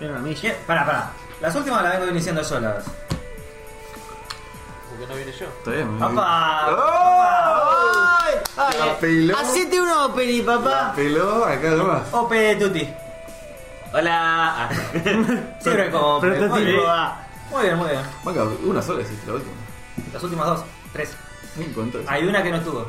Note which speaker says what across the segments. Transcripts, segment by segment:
Speaker 1: Era una milla. Pará, pará. Las últimas las vengo iniciando yo las.
Speaker 2: Porque no vine yo.
Speaker 3: Está bien, muy bien. ¡Oh!
Speaker 1: ¡Papá!
Speaker 3: La peló.
Speaker 4: Hacete una operi, papá.
Speaker 3: Peló acá nomás.
Speaker 1: Ope Tuti.
Speaker 2: Hola. Ah,
Speaker 1: Siempre como Ope. Muy bien.
Speaker 3: ¿eh?
Speaker 4: Prototipo, va.
Speaker 1: Muy bien, muy bien.
Speaker 3: Venga, una sola hiciste la última.
Speaker 1: Las últimas dos. Tres.
Speaker 3: No encuentro.
Speaker 1: Hay una que no estuvo.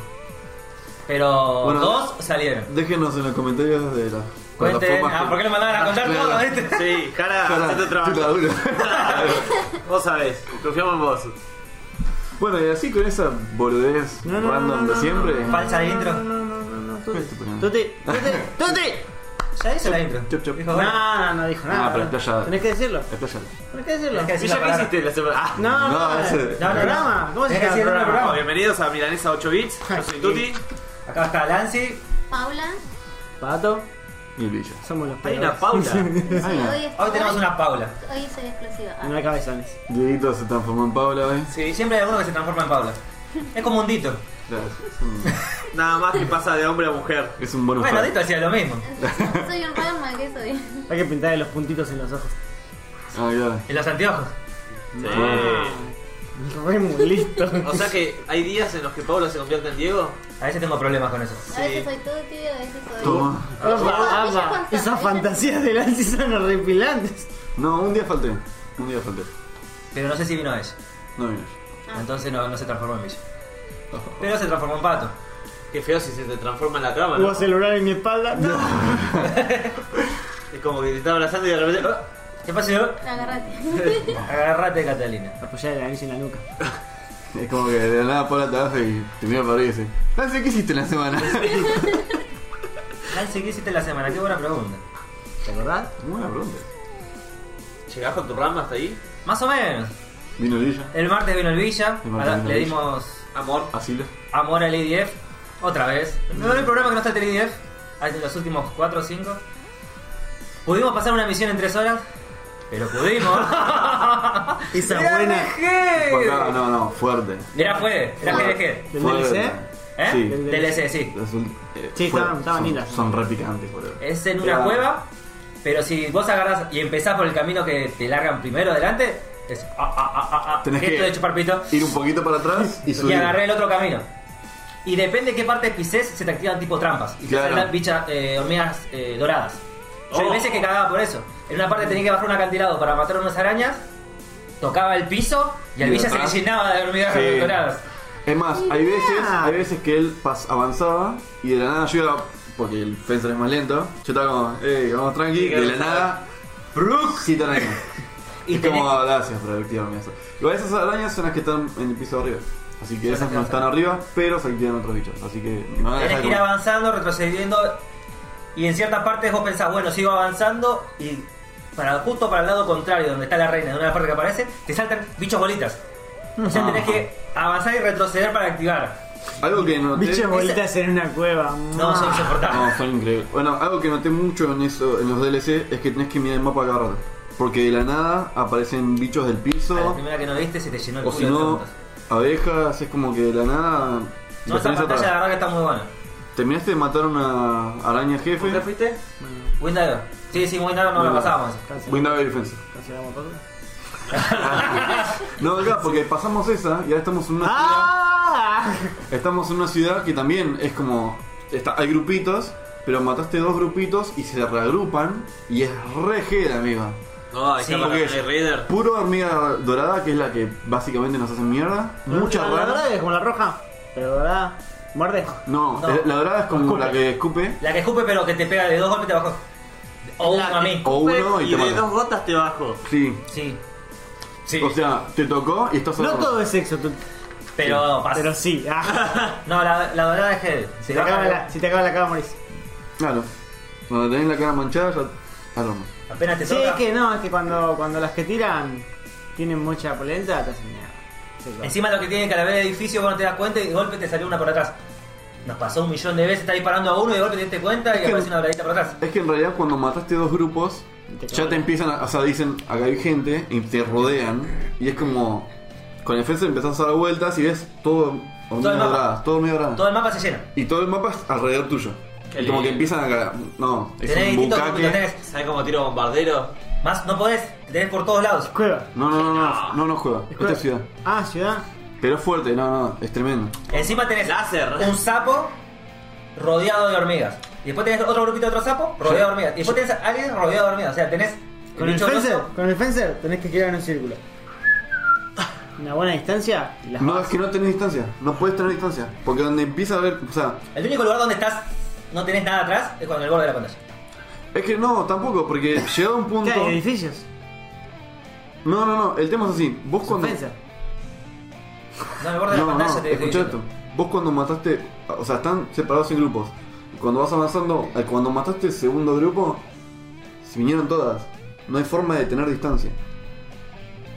Speaker 1: Pero
Speaker 3: Bueno.
Speaker 1: dos salieron.
Speaker 3: Déjenos en los comentarios de las
Speaker 1: Cuenten.
Speaker 3: plataformas
Speaker 1: Ah,
Speaker 3: que-
Speaker 1: ¿por qué lo mandaban a contar
Speaker 3: claro.
Speaker 1: todo, viste?
Speaker 2: sí, cara,
Speaker 3: Para-
Speaker 2: hacete
Speaker 3: tu
Speaker 2: trabajo.
Speaker 3: laburo.
Speaker 2: Vos sabés, confiamos en vos.
Speaker 3: Bueno, y así con esa boludez
Speaker 4: No, no, no,
Speaker 3: random de
Speaker 4: no,
Speaker 3: siempre.
Speaker 1: Falsa de intro.
Speaker 4: No, no, no, no,
Speaker 3: ¿Qué
Speaker 4: Tuti.
Speaker 3: te ponen?
Speaker 4: Tuti, Tuti, Tuti.
Speaker 1: Ya hice la intro.
Speaker 3: Chup, chup.
Speaker 1: Dijo,
Speaker 4: No,
Speaker 1: bueno,
Speaker 4: no, no dijo nada.
Speaker 3: Ah, pero explayada.
Speaker 4: Tenés que decirlo.
Speaker 3: Expláyala.
Speaker 4: Tenés que decirlo.
Speaker 1: tenés que
Speaker 2: ¿Y
Speaker 1: decir
Speaker 2: ya
Speaker 1: la
Speaker 2: qué
Speaker 1: palabra.
Speaker 2: hiciste la semana? Ah,
Speaker 4: No,
Speaker 3: No,
Speaker 4: no,
Speaker 3: ese-
Speaker 4: el
Speaker 1: No, no, no.
Speaker 4: programa. ¿Cómo se
Speaker 1: Tenés que
Speaker 4: llama? el
Speaker 1: decir el nombre del
Speaker 4: programa?
Speaker 1: programa.
Speaker 2: bienvenidos a Milanesa 8 Bits. Yo soy Tuti.
Speaker 1: Acá está Lancy.
Speaker 5: Paula,
Speaker 4: Pato,
Speaker 3: Y el billo.
Speaker 4: somos los
Speaker 2: Hay
Speaker 4: peores.
Speaker 2: una Paula.
Speaker 5: sí, hoy, es-
Speaker 1: Hoy tenemos una Paula.
Speaker 5: hoy soy explosiva. Ah,
Speaker 4: No hay cabezones.
Speaker 3: Dieguito se transformó en Paula, ¿eh? ¿ves?
Speaker 1: Y siempre hay alguno que se transforma en Paula. Es como un Dito.
Speaker 3: Claro, es un-
Speaker 2: Nada más que pasa de hombre a mujer.
Speaker 3: Es un bonus.
Speaker 1: Bueno,
Speaker 3: track.
Speaker 1: Dito hacía lo mismo.
Speaker 5: Ah, soy un rama, ¿qué soy?
Speaker 4: Hay que pintarle los puntitos en los ojos.
Speaker 3: Ah, claro.
Speaker 1: Y los anteojos.
Speaker 2: Sí.
Speaker 4: Re muy listo.
Speaker 2: O sea que hay días en los que Paula se convierte en Diego.
Speaker 1: A veces tengo problemas con eso.
Speaker 5: A veces soy todo tío, a veces soy.
Speaker 3: Toma.
Speaker 4: Apa,
Speaker 5: Ella
Speaker 4: apa.
Speaker 5: es
Speaker 4: Esas
Speaker 5: constante.
Speaker 4: fantasías de Lancy son horripilantes.
Speaker 3: No, un día falté. Un día falté.
Speaker 1: Pero no sé si vino ella.
Speaker 3: No vino.
Speaker 5: Ah.
Speaker 1: Entonces no, no se transformó en Villa. Pero se transformó en Pato.
Speaker 2: Qué feo si se te transforma en la cama, ¿no?
Speaker 4: Hubo celular en mi espalda. No.
Speaker 2: Es como que te está abrazando y de repente. ¡ah!
Speaker 1: ¿Qué pasa, yo?
Speaker 5: Agárrate.
Speaker 1: Agarrate, Catalina.
Speaker 4: Apoyar la anillo en la nuca.
Speaker 3: Es como que de la nada Paula te baja y te mira para arriba y dice: Nancy, ¿qué hiciste en la semana?
Speaker 1: Nancy, ¿qué hiciste la semana? Qué buena pregunta.
Speaker 4: ¿Te acordás?
Speaker 3: Buena pregunta.
Speaker 2: ¿Llegás con tu rama hasta ahí?
Speaker 1: Más o menos.
Speaker 3: Vino el billo.
Speaker 1: El martes vino el Villa.
Speaker 3: El martes
Speaker 1: a-
Speaker 3: vino
Speaker 1: le
Speaker 3: el Villa.
Speaker 1: dimos
Speaker 2: Amor.
Speaker 3: Asilo.
Speaker 1: amor al IDF. Otra vez. No hay problema que no está el E IDF. Hace los últimos 4 o 5. Pudimos pasar una misión en 3 horas. Pero pudimos.
Speaker 4: Esa
Speaker 1: Era
Speaker 4: buena.
Speaker 1: DG.
Speaker 3: No, no, no, fuerte.
Speaker 1: Era fue. Era
Speaker 5: Fuerte.
Speaker 1: GDG.
Speaker 4: ¿Del
Speaker 3: Fuerte.
Speaker 4: DLC?
Speaker 1: ¿Eh?
Speaker 3: Sí.
Speaker 4: Del
Speaker 1: DLC, sí.
Speaker 3: Es un- eh,
Speaker 4: Sí,
Speaker 3: fuerte.
Speaker 4: estaban- estaban
Speaker 3: Son-
Speaker 4: lindas.
Speaker 3: Son re picantes, boludo.
Speaker 1: Es en una
Speaker 3: Ya.
Speaker 1: cueva, pero si vos agarrás y empezás por el camino que te largan primero adelante, es ah, ah, ah, ah, ah,
Speaker 3: Tenés
Speaker 1: esto
Speaker 3: que-
Speaker 1: de chupar pito,
Speaker 3: Ir un poquito para atrás y
Speaker 1: y
Speaker 3: subir.
Speaker 1: agarré el otro camino. Y depende de qué parte pises, se te activan tipo trampas. Y
Speaker 3: Claro.
Speaker 1: te salen bichas, eh, hormigas eh, doradas. Yo hay
Speaker 2: Oh.
Speaker 1: veces que cagaba por eso. En una parte tenía que bajar un acantilado para matar unas arañas, tocaba el piso y el
Speaker 3: Y
Speaker 1: villa se le
Speaker 3: atrás.
Speaker 1: llenaba de hormigas
Speaker 3: Sí.
Speaker 1: doradas.
Speaker 3: Es más, hay veces, hay veces que él pas- avanzaba y de la nada yo iba, porque el fencer es más lento, yo estaba como, hey, vamos tranqui,
Speaker 2: Sí,
Speaker 3: de la
Speaker 2: claro.
Speaker 3: nada, ¡pruk! Sí, te araña.
Speaker 1: Y
Speaker 3: y es como,
Speaker 1: tenés-
Speaker 3: gracias por activarme eso. Igual esas arañas son las que están en el piso de arriba. Así que
Speaker 1: Son
Speaker 3: esas
Speaker 1: las que
Speaker 3: no
Speaker 1: van a
Speaker 3: están arriba, pero se activan otros bichos. Así que no van a
Speaker 1: Tenés
Speaker 3: dejar
Speaker 1: que ir
Speaker 3: como-
Speaker 1: avanzando, retrocediendo. Y en ciertas partes vos pensás, bueno, sigo avanzando y para justo para el lado contrario, donde está la reina, de una parte que aparece, te saltan bichos bolitas. O sea, tenés que avanzar y retroceder para activar.
Speaker 3: Algo que noté.
Speaker 4: Bichos bolitas en una cueva.
Speaker 1: No, son
Speaker 3: No,
Speaker 1: insoportables.
Speaker 3: son increíbles. Bueno, algo que noté mucho en eso, en los DLC, es que tenés que mirar el mapa cada rato. Porque de la nada aparecen bichos del piso.
Speaker 1: A la primera que no viste se te llenó el
Speaker 3: O
Speaker 1: culo
Speaker 3: si
Speaker 1: de
Speaker 3: no,
Speaker 1: preguntas.
Speaker 3: abejas, es como que de la nada.
Speaker 1: No,
Speaker 3: lo
Speaker 1: esa
Speaker 3: tenés
Speaker 1: pantalla
Speaker 3: atrás.
Speaker 1: la verdad que está muy buena.
Speaker 3: Terminaste de matar una araña jefe.
Speaker 2: ¿Dónde fuiste?
Speaker 1: Windows. Sí, sí, Windows no
Speaker 3: Bueno.
Speaker 1: lo pasábamos.
Speaker 3: Windows Defense.
Speaker 4: Cancelamos todo.
Speaker 3: No, acá, porque pasamos esa y ahora estamos en una
Speaker 4: ¡Ah!
Speaker 3: ciudad. Estamos en una ciudad que también es como. Está, hay grupitos, pero mataste dos grupitos y se reagrupan y es re gel, amigo.
Speaker 2: No, ahí
Speaker 1: Sí,
Speaker 2: está
Speaker 3: porque
Speaker 2: porque
Speaker 3: es-
Speaker 2: Raider.
Speaker 3: Puro hormiga dorada, que es la que básicamente nos hace mierda. Mucha
Speaker 4: Ah. La
Speaker 3: rara.
Speaker 4: dorada es como la roja. Pero dorada. Muerde.
Speaker 3: No,
Speaker 1: No.
Speaker 3: eh, la dorada es como
Speaker 4: Escupe.
Speaker 3: la que escupe.
Speaker 1: La que escupe pero que te pega de dos golpes te bajó. O
Speaker 2: La
Speaker 1: uno a mí.
Speaker 3: O uno y,
Speaker 2: y
Speaker 3: te
Speaker 2: de
Speaker 3: mata.
Speaker 2: dos gotas te bajo.
Speaker 3: Sí.
Speaker 1: Sí. Sí.
Speaker 3: O sea, te tocó y estás
Speaker 4: No
Speaker 3: atrapado.
Speaker 4: todo es sexo, tú.
Speaker 1: pero pasa.
Speaker 4: Pero sí. Ah.
Speaker 1: No, la, la dorada es que
Speaker 4: Si
Speaker 1: se
Speaker 4: te acaba
Speaker 1: baja
Speaker 4: la- Si te acaba la cara, morís.
Speaker 3: Claro. Cuando tenés la cara manchada, ya aroma.
Speaker 1: apenas te
Speaker 4: Sí,
Speaker 1: toca.
Speaker 4: es que no, es que cuando, cuando las que tiran tienen mucha polenta, te hacen mierda. Sí, claro.
Speaker 1: Encima lo que tiene calavera de edificio, vos no te das cuenta y de golpe te salió una por atrás. Nos pasó un millón de veces, está disparando a uno y de golpe te diste cuenta y
Speaker 3: que-
Speaker 1: aparece una doradita por atrás.
Speaker 3: Es que en realidad cuando mataste dos grupos,
Speaker 4: Te
Speaker 3: ya te
Speaker 4: cagan.
Speaker 3: empiezan a, o sea, dicen, acá hay gente, y te rodean, y es como, con el fence empezás a dar vueltas y ves todo hormigas
Speaker 1: mapa.
Speaker 3: doradas, todo medio
Speaker 1: Todo
Speaker 3: dorado.
Speaker 1: el mapa se llena.
Speaker 3: Y todo el mapa es alrededor tuyo. Y como que empiezan a cagar. No, es
Speaker 1: Tenés
Speaker 3: un
Speaker 1: distintos grupos,
Speaker 3: bucaque.
Speaker 1: tenés
Speaker 2: ¿Sabes cómo tiro bombardero?
Speaker 1: más, no podés, te tenés por todos lados.
Speaker 4: Cueva.
Speaker 3: No, no, no, no, no, no juega.
Speaker 4: Es
Speaker 3: Esta
Speaker 4: cueva.
Speaker 3: es ciudad.
Speaker 4: Ah, ciudad.
Speaker 3: Pero es fuerte, no, no, es tremendo.
Speaker 1: Encima tenés
Speaker 2: Láser.
Speaker 1: un sapo rodeado de hormigas. Y después tenés otro grupito de otro sapo rodeado de hormigas. Y después tenés a alguien rodeado de hormigas. O sea, tenés
Speaker 4: Con el,
Speaker 1: bicho
Speaker 4: fencer,
Speaker 1: grosso.
Speaker 4: con el fencer tenés que girar en un círculo. Una buena distancia y las
Speaker 3: No,
Speaker 4: vas.
Speaker 3: es que no tenés distancia. No puedes tener distancia. Porque donde empieza a haber. O sea,
Speaker 1: El único lugar donde estás, no tenés nada atrás, es cuando el borde de la pantalla.
Speaker 3: es que no, tampoco. Porque llegado a un punto.
Speaker 4: Claro, hay edificios.
Speaker 3: No, no, no. El tema es así. Vos
Speaker 4: Con
Speaker 3: cuando.
Speaker 4: fencer.
Speaker 1: No, en el borde de la
Speaker 3: No,
Speaker 1: pantalla
Speaker 3: no,
Speaker 1: te estoy
Speaker 3: escuchá esto.
Speaker 1: diciendo.
Speaker 3: Vos cuando mataste, o sea, están separados en grupos. Y Cuando vas avanzando, eh, cuando mataste el segundo grupo, se vinieron todas. No hay forma de tener distancia.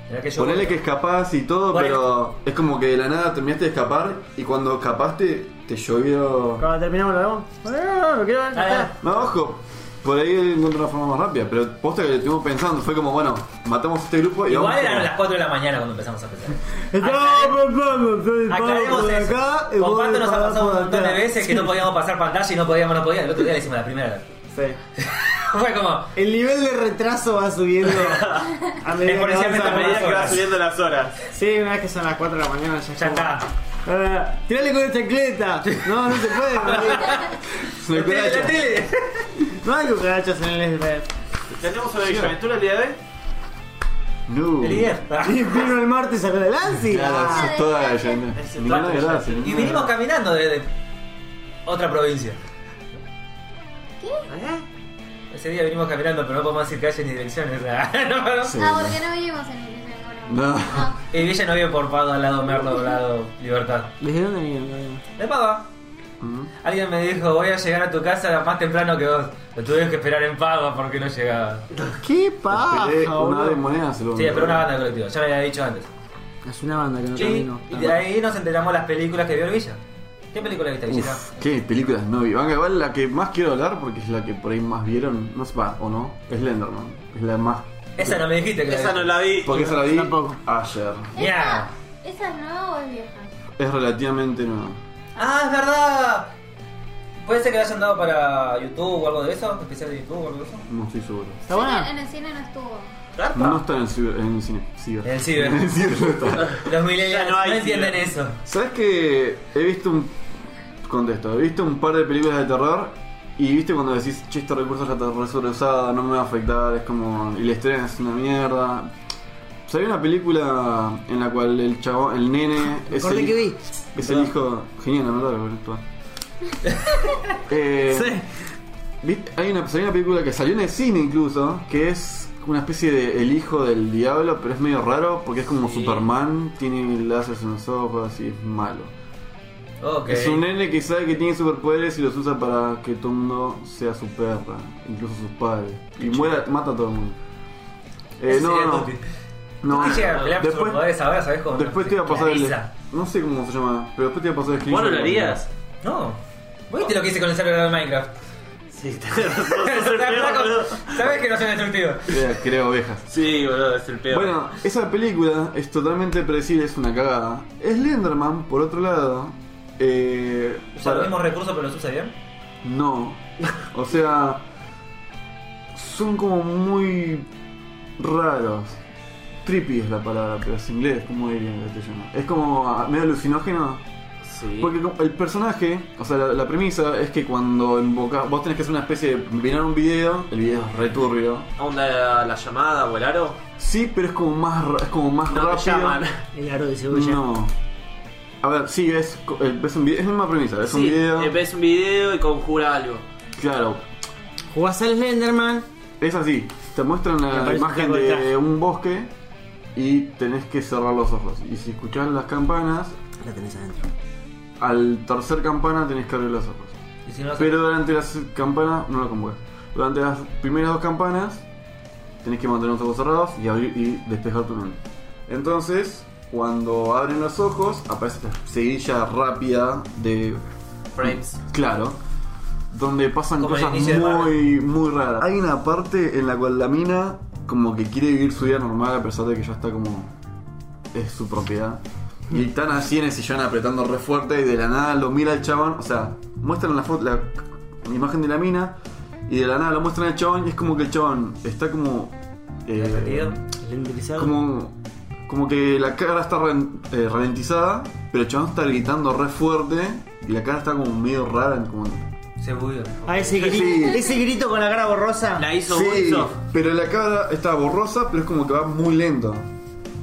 Speaker 1: Mirá que yo-
Speaker 3: Ponele que escapás y todo,
Speaker 1: Ponele.
Speaker 3: pero es como que de la nada terminaste de escapar y cuando escapaste te llovió.
Speaker 4: Cuando terminamos lo vemos. Bueno, me quiero ver.
Speaker 1: Ah,
Speaker 4: acá.
Speaker 3: No, ojo. Por ahí encontré una forma más rápida, pero posta que lo estuvimos pensando, fue como, bueno, matamos a este grupo y
Speaker 1: Igual
Speaker 3: vamos a-
Speaker 1: eran las 4 de la mañana cuando empezamos a pensar.
Speaker 4: Estaba pensando, estoy disparando
Speaker 1: Aclaremos
Speaker 4: por
Speaker 1: eso.
Speaker 4: acá y
Speaker 1: Con
Speaker 4: vos
Speaker 1: Pato nos ha
Speaker 4: disparás
Speaker 1: pasado un
Speaker 4: por
Speaker 1: montón de
Speaker 4: acá.
Speaker 1: veces que no podíamos pasar pantalla y no podíamos, no podíamos. El otro día le hicimos la primera.
Speaker 4: Sí.
Speaker 1: Fue como.
Speaker 4: El nivel de retraso va subiendo a medida que
Speaker 1: Exponencialmente
Speaker 4: avanzan
Speaker 1: a medida
Speaker 4: las
Speaker 1: que va
Speaker 4: horas.
Speaker 2: subiendo las horas.
Speaker 4: Sí, una vez que son las 4 de la mañana ya,
Speaker 1: Ya está.
Speaker 4: Eh, tirale con la chancleta. No, no se puede. marica.
Speaker 3: Una
Speaker 1: La tele, la
Speaker 3: cucaracha.
Speaker 1: tele.
Speaker 4: No hay cucarachas en el SBF.
Speaker 2: ¿Tenemos una aventura el día de hoy?
Speaker 3: No.
Speaker 1: El líder.
Speaker 4: Y vino el martes a la Lancy.
Speaker 3: Gracias,
Speaker 5: Ah.
Speaker 3: toda la leyenda.
Speaker 2: Es
Speaker 3: Ninguna
Speaker 2: toda la
Speaker 3: gracia,
Speaker 2: leyenda.
Speaker 1: Y
Speaker 3: ninguna
Speaker 1: vinimos
Speaker 3: gracia.
Speaker 1: caminando desde otra provincia. ¿Eh? Ese día vinimos caminando, pero no podemos decir calles ni direcciones. o sea, no, no.
Speaker 3: Sí.
Speaker 5: Ah, porque no vivimos en el mismo lugar.
Speaker 3: No.
Speaker 1: Y Villa no vive por Pado, al lado Merlo, al lado Libertad.
Speaker 4: ¿Desde dónde vinieron?
Speaker 1: De Pava.
Speaker 3: Ujú.
Speaker 1: Alguien me dijo, voy a llegar a tu casa más temprano que vos. Lo tuve que esperar en Pava porque no llegaba.
Speaker 4: ¿Qué
Speaker 3: Esperé
Speaker 4: paja,
Speaker 3: una de
Speaker 4: boludo?
Speaker 3: monedas. lo-
Speaker 1: Sí, pero una banda colectiva, ya me había dicho antes.
Speaker 4: Es una banda que no
Speaker 1: Sí,
Speaker 4: terminó.
Speaker 1: y de ahí nos enteramos las películas que vio el Villa. ¿Qué película viste, Villa?
Speaker 3: Uf, qué películas no vi. Van a igual la que más quiero hablar porque es la que por ahí más vieron, no sé, va, o no, es Lenderman. Es la más.
Speaker 1: Esa no me dijiste que
Speaker 2: Esa
Speaker 1: vi.
Speaker 2: no la vi.
Speaker 3: Porque esa la vi
Speaker 4: Tampoco.
Speaker 3: ayer.
Speaker 1: Ya.
Speaker 5: ¿Esa, ¿Esa es nueva o es vieja?
Speaker 3: Es relativamente nueva.
Speaker 1: Ah, es verdad. ¿Puede ser que la hayan dado para YouTube o algo de eso? ¿Especial de YouTube o algo de eso?
Speaker 3: No estoy seguro.
Speaker 4: ¿Está
Speaker 5: Sí,
Speaker 4: buena?
Speaker 5: En el cine no estuvo.
Speaker 3: No está en el, ciber- en el cine. ciber.
Speaker 1: En el ciber.
Speaker 3: En el ciber no está.
Speaker 1: Los millennials
Speaker 2: Ya
Speaker 1: no,
Speaker 2: no hay
Speaker 1: entienden
Speaker 2: ciber.
Speaker 1: eso.
Speaker 3: ¿Sabes que he visto un. Contesto, he visto un par de películas de terror y viste cuando decís, che, este recurso ya está re sobreusado, no me va a afectar, es como. Y la historia es una mierda. O sea, hay una película en la cual el chabón, el nene. Es
Speaker 4: Acordé
Speaker 3: el,
Speaker 4: que vi.
Speaker 3: Es el hijo. Genial, no lo boludo. eh,
Speaker 4: Sí.
Speaker 3: ¿viste? Hay, una, hay una película que salió en el cine incluso, que es una especie de El hijo del diablo, pero es medio raro porque es como
Speaker 1: Sí.
Speaker 3: Superman, tiene láseres en los ojos y es malo.
Speaker 1: Ok.
Speaker 3: Es un nene que sabe que tiene superpoderes y los usa para que todo el mundo sea su perra, incluso sus padres. Y muera, mata a todo el mundo. Eh,
Speaker 1: Ese
Speaker 3: no,
Speaker 1: sería
Speaker 3: no,
Speaker 1: Tuti.
Speaker 3: no,
Speaker 1: Tuti llega a pelear por
Speaker 3: Después-
Speaker 1: superpoderes ahora, ¿sabes cómo?
Speaker 3: Después te iba a pasar el.
Speaker 1: Clariza.
Speaker 3: No sé cómo se llama, pero después te iba a pasar el
Speaker 2: ¿Vos no lo
Speaker 3: screenshot.
Speaker 2: harías?
Speaker 1: No. ¿Viste lo que hice con el servidor de Minecraft?
Speaker 2: Sí, tenés razón, sos el peor, boludo.
Speaker 1: ¿Sabes que no soy destructivo?
Speaker 3: Crea- Crea ovejas.
Speaker 2: Sí, boludo, es el peor.
Speaker 3: Bueno, esa película es totalmente predecible, es una cagada. Slenderman, por otro lado, eh,
Speaker 1: Usa
Speaker 3: para-
Speaker 1: los mismos recursos pero los usa bien.
Speaker 3: no, o sea, son como muy raros. Trippy es la palabra, pero es inglés, ¿cómo diría en castellano? Es como ah, medio alucinógeno.
Speaker 2: sí.
Speaker 3: Porque como el personaje, o sea, la, la premisa es que cuando invocas, vos tenés que hacer una especie de mirar un video, el video es returbio.
Speaker 2: ¿Onda la llamada o el aro?
Speaker 3: Sí, pero es como más, ra- es como más
Speaker 2: No te
Speaker 3: rápido.
Speaker 2: llaman.
Speaker 4: El aro de cebolla.
Speaker 3: No. A ver, sí, es, co- eh, es, un video, es la misma premisa, es un
Speaker 2: Sí,
Speaker 3: video.
Speaker 2: eh, Ves un video y conjura algo.
Speaker 3: Claro,
Speaker 4: Jugás al Slenderman.
Speaker 3: es así. Te muestran
Speaker 4: Me
Speaker 3: la
Speaker 4: parece
Speaker 3: imagen
Speaker 4: que tengo
Speaker 3: de
Speaker 4: detrás.
Speaker 3: un bosque y tenés que cerrar los ojos. Y si escuchás las campanas,
Speaker 4: La tenés adentro.
Speaker 3: al tercer campana tenés que abrir los ojos.
Speaker 1: Y si no lo
Speaker 3: Pero durante las campanas, no lo convocas. Durante las primeras dos campanas, tenés que mantener los ojos cerrados y, abrir, y despejar tu mente. Entonces, cuando abren los ojos, aparece esta seguilla rápida de
Speaker 2: Frames.
Speaker 3: Claro. Donde pasan
Speaker 1: Como el
Speaker 3: cosas
Speaker 1: inicio de
Speaker 3: muy, muy raras. Hay una parte en la cual la mina como que quiere vivir su vida normal a pesar de que ya está como... Es su propiedad. Y están así en el sillón apretando re fuerte y de la nada lo mira el chabón. O sea, muestran la foto, la imagen de la mina y de la nada lo muestran al chabón y es como que el chabón está como... eh,
Speaker 1: Repetido.
Speaker 2: Electrizado.
Speaker 3: como, como que la cara está ren- eh, ralentizada, pero el chabón está gritando re fuerte y la cara está como medio rara. Como...
Speaker 1: Se bugueó.
Speaker 4: Ah, ese grito,
Speaker 3: Sí.
Speaker 4: ese grito con la cara borrosa.
Speaker 2: La hizo
Speaker 3: Sí,
Speaker 2: Ubisoft.
Speaker 3: pero la cara está borrosa, pero es como que va muy lento.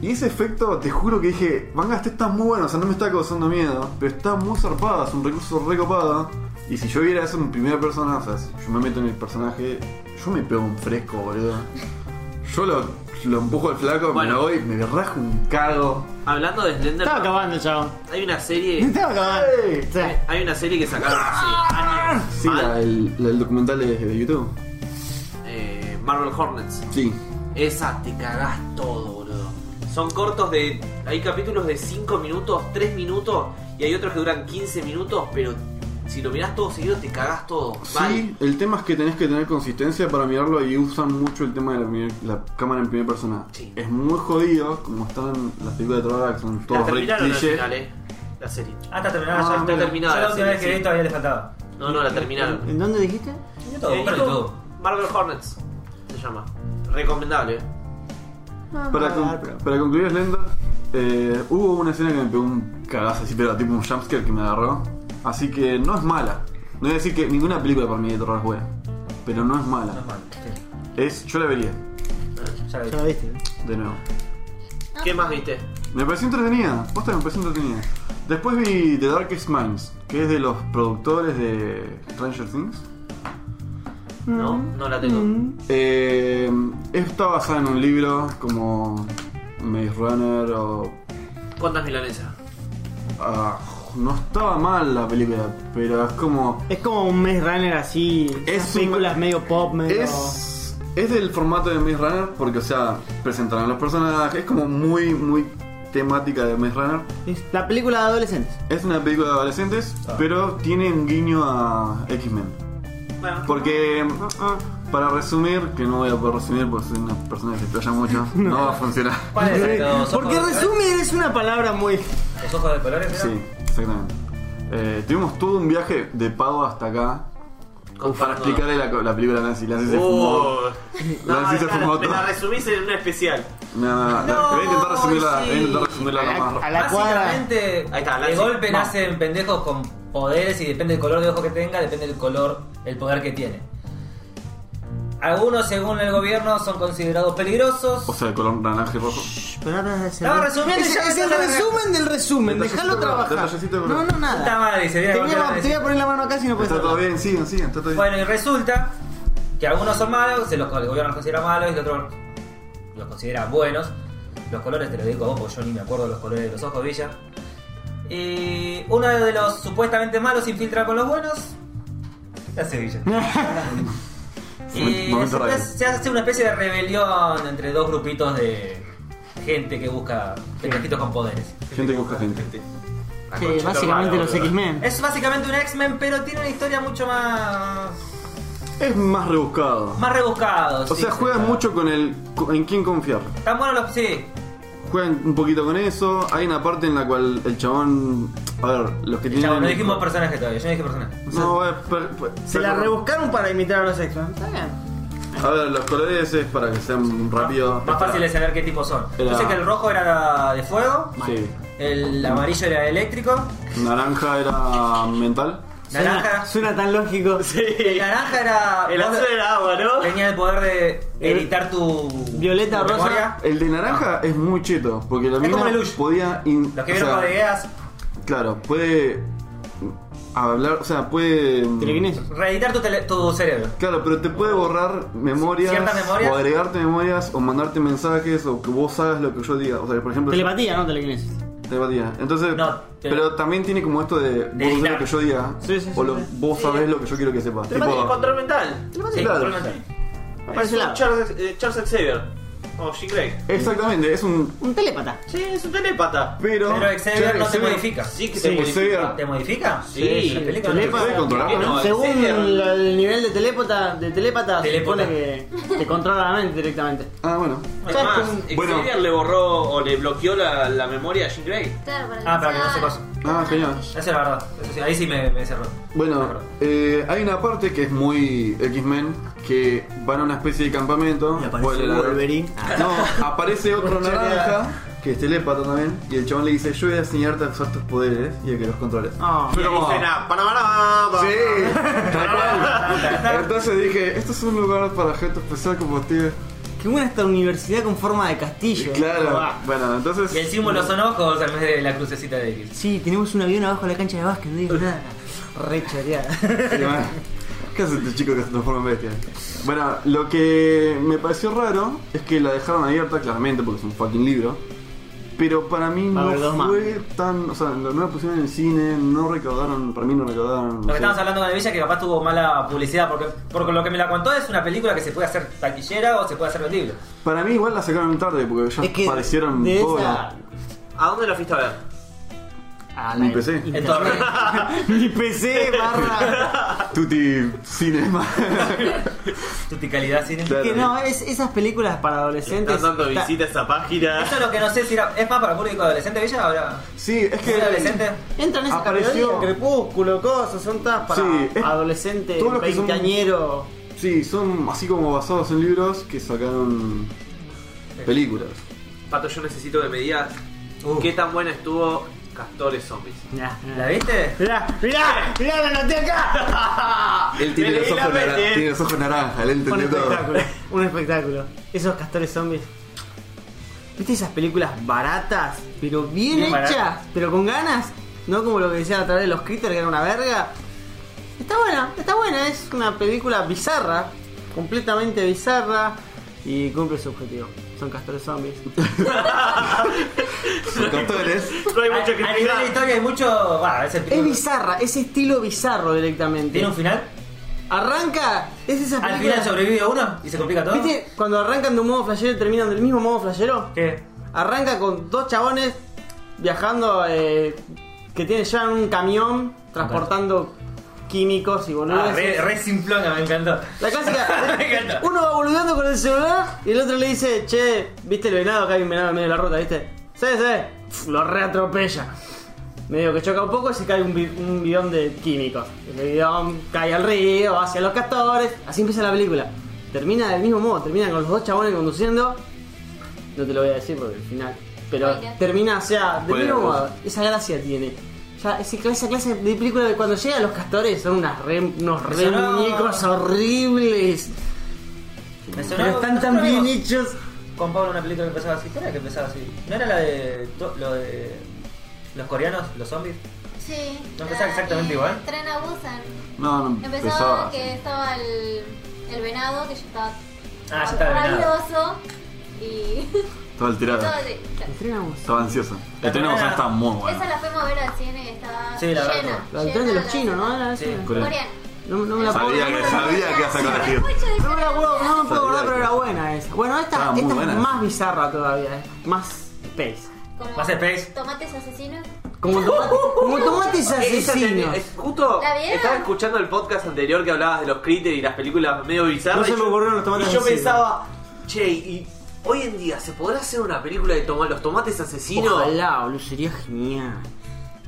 Speaker 3: Y ese efecto, te juro que dije, manga, este está muy bueno, o sea, no me está causando miedo, pero está muy zarpada, es un recurso recopado. Y si yo viera eso en primera persona, o sea, si yo me meto en el personaje, yo me pego un fresco, boludo. Yo lo, lo empujo al flaco,
Speaker 2: Bueno.
Speaker 3: me lo voy, me rajo un cago.
Speaker 2: Hablando de Slender,
Speaker 4: Estaba acabando, chabón.
Speaker 2: hay una serie.
Speaker 4: Estaba acabando.
Speaker 3: ¡Ey!
Speaker 4: O sea,
Speaker 2: Hay una serie que sacaron hace años.
Speaker 3: Sí, la- el, la- el documental de, de YouTube.
Speaker 2: eh, Marvel Hornets.
Speaker 3: Sí.
Speaker 2: Esa te cagás todo, boludo. Son cortos de. Hay capítulos de 5 minutos, 3 minutos y hay otros que duran 15 minutos, pero si lo mirás todo seguido te cagás todo. Mal.
Speaker 3: Sí, el tema es que tenés que tener consistencia para mirarlo y usan mucho el tema de la, primer- la cámara en primera persona.
Speaker 2: Sí.
Speaker 3: Es muy jodido, como están las películas de terror, que son
Speaker 2: La
Speaker 3: todos re
Speaker 2: terminaron al
Speaker 3: cliché.
Speaker 2: final, eh. La serie.
Speaker 1: Hasta terminada
Speaker 3: Ah,
Speaker 1: ya
Speaker 3: está
Speaker 2: terminada,
Speaker 1: Yo la última
Speaker 2: sí,
Speaker 1: vez que
Speaker 2: sí.
Speaker 1: vi todavía le faltaba.
Speaker 2: No, no, la terminaron.
Speaker 4: ¿En dónde dijiste?
Speaker 1: Yo todo,
Speaker 2: Eh,
Speaker 1: buscalo
Speaker 2: YouTube,
Speaker 1: todo.
Speaker 2: Marvel Hornets se llama. Recomendable. eh.
Speaker 1: Ah.
Speaker 3: Para, con- para concluir, Slender, eh, hubo una escena que me pegó un cagazo así, pero tipo un jumpscare que me agarró. Así que no es mala. No voy a decir que ninguna película para mí de terror es buena, pero no
Speaker 1: No
Speaker 3: es
Speaker 1: es
Speaker 3: mala.
Speaker 1: malo, sí.
Speaker 3: Es, yo la vería,
Speaker 1: Ya lo vi.
Speaker 4: Ya lo viste.
Speaker 3: de nuevo.
Speaker 2: ¿Qué más viste?
Speaker 3: Me pareció entretenida, posta que me pareció entretenida. Después vi The Darkest Minds, que es de los productores de Stranger Things.
Speaker 2: No,
Speaker 4: Mm.
Speaker 2: no la tengo.
Speaker 3: Eh, está basada en un libro como Maze Runner o...
Speaker 2: ¿Cuántas milanesas?
Speaker 3: ah, no estaba mal la película, pero es como...
Speaker 4: Es como un Maze Runner así.
Speaker 3: Es
Speaker 4: esas
Speaker 3: un-
Speaker 4: películas medio pop, medio.
Speaker 3: Es, es del formato de Maze Runner porque, o sea, presentarán los personajes, es como muy, muy temática de Maze Runner.
Speaker 4: Es la película de adolescentes.
Speaker 3: Es una película de adolescentes,
Speaker 1: Ah.
Speaker 3: pero tiene un guiño a X-Men.
Speaker 2: Bueno,
Speaker 3: Porque,
Speaker 4: Ah.
Speaker 3: para resumir, que no voy a poder resumir porque soy una persona que se explaya mucho, no va a funcionar.
Speaker 1: ¿Cuál es el de los ojos
Speaker 4: Porque
Speaker 1: de colores?
Speaker 4: resumen es una palabra muy.
Speaker 1: ¿Los ojos de colores?
Speaker 3: Sí,
Speaker 1: ¿no?
Speaker 3: exactamente. Eh, tuvimos todo un viaje de Pado hasta acá
Speaker 2: contando-
Speaker 3: para explicarle la, co- la película a Nancy. Nancy se fumó.
Speaker 2: Oh.
Speaker 3: Nancy se
Speaker 2: dejala,
Speaker 3: fumó
Speaker 2: me
Speaker 3: todo.
Speaker 2: la resumís en una especial.
Speaker 3: Nada, nada, nada.
Speaker 2: No,
Speaker 3: voy a intentar resumirla, voy a intentar
Speaker 2: sí.
Speaker 3: resumirla lo más
Speaker 4: A
Speaker 3: rápido.
Speaker 4: la cuadra.
Speaker 1: Básicamente,
Speaker 2: Ahí está,
Speaker 1: de
Speaker 2: Lancy.
Speaker 1: golpe
Speaker 2: Vamos.
Speaker 1: nacen pendejos con poderes y depende del color de ojo que tenga, depende del color, el poder que tiene. Algunos, según el gobierno, son considerados peligrosos.
Speaker 3: O sea, el color naranja y rojo.
Speaker 4: Pero ahora es el-
Speaker 1: Estaba resumiendo y
Speaker 4: Ese
Speaker 1: ya
Speaker 4: es
Speaker 1: empezó
Speaker 4: el
Speaker 1: a largar.
Speaker 4: resumen del resumen.
Speaker 3: Detallecito,
Speaker 4: Déjalo
Speaker 3: bro,
Speaker 4: trabajar.
Speaker 3: detallecito, bro.
Speaker 4: No, no,
Speaker 1: Está
Speaker 4: nada.
Speaker 1: mal, y se viene
Speaker 4: Te
Speaker 1: a
Speaker 4: voy
Speaker 1: golpear
Speaker 4: a-
Speaker 1: la
Speaker 4: te voy a poner la mano acá si no puedes.
Speaker 3: Está todo
Speaker 4: hablar.
Speaker 3: bien, sigan, sigan, está todo bien.
Speaker 1: Bueno, y resulta que algunos son malos, se los, el gobierno los considera malos y otros los considera buenos. Los colores te los digo a vos, porque yo ni me acuerdo los colores de los ojos, Villa. Y uno de los supuestamente malos se infiltra con los buenos. La Sevilla. y
Speaker 3: Momento
Speaker 1: se,
Speaker 3: radio.
Speaker 1: se hace una especie de rebelión entre dos grupitos de gente que busca pendejitos con poderes.
Speaker 3: gente que busca gente.
Speaker 2: La
Speaker 4: Sí,
Speaker 2: concha
Speaker 4: básicamente
Speaker 2: hermana,
Speaker 4: los
Speaker 2: boludo.
Speaker 4: X-Men.
Speaker 1: Es básicamente un X-Men, pero tiene una historia mucho más.
Speaker 3: Es más rebuscado.
Speaker 1: más rebuscada.
Speaker 3: O
Speaker 1: sí,
Speaker 3: sea,
Speaker 1: sí,
Speaker 3: juegan
Speaker 1: claro.
Speaker 3: mucho con el. con- en quién confiar.
Speaker 1: Están buenos los. sí.
Speaker 3: Juegan un poquito con eso. Hay una parte en la cual el chabón. A ver, los que tienen.
Speaker 1: Chabón, no dijimos personaje todavía, yo no dije personaje.
Speaker 3: No, es per- per-
Speaker 4: Se la
Speaker 3: per-
Speaker 4: rebuscaron para imitar a los X-Men. Está bien.
Speaker 3: A ver, los colores es para que sean rápidos.
Speaker 1: Más fácil de saber qué tipo son.
Speaker 3: Era-
Speaker 1: Yo sé que el rojo era de fuego,
Speaker 3: Sí.
Speaker 1: el amarillo era eléctrico,
Speaker 3: Naranja era mental.
Speaker 1: naranja.
Speaker 4: Suena, suena tan lógico.
Speaker 1: El naranja era.
Speaker 2: El
Speaker 1: vos
Speaker 2: azul era agua, ¿no?
Speaker 1: Tenía el poder de
Speaker 4: El-
Speaker 1: editar tu.
Speaker 4: Violeta,
Speaker 1: tu
Speaker 4: rosa.
Speaker 1: memoria.
Speaker 3: El de naranja
Speaker 4: Ah.
Speaker 3: es muy cheto, porque la
Speaker 1: Es
Speaker 3: mina
Speaker 1: como el Lush.
Speaker 3: podía. in-
Speaker 1: Los que
Speaker 3: o
Speaker 1: vieron
Speaker 3: sea,
Speaker 1: con ideas,
Speaker 3: Claro, puede. Hablar, o sea, puede.
Speaker 4: Telequinesis.
Speaker 1: reeditar tu, tele- tu cerebro.
Speaker 3: Claro, pero te puede borrar memorias,
Speaker 1: ¿Ciertas memorias?
Speaker 3: o agregarte memorias, o mandarte mensajes, o que vos hagas lo que yo diga. O sea, por ejemplo,
Speaker 4: Telepatía, no telequinesis.
Speaker 3: telepatía. Entonces,
Speaker 1: No, te-
Speaker 3: pero también tiene como esto de vos haces
Speaker 1: editar.
Speaker 3: lo que yo diga,
Speaker 4: Sí, sí, sí,
Speaker 3: o lo-
Speaker 4: sí.
Speaker 3: vos sabés lo que yo quiero que sepas.
Speaker 2: Te mata
Speaker 3: Tipo,
Speaker 2: el control mental.
Speaker 1: Sí,
Speaker 3: claro.
Speaker 1: control mental.
Speaker 4: Me parece
Speaker 2: Es un
Speaker 4: la-
Speaker 2: Charles, eh, Charles Xavier. O Jean Grey.
Speaker 3: Exactamente, es un.
Speaker 4: Un telépata.
Speaker 2: Sí, es un telépata.
Speaker 3: Pero.
Speaker 1: Pero Xavier no te
Speaker 3: Xavier-
Speaker 1: modifica.
Speaker 2: Sí, que
Speaker 4: Sí,
Speaker 2: se
Speaker 3: Xavier.
Speaker 2: modifica.
Speaker 1: ¿Te modifica?
Speaker 2: Sí,
Speaker 1: la película.
Speaker 3: ¿Te puede controlar?
Speaker 2: No,
Speaker 3: ¿no?
Speaker 2: en
Speaker 4: Según
Speaker 2: serio.
Speaker 4: el, el nivel de telépata, de telépata, se
Speaker 1: Telépata.
Speaker 4: supone que te controla la mente directamente.
Speaker 3: Ah, bueno.
Speaker 2: Es
Speaker 4: Ya es
Speaker 2: más,
Speaker 4: como-
Speaker 2: Xavier
Speaker 3: bueno.
Speaker 2: le borró o le bloqueó la, la memoria a Jean Grey.
Speaker 5: Claro, para
Speaker 1: Ah, para que no se
Speaker 5: sea-
Speaker 1: pase.
Speaker 3: Ah, genial.
Speaker 1: Eso es la verdad. Eso sí, ahí sí me, me cerró. Me
Speaker 3: Bueno,
Speaker 1: cerró.
Speaker 3: eh, hay una parte que es muy X-Men, que van a una especie de campamento.
Speaker 4: Y aparece
Speaker 3: vuelve la-
Speaker 4: Wolverine.
Speaker 3: No, aparece otro naranja, que es telepata también, y el chabón le dice, yo voy a enseñarte a usar tus poderes y a que los controles.
Speaker 4: Oh.
Speaker 3: Pero como-
Speaker 6: nada, para
Speaker 3: Sí, tal cual. Entonces dije, esto es un lugar para gente especial como Steve.
Speaker 4: Qué buena esta universidad con forma de castillo.
Speaker 3: Claro,
Speaker 4: Ah.
Speaker 3: bueno, entonces...
Speaker 1: Y el símbolo son ojos en vez de la crucecita de X.
Speaker 4: Sí, tenemos un avión abajo de la cancha de básquet, no digo nada. Re choreada.
Speaker 3: Sí, bueno. ¿Qué hace este chico que se transforma en bestia? Bueno, lo que me pareció raro es que la dejaron abierta, claramente, porque es un fucking libro. Pero para mí
Speaker 4: Va a
Speaker 3: no
Speaker 4: haber dos más.
Speaker 3: fue tan. O sea, no la pusieron en el cine, no recaudaron. Para mí no recaudaron. no
Speaker 1: Lo que
Speaker 3: sé.
Speaker 1: estábamos hablando con Villa que capaz tuvo mala publicidad, porque, porque lo que me la contó es una película que se puede hacer taquillera o se puede hacer vendible.
Speaker 3: Para mí igual la sacaron tarde, porque ya
Speaker 4: Es que
Speaker 3: parecieron
Speaker 4: de
Speaker 3: pobres.
Speaker 4: esa-
Speaker 2: ¿A dónde la fuiste a ver?
Speaker 4: Ah,
Speaker 3: Mi
Speaker 4: la-
Speaker 3: PC.
Speaker 1: En torre.
Speaker 4: Mi PC, barra.
Speaker 3: Tutti Cinema.
Speaker 1: Tu calidad cine.
Speaker 3: Claro.
Speaker 4: que no, es, esas películas para adolescentes.
Speaker 6: Estás dando
Speaker 4: está-
Speaker 6: visita a esa página.
Speaker 1: Eso es lo que no sé si era. ¿Es más para público adolescente, Villa? Ahora.
Speaker 3: sí, es que.
Speaker 1: ¿Es adolescente?
Speaker 4: Entran esas
Speaker 3: Apareció-
Speaker 4: categorías, crepúsculo, cosas, son todas para
Speaker 3: Sí, es-
Speaker 4: adolescentes,
Speaker 3: todos los que son-
Speaker 4: veinteañero.
Speaker 3: Sí, son así como basados en libros que sacaron películas.
Speaker 2: Pato, yo necesito que me digas
Speaker 1: Uh.
Speaker 2: qué tan buena estuvo Castores Zombies.
Speaker 4: Mirá,
Speaker 1: ¿La viste?
Speaker 4: mirá, mirá, mirá, la anoté acá.
Speaker 3: Él tiene
Speaker 6: Me
Speaker 3: los
Speaker 6: leí la
Speaker 3: ojos, nara-
Speaker 6: mente.
Speaker 3: tiene los ojos naranja, él
Speaker 4: un
Speaker 3: entendió todo.
Speaker 4: espectáculo, un espectáculo. Esos castores zombies. ¿Viste esas películas baratas, pero bien,
Speaker 1: Bien
Speaker 4: hechas,
Speaker 1: baratas.
Speaker 4: pero con ganas? No como lo que decían a través de los critters, que era una verga. Está buena, está buena, es una película bizarra, completamente bizarra y cumple su objetivo. Son castores zombies.
Speaker 3: Son cantores.
Speaker 6: No hay
Speaker 1: A,
Speaker 6: mucho que
Speaker 1: a nivel de
Speaker 6: explicar.
Speaker 1: historia hay mucho. Bah, es el
Speaker 4: Es bizarra, es estilo bizarro directamente.
Speaker 1: ¿Tiene un final?
Speaker 4: Arranca, es esa
Speaker 1: ¿Al
Speaker 4: película.
Speaker 1: final sobrevive uno y se complica todo?
Speaker 4: ¿Viste? Cuando arrancan de un modo flashero y terminan del mismo modo flashero.
Speaker 1: ¿Qué?
Speaker 4: Arranca con dos chabones viajando eh, que tienen ya un camión transportando químicos y boludeces.
Speaker 1: Ah, re, re simplona, me encantó. Me
Speaker 4: La
Speaker 1: encanta.
Speaker 4: clásica, uno va boludeando con el celular y el otro le dice, che, ¿viste el venado? Acá hay un venado en medio de la ruta, ¿viste? Sí, sí. Pf, Lo reatropella. Medio que choca un poco y se cae un, bi- un bidón de químicos. El bidón cae al río, hacia los castores. Así empieza la película. Termina del mismo modo, termina con los dos chabones conduciendo. No te lo voy a decir porque al final. Pero
Speaker 5: Spoiler.
Speaker 4: termina, o sea, del
Speaker 3: Spoiler.
Speaker 4: mismo modo. Esa gracia tiene. Ya, ese- esa clase de película de cuando llegan los castores son unas re- unos re
Speaker 1: Eso no.
Speaker 4: muñecos horribles.
Speaker 1: Me sonó-
Speaker 4: Pero están tan
Speaker 1: nosotros
Speaker 4: bien
Speaker 1: vimos
Speaker 4: hechos.
Speaker 1: Con Pablo una película que empezaba así. ¿Qué era que empezaba así? ¿No era la de. to- lo de. los coreanos, los zombies?
Speaker 5: Sí.
Speaker 1: No empezaba exactamente
Speaker 5: eh,
Speaker 1: igual.
Speaker 5: Tren a Busan.
Speaker 3: No, no
Speaker 5: Empezaba
Speaker 3: empezaba.
Speaker 5: que estaba el, el venado, que yo estaba
Speaker 1: Ah, ya está el venado.
Speaker 5: rabioso. Y
Speaker 3: Estaba alterado.
Speaker 5: todo así.
Speaker 4: Estrenamos.
Speaker 3: Estaba ansioso.
Speaker 1: La
Speaker 3: El tenemos
Speaker 1: primera-
Speaker 3: está muy
Speaker 5: Esa
Speaker 3: bueno.
Speaker 5: la fuimos a ver al cine que estaba
Speaker 1: Sí, la
Speaker 5: llena.
Speaker 1: verdad que
Speaker 5: llena
Speaker 4: La del tren de los chinos, ¿no? Era
Speaker 1: Sí.
Speaker 4: esa.
Speaker 3: Coreano.
Speaker 5: Coreana.
Speaker 4: No, no me la puedo
Speaker 3: Sabía
Speaker 4: no me
Speaker 3: que
Speaker 4: la-
Speaker 3: sabía que iba a sacar la tía.
Speaker 4: No me la puedo, no me puedo acordar, pero era buena esa. Bueno, esta,
Speaker 3: Estaba muy
Speaker 4: esta
Speaker 3: buena
Speaker 4: es
Speaker 3: esa.
Speaker 4: más bizarra todavía, eh. más space.
Speaker 5: Como
Speaker 1: Va a ser Space.
Speaker 5: Tomates asesinos.
Speaker 4: Como, tomate, como tomates
Speaker 2: Esa
Speaker 4: asesinos.
Speaker 2: te- es- justo
Speaker 5: ¿La vieron?
Speaker 2: estaba escuchando el podcast anterior que hablabas de los critters y las películas medio bizarras.
Speaker 4: No se
Speaker 2: y
Speaker 4: me
Speaker 2: yo-
Speaker 4: ocurrieron los tomates
Speaker 2: Y yo
Speaker 4: asesinos.
Speaker 2: pensaba, che, y hoy en día se podrá hacer una película de toma- los tomates asesinos.
Speaker 4: Ojalá, boludo, sería genial.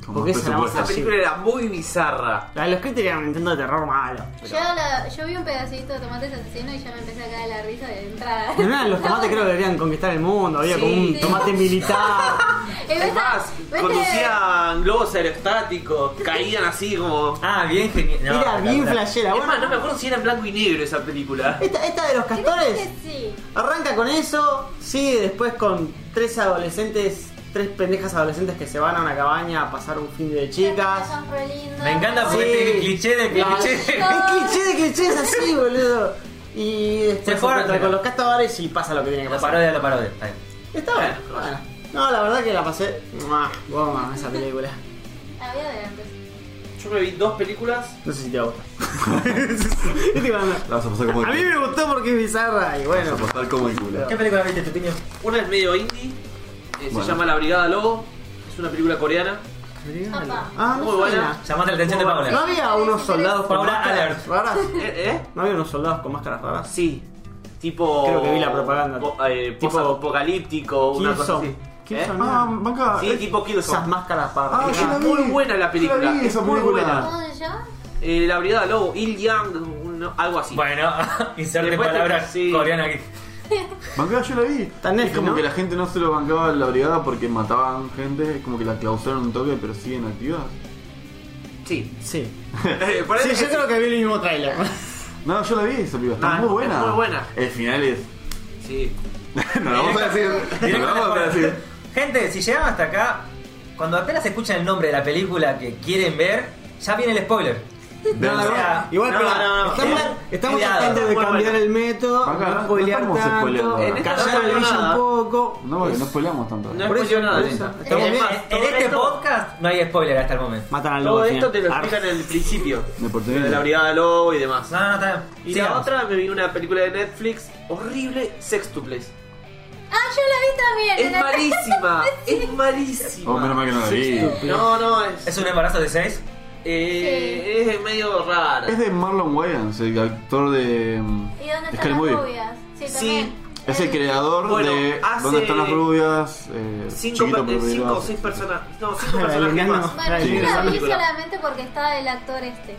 Speaker 3: Con
Speaker 4: Porque
Speaker 3: más
Speaker 4: esa la vamos a
Speaker 2: Esa
Speaker 3: presupuesto.
Speaker 2: película era muy bizarra.
Speaker 4: La de los críticos era un intento de terror malo.
Speaker 5: Yo, la- yo vi un pedacito de tomates asesinos y ya me empecé a caer la risa de entrada.
Speaker 4: De nada, los tomates creo que deberían conquistar el mundo, había
Speaker 2: Sí.
Speaker 4: como un
Speaker 5: Sí.
Speaker 4: tomate militar.
Speaker 5: Es
Speaker 2: Es más, conducían globos aerostáticos, caían así como.
Speaker 1: Ah, bien genial. No,
Speaker 4: era bien
Speaker 1: espectacular.
Speaker 4: flashera,
Speaker 2: Es
Speaker 4: bueno.
Speaker 2: más, no me acuerdo si era en blanco y negro esa película.
Speaker 4: Esta, esta de los
Speaker 5: Creo
Speaker 4: castores
Speaker 5: que sí.
Speaker 4: arranca con eso, sigue después con tres adolescentes, tres pendejas adolescentes que se van a una cabaña a pasar un fin de chicas.
Speaker 5: Son re lindos.
Speaker 1: Me encanta porque
Speaker 4: Sí.
Speaker 1: este cliché de
Speaker 4: No,
Speaker 1: cliché.
Speaker 4: Es cliché de cliché, es así, boludo. Y después
Speaker 1: Se
Speaker 4: se
Speaker 1: fueron,
Speaker 4: encuentra
Speaker 1: pero-
Speaker 4: con los castores y pasa lo que tiene que
Speaker 1: La
Speaker 4: pasar.
Speaker 1: parodia, la parodia. Está bien.
Speaker 4: Está bueno, bueno. No, la verdad que la pasé. ¡mua! Goma, esa película.
Speaker 5: Había de antes.
Speaker 2: Yo me vi dos películas.
Speaker 4: No sé si te va a gustar. Viste cuando-
Speaker 3: La vas a pasar como el
Speaker 4: a mí
Speaker 3: culo.
Speaker 4: me gustó porque es bizarra y
Speaker 3: La
Speaker 4: bueno.
Speaker 3: vas a pasar como el culo.
Speaker 1: ¿Qué película viste, Tutiño?
Speaker 2: Una es medio indie, eh,
Speaker 3: Bueno.
Speaker 2: se llama La Brigada Lobo. Es una película coreana.
Speaker 5: Papá.
Speaker 4: Ah, no
Speaker 2: Muy buena.
Speaker 4: suena.
Speaker 1: Llamaste la atención de
Speaker 4: ¿No
Speaker 1: Paula.
Speaker 4: había unos soldados con
Speaker 1: Paula
Speaker 4: máscaras
Speaker 1: Alert.
Speaker 4: raras?
Speaker 2: ¿Eh? ¿Eh?
Speaker 4: ¿No había unos soldados con máscaras raras?
Speaker 2: Sí. Tipo.
Speaker 4: Creo que vi la propaganda.
Speaker 2: po- eh,
Speaker 4: Tipo-
Speaker 2: apocalíptico, una cosa
Speaker 4: Killzone.
Speaker 2: así.
Speaker 3: ¿Qué
Speaker 4: ¿Eh?
Speaker 3: fan- Ah, banca.
Speaker 2: Sí,
Speaker 3: eh,
Speaker 2: tipo Killzone.
Speaker 4: Esas máscaras para
Speaker 3: Ah,
Speaker 2: Es
Speaker 3: yo la vi.
Speaker 2: muy buena la película,
Speaker 3: Yo la vi,
Speaker 2: es
Speaker 3: esa
Speaker 2: muy
Speaker 3: película.
Speaker 2: buena.
Speaker 5: ¿Cómo se llama?
Speaker 2: Eh, la brigada lobo, Il Yang, un- algo así.
Speaker 1: Bueno, inserte
Speaker 2: Después te-
Speaker 1: palabras
Speaker 2: sí.
Speaker 1: coreanas aquí.
Speaker 3: Bancada yo la vi.
Speaker 4: Está en
Speaker 3: es
Speaker 4: Netflix,
Speaker 3: como
Speaker 4: ¿no?
Speaker 3: que la gente no se lo bancaba en la brigada porque mataban gente, es como que la clausuraron un toque, pero siguen activas.
Speaker 2: Sí. Eh,
Speaker 4: Sí.
Speaker 2: Por ahí
Speaker 4: Sí,
Speaker 2: es
Speaker 4: yo
Speaker 2: que
Speaker 4: creo que vi el mismo trailer.
Speaker 3: No, yo la vi esa película, está
Speaker 2: Ah,
Speaker 3: muy
Speaker 2: es
Speaker 3: buena.
Speaker 2: muy buena.
Speaker 3: El final es.
Speaker 2: sí.
Speaker 3: no lo vamos a decir. No lo vamos a decir.
Speaker 1: Gente, si llegaron hasta acá, cuando apenas escuchan el nombre de la película que quieren ver, ya viene el spoiler.
Speaker 3: De
Speaker 1: O
Speaker 3: verdad.
Speaker 1: sea,
Speaker 4: Igual,
Speaker 2: No,
Speaker 4: pero
Speaker 2: no, no,
Speaker 4: estamos,
Speaker 1: no.
Speaker 4: estamos
Speaker 1: Cuidado,
Speaker 4: atentos de
Speaker 2: muy
Speaker 4: cambiar
Speaker 2: buena.
Speaker 4: el método,
Speaker 3: Acá no
Speaker 4: no spoilear
Speaker 3: estamos
Speaker 4: tanto, este
Speaker 3: spoileando.
Speaker 2: En esta no
Speaker 4: callar la
Speaker 2: hacemos
Speaker 4: villa
Speaker 2: nada.
Speaker 4: un poco.
Speaker 3: No, porque no spoileamos tanto.
Speaker 2: No
Speaker 4: Por
Speaker 2: es
Speaker 4: eso,
Speaker 2: nada
Speaker 3: por
Speaker 2: de eso.
Speaker 3: eso.
Speaker 4: Estamos
Speaker 1: en,
Speaker 4: bien.
Speaker 1: en- en este podcast no hay spoiler hasta el momento.
Speaker 4: Matan al
Speaker 2: Todo
Speaker 4: lobo al
Speaker 2: esto te
Speaker 4: final.
Speaker 2: lo
Speaker 4: Arre.
Speaker 2: explican en el principio.
Speaker 3: Me porté
Speaker 2: De
Speaker 3: bien.
Speaker 2: la brigada lobo y demás.
Speaker 1: No, no, no, está bien.
Speaker 2: Y la
Speaker 1: Sigamos.
Speaker 2: otra me vi una película de Netflix horrible, Sextuples.
Speaker 5: Ah, yo la vi también.
Speaker 2: Es
Speaker 5: en la-
Speaker 2: malísima, es
Speaker 3: Oh, menos mal
Speaker 2: malísima.
Speaker 3: que no la vi.
Speaker 2: No, no, es,
Speaker 1: ¿Es un embarazo de 6?
Speaker 2: eh, es medio rara.
Speaker 3: Es de Marlon Wayans, el actor de. mm,
Speaker 5: ¿Y dónde
Speaker 3: Scary
Speaker 5: están las
Speaker 3: Movie.
Speaker 5: rubias? Sí,
Speaker 2: Sí.
Speaker 5: también.
Speaker 3: Es el creador
Speaker 2: Bueno,
Speaker 3: de
Speaker 2: hace-
Speaker 3: ¿Dónde están las rubias? Eh,
Speaker 2: Cinco,
Speaker 3: Chiquito
Speaker 2: pe-
Speaker 3: por
Speaker 2: eh, cinco o
Speaker 3: Peligroso.
Speaker 2: seis personas. No, cinco
Speaker 4: Ah,
Speaker 2: personajes
Speaker 4: Belgrano.
Speaker 2: más.
Speaker 5: Bueno,
Speaker 3: Sí,
Speaker 5: yo la
Speaker 2: esa
Speaker 5: vi
Speaker 2: película.
Speaker 5: solamente porque estaba el actor este.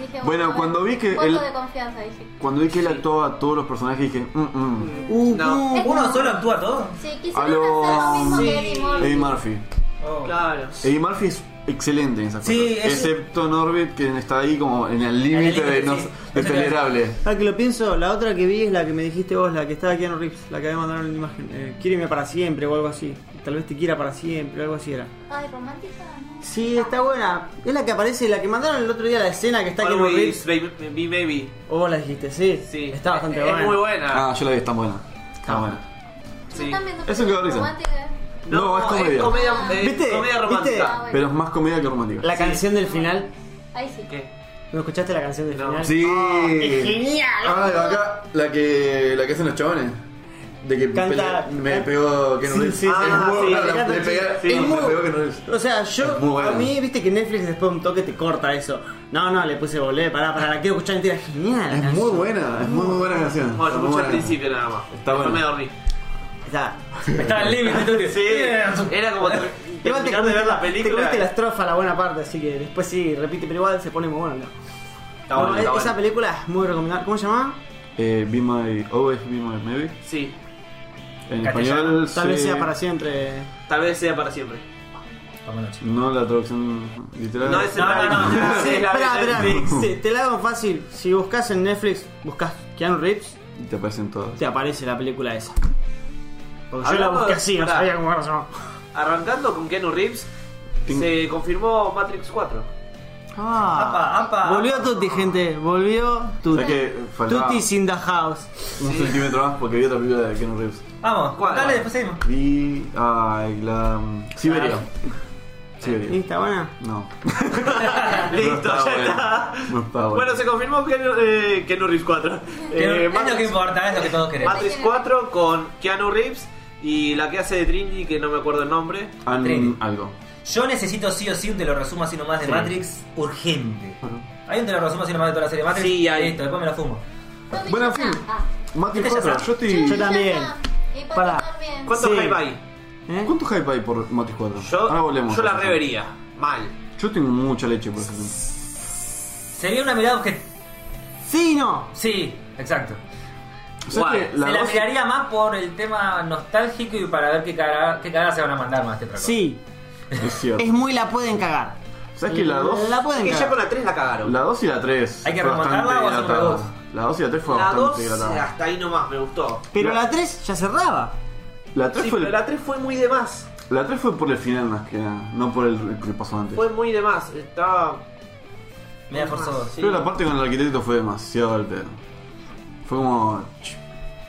Speaker 5: Dije,
Speaker 3: Bueno, cuando vi que
Speaker 5: voto
Speaker 3: el-
Speaker 5: de confianza, dije.
Speaker 3: Cuando vi que él
Speaker 2: Sí.
Speaker 3: actuaba a todos los personajes dije, mm, mm.
Speaker 4: Uh,
Speaker 2: No.
Speaker 4: uh,
Speaker 1: ¿Uno solo actúa todo?
Speaker 5: Sí,
Speaker 3: A
Speaker 5: quisieron
Speaker 3: lo-
Speaker 5: hacer lo mismo
Speaker 2: Sí.
Speaker 5: que Eddie Murphy.
Speaker 3: Eddie Murphy.
Speaker 1: Oh.
Speaker 2: Claro.
Speaker 3: Eddie Murphy es excelente en esas cosas.
Speaker 1: Sí, es-
Speaker 3: Excepto en Orbit, que está ahí como en el
Speaker 1: En el
Speaker 3: límite
Speaker 1: límite,
Speaker 3: de, no,
Speaker 1: sí.
Speaker 3: de
Speaker 1: Eso te
Speaker 3: tolerable.
Speaker 4: Ah, que lo pienso, la otra que vi es la que me dijiste vos, la que estaba aquí en Rips, la que había mandado en la imagen. Eh, Quíreme para siempre o algo así. Tal vez te quiera para siempre o algo así era.
Speaker 5: Ay, romántica. ¿no?
Speaker 4: Sí, está buena. Es la que aparece, la que mandaron el otro día la escena que está aquí en los
Speaker 2: Always
Speaker 4: Rips.
Speaker 2: Be Be Baby.
Speaker 4: O vos la dijiste, sí.
Speaker 2: Sí.
Speaker 4: Está bastante
Speaker 2: es,
Speaker 4: buena.
Speaker 2: Es muy buena.
Speaker 3: Ah, yo la vi, está buena.
Speaker 4: Ah.
Speaker 3: Está buena.
Speaker 5: ¿No
Speaker 2: Sí.
Speaker 5: están viendo
Speaker 3: Es un cabrón,
Speaker 5: películas románticas?
Speaker 3: No, es comedia.
Speaker 2: Es comedia, eh,
Speaker 4: ¿Viste?
Speaker 2: comedia
Speaker 5: ¿eh? Ah,
Speaker 2: romántica.
Speaker 5: bueno.
Speaker 3: Pero es más comedia que romántica.
Speaker 4: La canción del final.
Speaker 5: Ahí sí.
Speaker 2: ¿Qué?
Speaker 4: ¿No escuchaste la canción del
Speaker 2: No.
Speaker 4: final?
Speaker 3: Sí.
Speaker 4: es genial.
Speaker 3: Ah, la acá, la que, la que hacen los chabones. De que
Speaker 4: Canta- Ah.
Speaker 3: pele- me pegó que no
Speaker 4: Sí,
Speaker 3: es.
Speaker 4: sí, sí.
Speaker 3: es muy
Speaker 4: Sí,
Speaker 3: buena,
Speaker 4: me
Speaker 3: la-
Speaker 4: encanta,
Speaker 3: le
Speaker 4: sí.
Speaker 3: pega-
Speaker 4: Sí,
Speaker 3: no,
Speaker 4: es muy-
Speaker 3: me pegó que no es.
Speaker 4: O sea, yo
Speaker 3: Es muy bueno.
Speaker 4: a mí, viste que Netflix después de un toque te corta eso. No, no, le puse volé, pará, pará, la quiero escuchar entera. Genial.
Speaker 3: Es muy buena, es muy muy buena canción.
Speaker 2: Bueno,
Speaker 3: Está
Speaker 2: yo
Speaker 3: muy
Speaker 2: escuché al
Speaker 3: buena.
Speaker 2: principio nada más.
Speaker 3: Está
Speaker 2: Después
Speaker 3: buena.
Speaker 2: me dormí.
Speaker 4: Está.
Speaker 1: Está al límite, Tuti.
Speaker 2: Sí, era como ter-
Speaker 4: Igual te
Speaker 2: terminar de ver la
Speaker 4: comiste- te
Speaker 2: película.
Speaker 4: comiste la estrofa, la buena parte, así que después sí, repite, pero igual se pone muy bueno.
Speaker 2: Está bueno, está
Speaker 4: esa
Speaker 2: bueno.
Speaker 4: película es muy recomendable. ¿Cómo se llama?
Speaker 3: Eh, be my, always be my maybe.
Speaker 2: Sí,
Speaker 3: En
Speaker 1: Castellano.
Speaker 3: español.
Speaker 4: Tal vez
Speaker 3: se-
Speaker 4: sea para siempre.
Speaker 2: tal vez sea para siempre.
Speaker 1: Vamos noche.
Speaker 3: No la traducción literal.
Speaker 2: No, es
Speaker 1: No,
Speaker 2: la-
Speaker 1: no, no,
Speaker 2: es
Speaker 4: Sí,
Speaker 2: la-
Speaker 4: espera,
Speaker 2: es la-
Speaker 4: espera. Sí, te la hago fácil. Si buscas en Netflix, buscas Keanu Reeves,
Speaker 3: Y te aparecen todas.
Speaker 4: te aparece la película esa. Porque yo la
Speaker 2: Hablando
Speaker 4: busqué
Speaker 2: de-
Speaker 4: así, no
Speaker 2: pará.
Speaker 4: sabía cómo era eso.
Speaker 2: Arrancando con Keanu Reeves,
Speaker 3: Ting.
Speaker 2: se confirmó Matrix 4.
Speaker 1: Apa, apa.
Speaker 4: Volvió Tutti, gente. Volvió
Speaker 3: O sea
Speaker 4: Tutti.
Speaker 3: que faltaba
Speaker 4: Tutti sin the house.
Speaker 3: un centímetro más porque vi otra película de Keanu Reeves.
Speaker 1: Vamos,
Speaker 2: ¿Cuál?
Speaker 1: dale, después seguimos.
Speaker 3: Eh, Vi. Ay, la. mm, Siberia.
Speaker 4: ¿Y
Speaker 3: Siberia.
Speaker 4: está buena?
Speaker 3: No.
Speaker 2: Listo,
Speaker 3: está
Speaker 2: ya
Speaker 3: bueno.
Speaker 2: está.
Speaker 3: No está Ah, bueno.
Speaker 2: Bueno, se confirmó Keanu, eh, Keanu Reeves 4.
Speaker 1: Que- es
Speaker 2: Eh,
Speaker 1: lo que
Speaker 2: Matrix,
Speaker 1: importa, es lo que todos queremos.
Speaker 2: Matrix 4 con Keanu Reeves y la que hace de Trinity, que no me acuerdo el nombre.
Speaker 3: An-
Speaker 1: Trini. Este
Speaker 3: algo.
Speaker 1: Yo necesito sí o sí un te lo resumo así nomás de
Speaker 4: Sí.
Speaker 1: Matrix urgente. Hay un te lo resumo así nomás de toda la serie de Matrix.
Speaker 2: Sí, hay.
Speaker 1: Listo, después me lo fumo.
Speaker 5: Tony
Speaker 3: Bueno, en
Speaker 5: Shazam.
Speaker 3: fin.
Speaker 5: Ah,
Speaker 3: Matrix
Speaker 1: Este ya
Speaker 3: 4.
Speaker 1: está.
Speaker 3: Yo estoy.
Speaker 4: Yo también.
Speaker 5: Shazam. Y Pato
Speaker 4: Pará.
Speaker 5: también.
Speaker 2: ¿Cuánto
Speaker 4: Sí.
Speaker 2: hype hay?
Speaker 4: ¿Eh?
Speaker 3: ¿Cuánto hype hay por Matrix 4? Ahora
Speaker 2: Yo,
Speaker 3: volvemos.
Speaker 2: yo la revería. Mal.
Speaker 3: Yo tengo mucha leche por eso.
Speaker 1: Sería una mirada objetiva.
Speaker 4: Sí, no.
Speaker 1: Sí, exacto.
Speaker 3: ¿Sabes que
Speaker 2: Guay,
Speaker 3: la
Speaker 1: Se la
Speaker 3: dos-
Speaker 1: miraría más por el tema nostálgico y para ver qué cara, qué cara se van a mandar más este
Speaker 4: Sí.
Speaker 3: Es cierto.
Speaker 4: Es muy la pueden cagar.
Speaker 3: ¿Sabes que la 2?
Speaker 4: La
Speaker 2: Es
Speaker 4: pueden
Speaker 2: que ya con
Speaker 4: cagar.
Speaker 2: la 3 la cagaron.
Speaker 3: La 2 y la 3.
Speaker 1: ¿Hay que
Speaker 3: fue
Speaker 1: remontarla
Speaker 3: bastante
Speaker 1: o hacer una
Speaker 3: dilatada.
Speaker 1: dos?
Speaker 3: La 2 y la 3 fue
Speaker 2: La
Speaker 3: bastante
Speaker 2: 2
Speaker 3: dilatada.
Speaker 2: hasta ahí nomás me gustó.
Speaker 4: Pero
Speaker 3: la-
Speaker 4: la 3 ya cerraba.
Speaker 3: La 3
Speaker 2: Sí,
Speaker 3: fue,
Speaker 2: pero la 3 fue muy de más.
Speaker 3: la 3 fue por el final más que nada, no por el, el que pasó antes.
Speaker 2: Fue muy de más. Estaba.
Speaker 1: Me da forzado.
Speaker 2: Sí.
Speaker 3: Pero la parte con el arquitecto fue demasiado al pedo. Fue como. ch-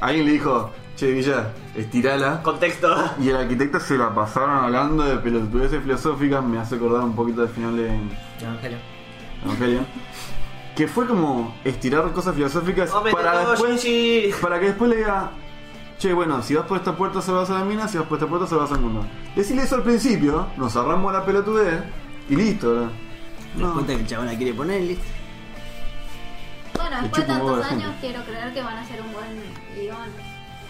Speaker 3: Alguien le dijo, che Villa, estirala.
Speaker 2: Contexto.
Speaker 3: Y el arquitecto se la pasaron hablando de pelotudeces filosóficas, me hace acordar un poquito del final de
Speaker 1: Evangelio.
Speaker 3: Evangelio. Que fue como estirar cosas filosóficas
Speaker 2: Hombre,
Speaker 3: para
Speaker 2: todo
Speaker 3: después.
Speaker 2: Gigi.
Speaker 3: Para que después le diga, che, bueno, si vas por esta puerta salvas a la mina, si vas por esta puerta salvas al mundo. Decirle eso al principio, nos ahorramos la pelotudez y listo. ¿verdad?
Speaker 4: No. Cuenta que el chabón la quiere ponerle.
Speaker 5: Bueno,
Speaker 3: Le
Speaker 5: después de
Speaker 3: chupa un huevo a
Speaker 5: tantos
Speaker 3: la
Speaker 5: años,
Speaker 3: gente.
Speaker 5: quiero creer que van a hacer un buen guión.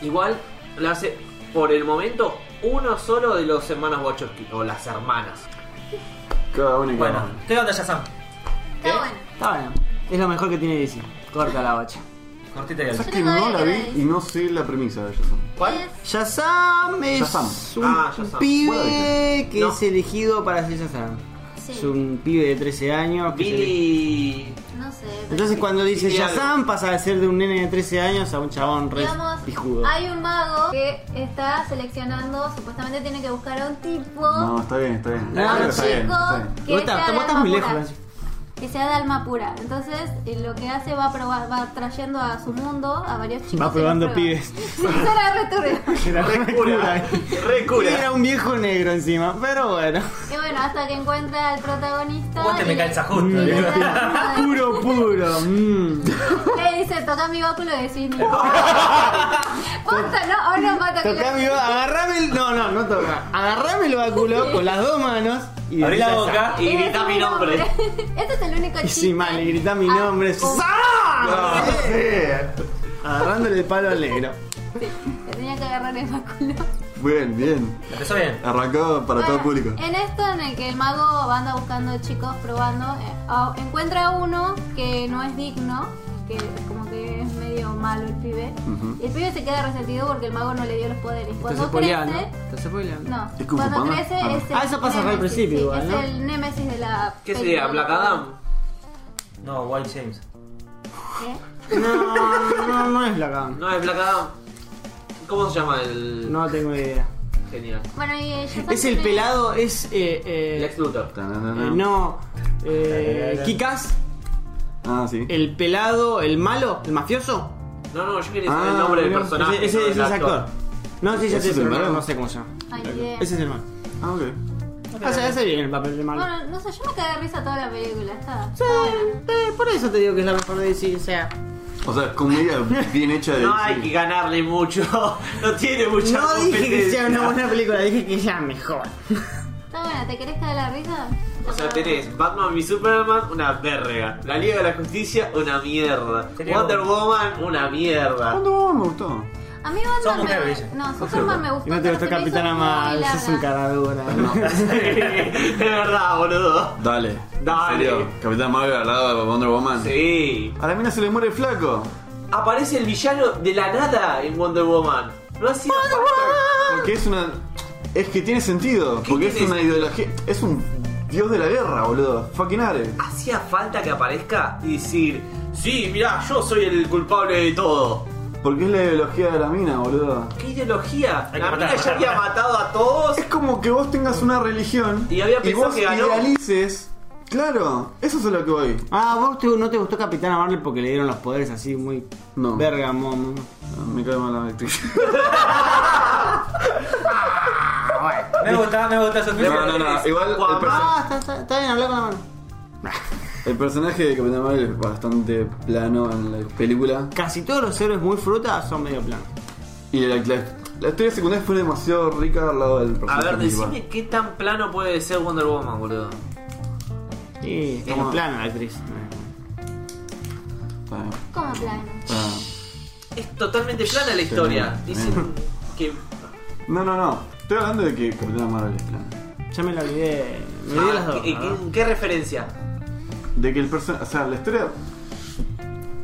Speaker 2: Igual la hace por el momento uno solo de los hermanos Wachowski, o las hermanas.
Speaker 3: Cada uno y cada
Speaker 1: Bueno,
Speaker 3: uno.
Speaker 1: ¿qué onda, Shazam?
Speaker 5: Está bueno.
Speaker 4: Está bueno. Es lo mejor que tiene DC. Corta la bocha.
Speaker 1: Cortita y al.
Speaker 3: ¿Sabes que no la vi y no sé la premisa de Shazam?
Speaker 2: ¿Cuál?
Speaker 4: Shazam es
Speaker 3: Shazam.
Speaker 4: un
Speaker 2: Ah,
Speaker 3: Bueno,
Speaker 2: Shazam.
Speaker 4: pibe
Speaker 3: dije.
Speaker 4: que
Speaker 2: No.
Speaker 4: es elegido para ser Shazam.
Speaker 5: Sí.
Speaker 4: Es un pibe de 13 años. que se-
Speaker 2: Billy.
Speaker 5: No sé. pero-
Speaker 4: Entonces cuando dice
Speaker 2: Billy
Speaker 4: Shazam pasa de ser de un nene de 13 años a un chabón re
Speaker 5: Digamos,
Speaker 4: pijudo.
Speaker 5: hay un mago que está seleccionando, supuestamente tiene que buscar a un tipo,
Speaker 3: No, está bien, está bien.
Speaker 4: No, Ah,
Speaker 3: Está
Speaker 5: a un
Speaker 3: bien,
Speaker 5: chico
Speaker 3: está bien, está bien.
Speaker 5: que
Speaker 4: Vos estás-
Speaker 5: sea de
Speaker 4: vos estás muy
Speaker 5: alma
Speaker 4: lejos.
Speaker 5: pura, que sea de alma pura. Entonces, eh, lo que hace va proba- va trayendo a su mundo a varios chicos. y los
Speaker 4: probando
Speaker 5: prueba.
Speaker 4: pibes.
Speaker 5: Sí, eso era re turbio.
Speaker 4: Era re cura.
Speaker 2: Recura.
Speaker 4: Era un viejo negro encima, pero bueno.
Speaker 5: Y bueno, hasta que encuentra al protagonista.
Speaker 1: Vos te
Speaker 5: y
Speaker 1: me
Speaker 5: le-
Speaker 1: calzas
Speaker 5: y
Speaker 1: justo.
Speaker 5: le
Speaker 1: digo.
Speaker 5: da una-
Speaker 4: Puro, puro. mm.
Speaker 5: Le dice, toca mi báculo y decís no. Posta, no, o no, pata. que
Speaker 4: Tocá
Speaker 5: le-
Speaker 4: mi va- agarrame el. No, no, no toca. Agarrame el báculo con las dos manos y
Speaker 1: Abrí la
Speaker 4: deshaza.
Speaker 1: boca
Speaker 2: Y
Speaker 5: Ese
Speaker 2: grita
Speaker 5: es
Speaker 2: mi
Speaker 5: un
Speaker 2: nombre.
Speaker 5: Este es el único
Speaker 4: Y
Speaker 5: chiste.
Speaker 4: si mal, y gritá mi
Speaker 5: Ah,
Speaker 4: nombre.
Speaker 5: oh,
Speaker 4: ¡Shazam! Agarrándole el palo al negro.
Speaker 5: sí, que tenía que agarrar el báculo.
Speaker 3: Bien, bien.
Speaker 1: Empezó bien.
Speaker 3: Arrancó para todo
Speaker 5: Bueno, eh.
Speaker 3: público.
Speaker 5: En esto en el que el mago anda buscando chicos, probando, eh, ah, encuentra uno que no es digno, que como que es medio malo el pibe.
Speaker 3: Ujú.
Speaker 5: Y el pibe se queda resentido porque el mago no le dio los poderes.
Speaker 4: Estás
Speaker 5: Cuando
Speaker 4: spoileando.
Speaker 5: crece,
Speaker 4: Estás spoileando.
Speaker 5: no,
Speaker 3: ¿Es Kung Fu
Speaker 5: cuando
Speaker 3: Panda?
Speaker 5: crece
Speaker 3: Ah, no.
Speaker 5: es el
Speaker 4: Ah, eso pasa al
Speaker 5: némesis,
Speaker 4: principio
Speaker 5: sí,
Speaker 4: igual, ¿no?
Speaker 5: Es el némesis de la
Speaker 2: ¿Qué
Speaker 5: película.
Speaker 2: sería? ¿Black Adam?
Speaker 1: No, Wild James.
Speaker 5: ¿Eh?
Speaker 4: No, no, no es la cama.
Speaker 2: No, es Black Adam. ¿Cómo se llama el
Speaker 4: No tengo idea.
Speaker 2: genial?
Speaker 5: Bueno, y eh, Shazam
Speaker 4: Es el
Speaker 5: tiene-
Speaker 4: pelado, es. Eh,
Speaker 2: Lex
Speaker 4: eh,
Speaker 2: Luthor.
Speaker 4: eh,
Speaker 3: Tananana.
Speaker 4: no. Eh, Kikas,
Speaker 3: Ah, sí.
Speaker 2: Eh.
Speaker 4: el pelado, el malo, el mafioso.
Speaker 2: No, no, yo quería saber
Speaker 3: Ah,
Speaker 2: el nombre del
Speaker 3: mirá,
Speaker 2: personaje.
Speaker 4: ese ese-
Speaker 2: no del
Speaker 4: ese es actor. No, sí, ya
Speaker 3: ¿Ese
Speaker 4: sé,
Speaker 3: es el
Speaker 4: pero no,
Speaker 3: malo?
Speaker 4: no sé cómo se llama.
Speaker 5: Ay, bien.
Speaker 4: Ese es el malo.
Speaker 3: Ah, ok.
Speaker 4: O sea, hace bien el papel de malo.
Speaker 5: Bueno, no sé, yo me cagué de risa toda la película. Está,
Speaker 4: Sí,
Speaker 5: está buena.
Speaker 4: eh, por eso te digo que es la mejor de DC, o sea.
Speaker 3: O sea, comedia bien hecha de.
Speaker 2: No hay que
Speaker 3: sí.
Speaker 2: ganarle mucho. No tiene mucha
Speaker 4: No dije que sea una
Speaker 2: competencia.
Speaker 4: buena película, dije que sea mejor.
Speaker 5: Está buena, ¿te querés caer la risa?
Speaker 2: O sea, tenés Batman y Superman, una verga. La Liga de la Justicia, una mierda.
Speaker 1: Sería
Speaker 2: Wonder Woman, una mierda.
Speaker 3: ¿Cuándo vamos? Me gustó.
Speaker 5: A mí
Speaker 1: Sos
Speaker 5: Batman
Speaker 1: mujer,
Speaker 5: me...
Speaker 1: ella.
Speaker 5: No, Superman me gustó.
Speaker 4: Y no te
Speaker 5: pero
Speaker 4: gustó
Speaker 5: se me hizo
Speaker 4: Capitana
Speaker 5: muy
Speaker 4: Marvel,
Speaker 5: larga.
Speaker 4: sos un caradura.
Speaker 2: Es verdad, boludo.
Speaker 3: Dale.
Speaker 2: Dale.
Speaker 3: Serio, Capitán Marvel al lado de Wonder Woman.
Speaker 2: Sí.
Speaker 3: A la mina se le muere el flaco.
Speaker 2: Aparece el villano de la nada en Wonder Woman. No hacía falta.
Speaker 3: Porque es una. Es que tiene sentido.
Speaker 2: ¿Qué
Speaker 3: Porque es
Speaker 2: tiene
Speaker 3: una ideología. Es un dios de la guerra, boludo. Fucking are.
Speaker 2: Hacía falta que aparezca y decir, sí, mirá, yo soy el culpable de todo.
Speaker 3: Porque es la ideología de la mina, boludo.
Speaker 2: ¿Qué ideología?
Speaker 1: que
Speaker 2: La
Speaker 1: matar,
Speaker 2: mina ya
Speaker 1: matar,
Speaker 2: había
Speaker 1: matar.
Speaker 2: matado a todos.
Speaker 3: Es como que vos tengas una religión.
Speaker 2: Y había pensado
Speaker 3: vos
Speaker 2: que ganó.
Speaker 3: idealices. Claro, eso es a lo que voy.
Speaker 4: Ah, vos te- no te gustó Capitana Marvel porque le dieron los poderes así muy.
Speaker 3: No.
Speaker 4: Verga, momo.
Speaker 3: Ah, Me cae mal la actriz.
Speaker 1: Me gusta, me gusta su
Speaker 3: No, no, no. Igual el, perso-
Speaker 4: Ah, está, está- está bien, habla con la mano.
Speaker 3: el personaje de Capitán Marvel es bastante plano en la película.
Speaker 4: Casi todos los héroes muy frutas son medio planos.
Speaker 3: Y la, la, la historia secundaria fue demasiado rica al lado del
Speaker 2: A
Speaker 3: personaje
Speaker 2: ver,
Speaker 3: principal.
Speaker 2: decime qué tan plano puede ser Wonder Woman, boludo.
Speaker 4: Sí, es muy
Speaker 3: Como-
Speaker 4: plana la actriz.
Speaker 3: Está bien,
Speaker 5: Como plano.
Speaker 3: está bien.
Speaker 2: Es totalmente plana la historia.
Speaker 3: Sí,
Speaker 2: Dicen que.
Speaker 3: No, no, no. Estoy hablando de que Capitana Marvel es plana.
Speaker 4: Ya me la olvidé. Me olvidé
Speaker 2: Ah,
Speaker 4: las dos.
Speaker 2: ¿qué-
Speaker 4: ¿verdad?
Speaker 2: qué- qué referencia?
Speaker 3: De que el personaje. O sea, la historia.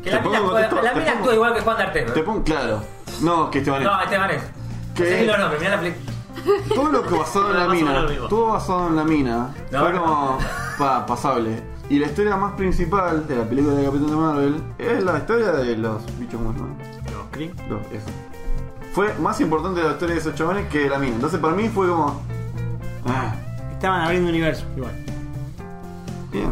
Speaker 1: Que la mina
Speaker 3: Te pongo
Speaker 1: actúa-
Speaker 3: contexto,
Speaker 1: la
Speaker 3: te
Speaker 1: mina
Speaker 3: pongo-
Speaker 1: actúa igual que Juan de Artero.
Speaker 3: Te pongo claro. No, que Esteban.
Speaker 1: No, este es.
Speaker 3: ¿Qué?
Speaker 1: Sí, los nombres, mirá la película.
Speaker 3: Todo lo que basado en la
Speaker 2: Más o menos
Speaker 3: mina.
Speaker 2: lo mismo.
Speaker 3: Todo basado en la mina.
Speaker 1: No,
Speaker 3: fue
Speaker 1: no.
Speaker 3: como. pa- pasable. Y la historia más principal de la película de Capitán Marvel es la historia de los bichos como
Speaker 4: Los Kree.
Speaker 3: Los, eso. Fue más importante la historia de esos chavales que la mina. Entonces para mí fue como. Ah,
Speaker 4: Estaban abriendo universo, igual.
Speaker 3: bien.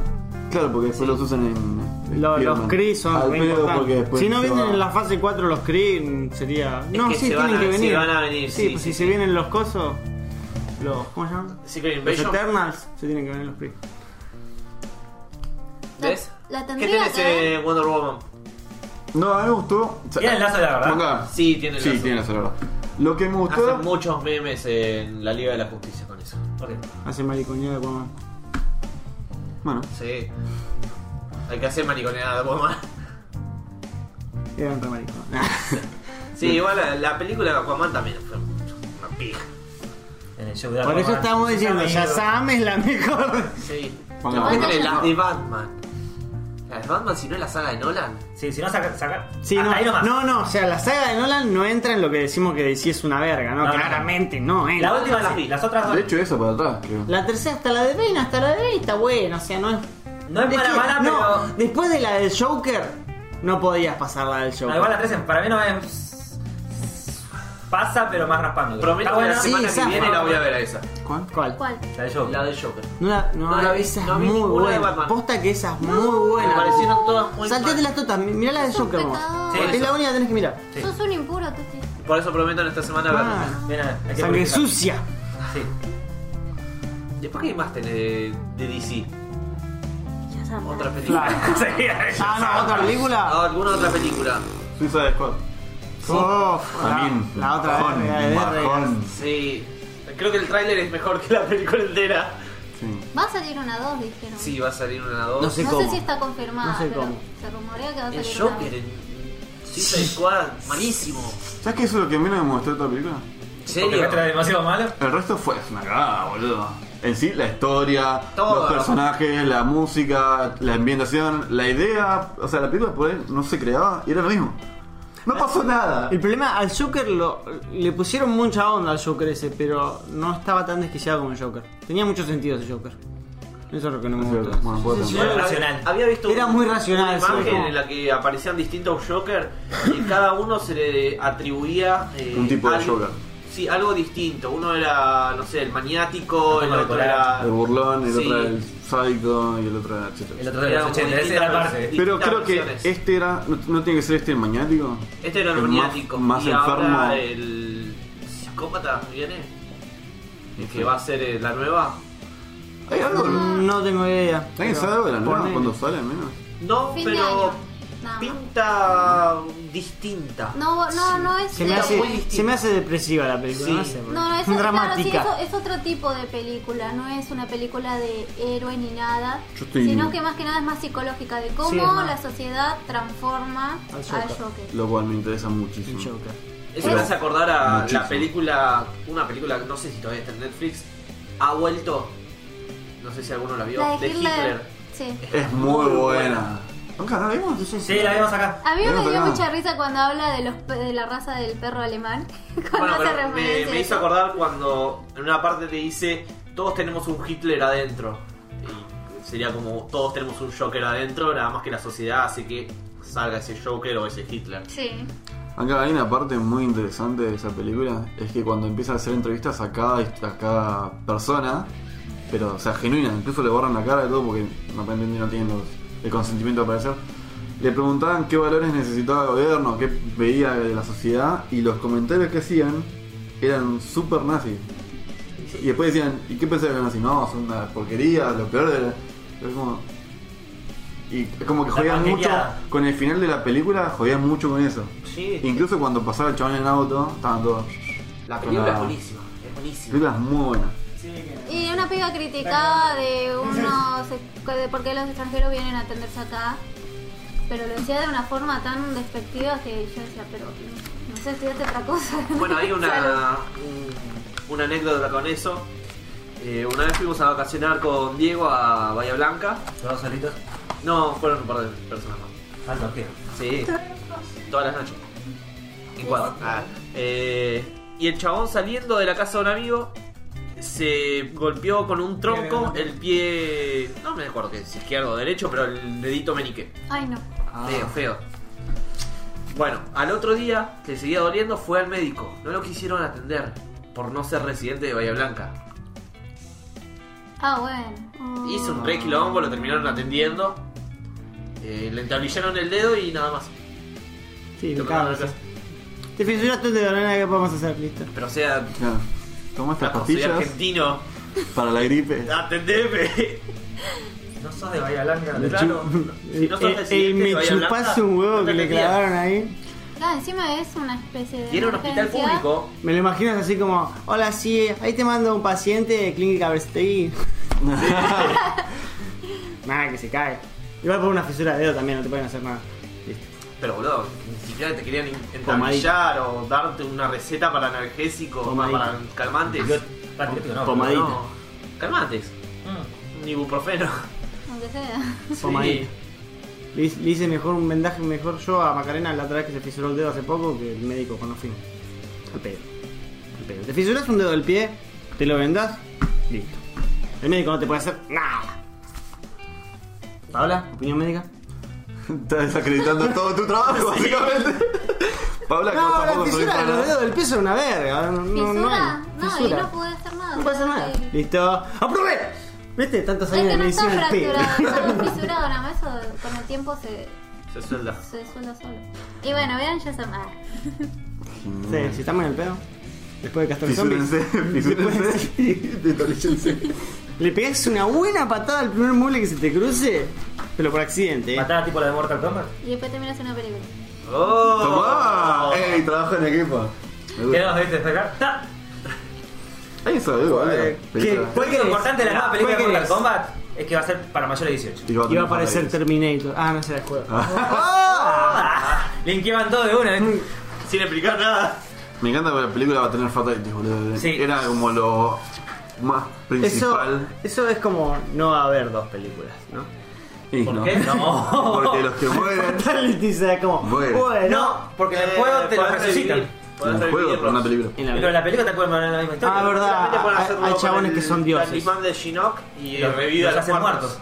Speaker 3: Claro, porque después los usan en. en
Speaker 4: Lo- los
Speaker 3: Spider-Man.
Speaker 4: Kree son
Speaker 3: Al
Speaker 4: re
Speaker 3: pedo
Speaker 4: importantes.
Speaker 3: porque después
Speaker 4: Si no
Speaker 3: se
Speaker 4: vienen
Speaker 3: va.
Speaker 4: en la fase 4 los Kree, sería.
Speaker 2: Es
Speaker 4: no,
Speaker 2: que
Speaker 4: sí,
Speaker 2: se
Speaker 4: tienen
Speaker 2: van a-
Speaker 4: que venir.
Speaker 2: se van a venir,
Speaker 4: Sí,
Speaker 2: sí,
Speaker 4: pues
Speaker 2: sí,
Speaker 4: si se
Speaker 2: sí.
Speaker 4: vienen los cosos. Los. ¿Cómo se llaman?
Speaker 2: Secret
Speaker 4: Los
Speaker 2: Invasion.
Speaker 4: Eternals se tienen que venir los Kree.
Speaker 2: ¿Ves?
Speaker 5: La- la
Speaker 2: ¿Qué
Speaker 5: tendría
Speaker 2: tenés
Speaker 5: que ver.
Speaker 2: eh, Wonder Woman?
Speaker 3: No, a mí me gustó. o sea,
Speaker 1: Tiene el lazo de la verdad.
Speaker 3: Ponga.
Speaker 2: Sí, tiene
Speaker 3: Sí,
Speaker 2: razón.
Speaker 3: tiene la verdad. Lo que me gustó.
Speaker 2: Hacen muchos memes en la Liga de la Justicia con eso.
Speaker 1: Ok.
Speaker 4: Hace maricoñada como.
Speaker 3: Bueno,
Speaker 2: Sí. Hay que hacer mariconeada, Woman.
Speaker 4: Era un re maricón.
Speaker 2: Sí, igual la, la película de Aquaman también fue una pija.
Speaker 1: en el show de
Speaker 4: Por eso
Speaker 1: Aquaman.
Speaker 4: estamos diciendo,
Speaker 1: Amigo.
Speaker 4: Shazam es la mejor.
Speaker 2: Sí.
Speaker 3: Ponga-
Speaker 5: Ponga-
Speaker 2: Ponele la de Batman. La de Batman, si no es la saga de Nolan.
Speaker 1: Sí, si no saca, saca
Speaker 4: Sí,
Speaker 1: hasta
Speaker 4: no,
Speaker 1: ahí nomás.
Speaker 4: no, no, o sea, la saga de Nolan no entra en lo que decimos que DC es una verga, ¿no?
Speaker 1: No, no,
Speaker 4: Claramente no, ¿eh?
Speaker 1: La
Speaker 4: La,
Speaker 1: última sí, las otras dos.
Speaker 3: De hecho, eso para atrás, creo.
Speaker 4: tercera, hasta la de Bane, hasta la de Bane está buena, o sea, no es.
Speaker 1: No es mala,
Speaker 4: que-
Speaker 1: mala,
Speaker 4: no,
Speaker 1: pero-
Speaker 4: Después de la del Joker, no podías pasar la del Joker.
Speaker 1: No, igual la 13 para mí no es. Pasa, pero más raspando. Está
Speaker 2: Prometo que la
Speaker 1: buena.
Speaker 4: Ah, sí,
Speaker 2: semana que
Speaker 4: zafa.
Speaker 2: viene la voy a ver a esa.
Speaker 3: ¿Cuál?
Speaker 4: ¿Cuál?
Speaker 5: ¿Cuál?
Speaker 1: La de Joker.
Speaker 2: La del Joker.
Speaker 4: No la, no,
Speaker 2: No la vi,
Speaker 4: esa
Speaker 2: no
Speaker 4: es
Speaker 2: vi
Speaker 4: muy
Speaker 2: ninguna de
Speaker 4: buena.
Speaker 2: Batman.
Speaker 4: Posta que esa es muy buena.
Speaker 2: Me parecieron todas muy
Speaker 4: Saltate
Speaker 2: mal.
Speaker 4: las totas, mi- mirá la del
Speaker 5: Es un
Speaker 4: Joker, vos.
Speaker 5: pecado.
Speaker 1: Sí,
Speaker 4: Porque es
Speaker 1: eso.
Speaker 4: la única que tenés que mirar.
Speaker 1: Sí.
Speaker 5: Sos un impuro, Tuti.
Speaker 2: Por eso prometo en esta semana verla.
Speaker 4: Ah,
Speaker 1: Bien, hay que
Speaker 4: sangre
Speaker 1: purificar.
Speaker 4: sucia.
Speaker 1: Sí.
Speaker 2: Después, ¿qué más tenés de, de DC?
Speaker 5: Shazam.
Speaker 2: Otra película.
Speaker 1: Sí, hay-
Speaker 4: Ah, no, otra película.
Speaker 2: Ah, ¿Alguna otra película?
Speaker 3: Suiza de Squad.
Speaker 4: Uf,
Speaker 3: También.
Speaker 4: La, la otra
Speaker 3: Bajón,
Speaker 4: verga de vergas.
Speaker 3: bajón.
Speaker 2: Sí. Creo que el tráiler es mejor que la película entera.
Speaker 3: Sí.
Speaker 5: Va a salir una 2, dijeron.
Speaker 2: Sí, va a salir una 2.
Speaker 4: No sé
Speaker 5: No
Speaker 4: cómo.
Speaker 5: sé si está confirmada,
Speaker 4: No sé
Speaker 5: pero
Speaker 4: cómo.
Speaker 5: se rumorea que va a
Speaker 2: El
Speaker 5: salir
Speaker 2: Joker
Speaker 5: una
Speaker 2: en Suicide Squad, malísimo.
Speaker 3: ¿Sabes qué es lo que menos me mostró esta película?
Speaker 2: ¿En
Speaker 1: Porque
Speaker 2: serio?
Speaker 1: el resto era demasiado malo.
Speaker 3: El resto fue es una cagada, boludo. En sí, la historia,
Speaker 2: Todo.
Speaker 3: los personajes, la música, la ambientación, la idea. O sea, la película por ahí no se creaba y era lo mismo. No pasó nada.
Speaker 4: El problema al Joker lo, le pusieron mucha onda al Joker ese, pero no estaba tan desquiciado como el Joker. Tenía mucho sentido ese Joker. Eso es lo que no me gustó.
Speaker 3: Ah, Bueno, puedo
Speaker 1: Sí,
Speaker 3: pensar.
Speaker 1: era racional.
Speaker 2: Había visto
Speaker 4: Era muy racional,
Speaker 2: una imagen
Speaker 4: sí, como-
Speaker 2: en la que aparecían distintos Joker y cada uno se le atribuía eh,
Speaker 3: Un tipo de Joker.
Speaker 2: Sí, algo distinto. Uno era, no sé, el maniático,
Speaker 1: Ajá,
Speaker 2: el otro
Speaker 1: el
Speaker 2: era.
Speaker 3: El burlón, el
Speaker 2: Sí.
Speaker 3: otro era el psycho y el otro era etc.
Speaker 1: El otro de los
Speaker 2: Era
Speaker 1: 80, ese
Speaker 2: muy
Speaker 1: era el
Speaker 2: distinta,
Speaker 1: parte.
Speaker 2: pero-
Speaker 3: Pero
Speaker 2: distintas
Speaker 3: creo que
Speaker 2: versiones.
Speaker 3: este era. No, no tiene que ser este el maniático.
Speaker 2: Este era el,
Speaker 3: El más-
Speaker 2: maniático.
Speaker 3: más
Speaker 2: y ahora
Speaker 3: enfermo.
Speaker 2: el psicópata viene. El que va a ser eh, la nueva.
Speaker 3: ¿Hay algo?
Speaker 4: No tengo idea.
Speaker 3: ¿Alguien
Speaker 4: pero-
Speaker 3: sabe algo de la nueva?
Speaker 4: ponele.
Speaker 3: ¿Cuándo sale al menos?
Speaker 2: No,
Speaker 5: Fin de
Speaker 2: pero
Speaker 5: año, nada más.
Speaker 2: pinta distinta.
Speaker 5: 2. No, no, no es.
Speaker 4: Se me,
Speaker 5: eh,
Speaker 2: Era muy
Speaker 4: hace,
Speaker 2: distinto.
Speaker 4: se me hace depresiva la película.
Speaker 2: Sí.
Speaker 4: No, sé,
Speaker 5: No, no, es,
Speaker 4: es
Speaker 5: claro, sí,
Speaker 4: dramática.
Speaker 5: eso- es otro tipo de película, no es una película de héroe ni nada,
Speaker 3: Yo estoy-
Speaker 5: sino que más que nada es más psicológica de cómo
Speaker 4: Sí, es más-
Speaker 5: la sociedad transforma
Speaker 4: Al
Speaker 5: al
Speaker 4: Joker.
Speaker 5: Joker.
Speaker 3: Lo cual me interesa
Speaker 4: El
Speaker 3: muchísimo.
Speaker 4: Joker.
Speaker 2: Eso me hace acordar a
Speaker 3: Muchísimo.
Speaker 2: la película, una película que no sé si todavía está en Netflix, ha vuelto, no sé si alguno la vio,
Speaker 5: La
Speaker 2: de Hitler.
Speaker 5: Sí.
Speaker 3: Es muy buena. ¿Nunca la vimos?
Speaker 1: Sí, la vimos acá.
Speaker 5: A mí
Speaker 3: Bueno,
Speaker 5: me dio
Speaker 3: pero-
Speaker 5: mucha risa cuando habla de los pe- de la raza del perro alemán. cuando
Speaker 2: Bueno,
Speaker 5: hace
Speaker 2: pero me,
Speaker 5: referencia
Speaker 2: me
Speaker 5: a
Speaker 2: hizo
Speaker 5: eso.
Speaker 2: acordar cuando en una parte te dice, todos tenemos un Hitler adentro. Y sería como, todos tenemos un Joker adentro, nada más que la sociedad hace que salga ese Joker o ese Hitler.
Speaker 5: Sí.
Speaker 3: Acá hay una parte muy interesante de esa película, es que cuando empieza a hacer entrevistas a cada, a cada persona, pero o sea, genuina, incluso le borran la cara de todo porque aparentemente no tienen los- el consentimiento para aparecer, le preguntaban qué valores necesitaba el gobierno, qué veía de la sociedad, y los comentarios que hacían eran súper nazis. Y después decían, ¿y qué pensás de los nazis? No, son una porquería, lo peor de la... Es como... Y es como que
Speaker 1: La
Speaker 3: jodían mucho,
Speaker 1: porquería.
Speaker 3: con el final de la película jodían mucho con eso.
Speaker 2: Sí,
Speaker 3: Incluso cuando pasaba el chabón en auto, estaban todos.
Speaker 2: la película
Speaker 3: Con la-
Speaker 2: es buenísima, es
Speaker 3: La
Speaker 2: buenísima.
Speaker 3: película es muy buena.
Speaker 5: Y una piba criticaba de unos de por qué los extranjeros vienen a atenderse acá, pero lo decía de una forma tan despectiva que yo decía, pero no sé, estudiaste otra cosa.
Speaker 2: Bueno, hay
Speaker 5: Salud.
Speaker 2: una, un- una anécdota con eso. Eh, una vez fuimos a vacacionar con Diego a Bahía Blanca.
Speaker 1: Los dos solitos.
Speaker 2: No, fueron un par de personas más.
Speaker 1: Alto, tío.
Speaker 2: Sí, todas las noches. En cuadro. Ah, eh, y el chabón saliendo de la casa de un amigo se golpeó con un tronco el pie. No me acuerdo que es izquierdo o derecho, pero el dedito menique.
Speaker 5: Ay, no.
Speaker 2: Feo, feo. Bueno, al otro día, que seguía doliendo, fue al médico. No lo quisieron atender por no ser residente de Bahía Blanca.
Speaker 5: Ah, bueno.
Speaker 2: Hizo un re quilombo, lo terminaron atendiendo. Eh, le entablillaron el dedo y nada más.
Speaker 4: Sí,
Speaker 2: Lo
Speaker 4: me cago,
Speaker 2: mandaron a
Speaker 4: sí.
Speaker 2: casa.
Speaker 4: Te fisuraste de banana, ¿qué podemos hacer? Listo.
Speaker 2: Pero o sea,
Speaker 3: Claro. Toma estas
Speaker 2: como soy
Speaker 3: pastillas
Speaker 2: argentino,
Speaker 3: para la gripe.
Speaker 2: atendeme.
Speaker 1: No sos de Bahía Blanca,
Speaker 3: Le
Speaker 1: claro.
Speaker 2: Si no sos
Speaker 4: Eh,
Speaker 2: residente
Speaker 4: eh, me
Speaker 2: de Bahía
Speaker 4: chupas
Speaker 2: Blanca,
Speaker 4: un huevo
Speaker 2: no te
Speaker 4: que le
Speaker 2: atendían.
Speaker 4: clavaron ahí.
Speaker 5: Claro, Ah, encima es una especie de.
Speaker 2: Y era un hospital
Speaker 5: emergencia.
Speaker 2: público.
Speaker 4: Me lo imaginas así como, hola, sí, ahí te mando un paciente de clínica Verstein. Nada, que se cae. Igual por una fisura de dedo también, no te pueden hacer nada. Listo.
Speaker 2: Pero boludo, ni siquiera te querían
Speaker 4: Pomadita.
Speaker 2: entablillar o darte una receta para analgésico,
Speaker 4: Pomadita.
Speaker 2: para calmantes.
Speaker 1: Yo- Patriótico, no.
Speaker 4: Pomadita.
Speaker 2: No. Calmantes.
Speaker 1: pero- Mm.
Speaker 2: Un ibuprofeno.
Speaker 5: aunque sea.
Speaker 4: Pomadita. Le, hice- le hice mejor un vendaje mejor yo a Macarena la otra vez que se fisuró el dedo hace poco que el médico cuando fuimos. Al pedo. Al pedo. Te fisuras un dedo del pie, te lo vendas, listo. El médico no te puede hacer nada. Paola, opinión médica.
Speaker 3: Estás desacreditando todo tu trabajo, básicamente. Paula, que vos
Speaker 4: No, la
Speaker 3: tampoco subís
Speaker 4: fisura de
Speaker 3: para
Speaker 4: los
Speaker 3: nada.
Speaker 4: dedos del pie es una verga. No, no, no,
Speaker 5: Fisura,
Speaker 4: hay.
Speaker 5: no, y
Speaker 4: Fisura.
Speaker 5: no puede hacer nada.
Speaker 4: No puede hacer nada.
Speaker 5: solamente-
Speaker 4: Listo. ¡Aprobé! ¿Viste? Tantos
Speaker 5: No es
Speaker 4: años
Speaker 5: que
Speaker 4: de
Speaker 5: no está
Speaker 4: medicina del pie.
Speaker 5: fracturado, está fisurado nada más, eso con el tiempo se,
Speaker 2: Se suelda.
Speaker 5: se suelda solo. Y bueno, vean, ya se ah,
Speaker 4: Sí, si estamos en el pedo. Después de Castor Zombie.
Speaker 3: Fisúrense, fisúrense y detorícense.
Speaker 4: Le pegás una buena patada al primer mueble que se te cruce, pero por accidente. ¿eh?
Speaker 1: Matar a tipo la de Mortal Kombat.
Speaker 5: Y después te miras una película.
Speaker 2: ¡Oh!
Speaker 3: ¡Tomá! ¡Ey, trabajo en equipo! Me
Speaker 1: ¿Qué
Speaker 3: gusta.
Speaker 1: nos viste despegar? ¡Ta!
Speaker 3: Ahí eso, digo, vale.
Speaker 4: Eh,
Speaker 3: Película.
Speaker 1: ¿Cuál que lo importante de la
Speaker 4: Ah,
Speaker 1: nueva película de
Speaker 4: ¿cuál
Speaker 1: Mortal
Speaker 4: querés?
Speaker 1: Kombat? Es que va a ser para mayores de 18.
Speaker 3: va
Speaker 4: Y va a
Speaker 3: tener
Speaker 4: aparecer
Speaker 3: poderes.
Speaker 4: Terminator. Ah, no será el juego.
Speaker 1: Linkeaban todo de una, ¿eh?
Speaker 2: Sin explicar nada.
Speaker 3: Me encanta que la película va a tener fatalities, boludo.
Speaker 1: Sí.
Speaker 3: Era como lo más
Speaker 4: Eso,
Speaker 3: principal.
Speaker 4: eso es como no va a haber dos películas, ¿no?
Speaker 3: Y
Speaker 1: ¿Por qué? No.
Speaker 3: Porque los que mueren.
Speaker 4: Fatality será como.
Speaker 3: Bueno.
Speaker 4: Bueno.
Speaker 1: No, porque en el juego te lo
Speaker 2: Eh, podés revivir.
Speaker 1: resucitan.
Speaker 2: Podés
Speaker 3: en el juego,
Speaker 2: revivirlos.
Speaker 3: pero en una película.
Speaker 4: En la
Speaker 1: Pero en la película te acuerdas de la misma historia.
Speaker 4: Ah, verdad.
Speaker 2: Solamente pueden
Speaker 4: Hay-
Speaker 2: hacerlo
Speaker 4: hay
Speaker 2: con
Speaker 4: chabones
Speaker 2: el
Speaker 4: que son dioses.
Speaker 2: talismán de Shinnok y eh,
Speaker 1: Los-
Speaker 2: revive
Speaker 1: los
Speaker 2: a los
Speaker 1: hacen
Speaker 2: muertos.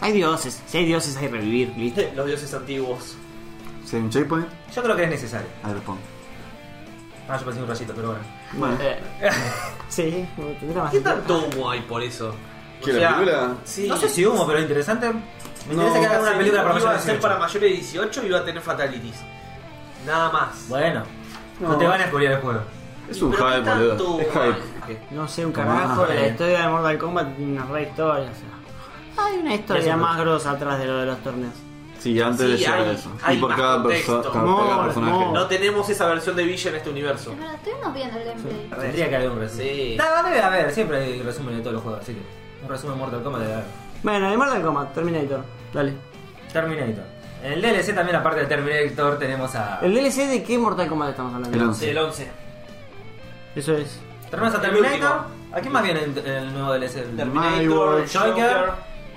Speaker 4: Hay dioses. Si hay dioses, hay revivir, ¿viste?
Speaker 2: Los dioses antiguos.
Speaker 3: Si hay un checkpoint,
Speaker 1: Yo creo que es necesario.
Speaker 3: ahí lo pongo.
Speaker 1: Ah, yo pensé en un rayito, pero bueno.
Speaker 3: Bueno.
Speaker 4: Sí, bueno, tendrá más
Speaker 2: ¿Qué
Speaker 4: sentido.
Speaker 2: tanto humo hay por eso?
Speaker 3: ¿Qué, la película?
Speaker 2: Sí.
Speaker 1: No sé si humo, pero interesante. Me
Speaker 3: No,
Speaker 1: interesa que hagan
Speaker 2: Iba
Speaker 1: una película para
Speaker 2: iba a
Speaker 1: mayores de
Speaker 2: ser para
Speaker 1: 18.
Speaker 2: mayores de 18 y iba a tener fatalities. Nada más.
Speaker 1: Bueno, no
Speaker 4: No.
Speaker 1: te van a spoilear el juego.
Speaker 3: Es un
Speaker 2: Pero
Speaker 3: hype,
Speaker 2: ¿qué tanto
Speaker 3: boludo. Es
Speaker 2: humo hay?
Speaker 3: hype.
Speaker 2: ¿Qué?
Speaker 4: No sé, un carajo.
Speaker 3: Ah,
Speaker 4: la
Speaker 1: eh.
Speaker 4: historia de Mortal Kombat tiene una re historia. o sea. Hay una historia
Speaker 1: Eso no.
Speaker 4: más grosa atrás de lo de los torneos.
Speaker 3: Sí, antes de
Speaker 2: Sí,
Speaker 3: llegar
Speaker 2: hay-
Speaker 3: a eso.
Speaker 2: hay
Speaker 3: Y por
Speaker 2: más
Speaker 3: cada,
Speaker 2: contexto.
Speaker 3: perso- cada-
Speaker 4: No,
Speaker 3: cada personaje.
Speaker 4: no.
Speaker 2: No tenemos esa versión de Villa en este universo.
Speaker 5: Es verdad, estuvimos viendo el gameplay.
Speaker 1: Tendría que haber un resumen.
Speaker 2: Sí.
Speaker 1: No, no, debe haber, siempre hay resumen de todos los juegos, así que. Un resumen de Mortal Kombat debe haber.
Speaker 4: Bueno, de Mortal Kombat, Terminator. Dale.
Speaker 1: Terminator. En el DLC también, aparte de Terminator, tenemos a.
Speaker 4: ¿El DLC de qué Mortal Kombat estamos
Speaker 3: El
Speaker 4: hablando?
Speaker 3: once.
Speaker 2: Del 11.
Speaker 4: Eso es.
Speaker 1: Tenemos a
Speaker 2: El
Speaker 1: Terminator.
Speaker 2: último.
Speaker 1: ¿A quién más viene en en el nuevo DLC?
Speaker 2: Terminator,
Speaker 3: Nightwolf,
Speaker 1: Joker,
Speaker 2: Joker.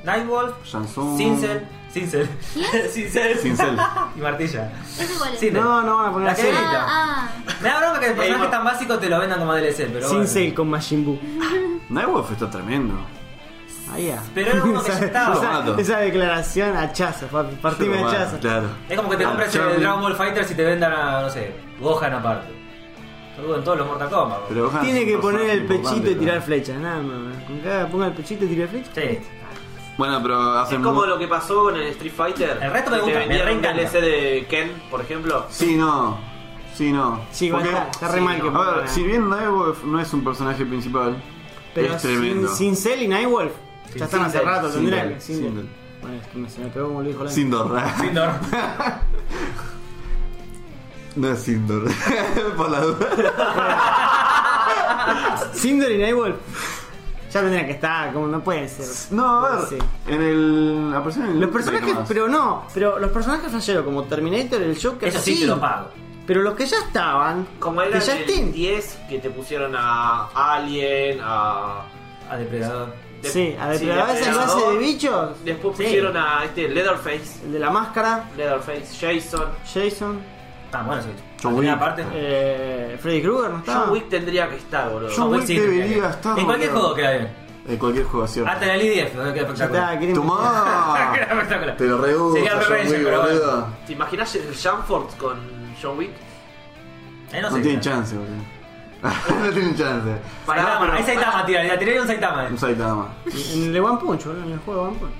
Speaker 1: Nightwolf,
Speaker 3: Shansung.
Speaker 1: Sincel, Sincel, Sincel
Speaker 3: Cincel.
Speaker 1: y Martilla.
Speaker 5: Es igual. ¿eh?
Speaker 1: Sin-
Speaker 4: No, no van a poner
Speaker 1: La
Speaker 4: así.
Speaker 1: que-
Speaker 5: Ah, ah,
Speaker 1: Me da bronca que el personaje
Speaker 2: Ey,
Speaker 1: tan básico te lo vendan como DLC, pero.
Speaker 4: Sin
Speaker 1: bueno.
Speaker 4: sale con Majin Buu.
Speaker 3: Nightwolf está tremendo.
Speaker 4: Ah, ya.
Speaker 1: Pero era uno que ya
Speaker 3: Yo lo
Speaker 1: estaba.
Speaker 3: mato.
Speaker 4: Esa, esa declaración hachazo, papi. Partime
Speaker 3: Yo,
Speaker 4: hachazo.
Speaker 3: Claro.
Speaker 1: Es como que te
Speaker 3: Ah,
Speaker 1: compres
Speaker 3: Charlie.
Speaker 1: el Dragon Ball Fighter si te vendan a, no sé, Gohan aparte. Todo en todos los Mortal Kombat. bro.
Speaker 3: Pero Gohan es
Speaker 4: Tiene
Speaker 3: un
Speaker 4: que poner
Speaker 3: personaje
Speaker 4: el pechito y
Speaker 3: importante,
Speaker 4: tirar
Speaker 3: claro.
Speaker 4: flechas, nada más. Con cada ponga el pechito y tire flechas.
Speaker 1: Sí.
Speaker 3: Bueno, pero
Speaker 2: Es
Speaker 3: hacen.
Speaker 2: como lo que pasó con el Street Fighter.
Speaker 1: El resto me gusta, me
Speaker 2: Te vendieron un
Speaker 1: reencanta.
Speaker 2: DLC de Ken, por ejemplo.
Speaker 3: Sí, no. Sí, no.
Speaker 4: Sí,
Speaker 3: ¿Por
Speaker 4: bueno,
Speaker 3: qué?
Speaker 4: está, está re
Speaker 2: Sí,
Speaker 4: mal
Speaker 2: no.
Speaker 4: que
Speaker 3: A ver,
Speaker 4: ponga-
Speaker 3: si bien Nightwolf no es un personaje principal,
Speaker 4: Pero
Speaker 3: es tremendo.
Speaker 4: sin, sin Cell y Nightwolf.
Speaker 1: Sin-
Speaker 4: Ya están
Speaker 1: sin
Speaker 4: hace
Speaker 1: Cell,
Speaker 4: rato,
Speaker 3: sin
Speaker 4: tendría
Speaker 3: Cell,
Speaker 4: que.
Speaker 3: sin
Speaker 4: Cell.
Speaker 3: Cell.
Speaker 4: Bueno, es que me, se me pegó como lo dijo la
Speaker 3: Sindor.
Speaker 1: Sindor.
Speaker 3: no es Sindor. Por la duda.
Speaker 4: Cinder y Nightwolf. Ya tendrían que estar, como no pueden ser.
Speaker 3: No, a ver.
Speaker 4: Sí.
Speaker 3: En el. apareció en el
Speaker 4: Los
Speaker 3: ¿Qué
Speaker 4: personajes,
Speaker 3: más?
Speaker 4: pero no, pero los personajes flasheros como Terminator, el Joker,
Speaker 1: Eso sí te lo pago.
Speaker 4: Pero los que ya estaban,
Speaker 2: Como era
Speaker 4: que ya
Speaker 2: el
Speaker 4: estén.
Speaker 2: 10 que te pusieron a Alien, a.
Speaker 1: A Depredador.
Speaker 2: de-
Speaker 4: sí, a ver,
Speaker 2: sí,
Speaker 4: pero a veces lo
Speaker 2: Depredador.
Speaker 4: hace de bichos.
Speaker 2: Después
Speaker 1: Sí.
Speaker 2: pusieron a este Leatherface.
Speaker 4: El de la máscara,
Speaker 2: Leatherface, Jason.
Speaker 4: Jason,
Speaker 1: Está bueno, sí.
Speaker 3: John
Speaker 1: Una
Speaker 3: Wick.
Speaker 1: parte.
Speaker 4: eh, Freddy Krueger, ¿no estaba?
Speaker 2: John Wick tendría que estar, boludo.
Speaker 3: John Wick
Speaker 1: sí, tendría
Speaker 3: debería
Speaker 1: que-
Speaker 3: estar,
Speaker 1: En cualquier
Speaker 3: boludo.
Speaker 1: juego queda bien.
Speaker 3: En cualquier juego, ¿cierto?
Speaker 1: Hasta en el I10, pero queda
Speaker 4: Ya está,
Speaker 1: espectacular.
Speaker 4: quieren-
Speaker 3: ¡Tomá!
Speaker 1: Queda espectacular.
Speaker 3: Te lo rehuso,
Speaker 1: Sería
Speaker 3: John
Speaker 1: revenge,
Speaker 3: Wick,
Speaker 1: pero
Speaker 3: boludo.
Speaker 2: ¿Te imaginas el Jamford con John Wick?
Speaker 1: Eh,
Speaker 3: No,
Speaker 1: sé.
Speaker 3: tienen chance, boludo. no tienen chance.
Speaker 1: Saitama,
Speaker 2: pero-
Speaker 1: ahí Saitama, tira. La tiré un Saitama. eh.
Speaker 3: Un Saitama.
Speaker 4: En el de One Punch, boludo, en el juego de One Punch.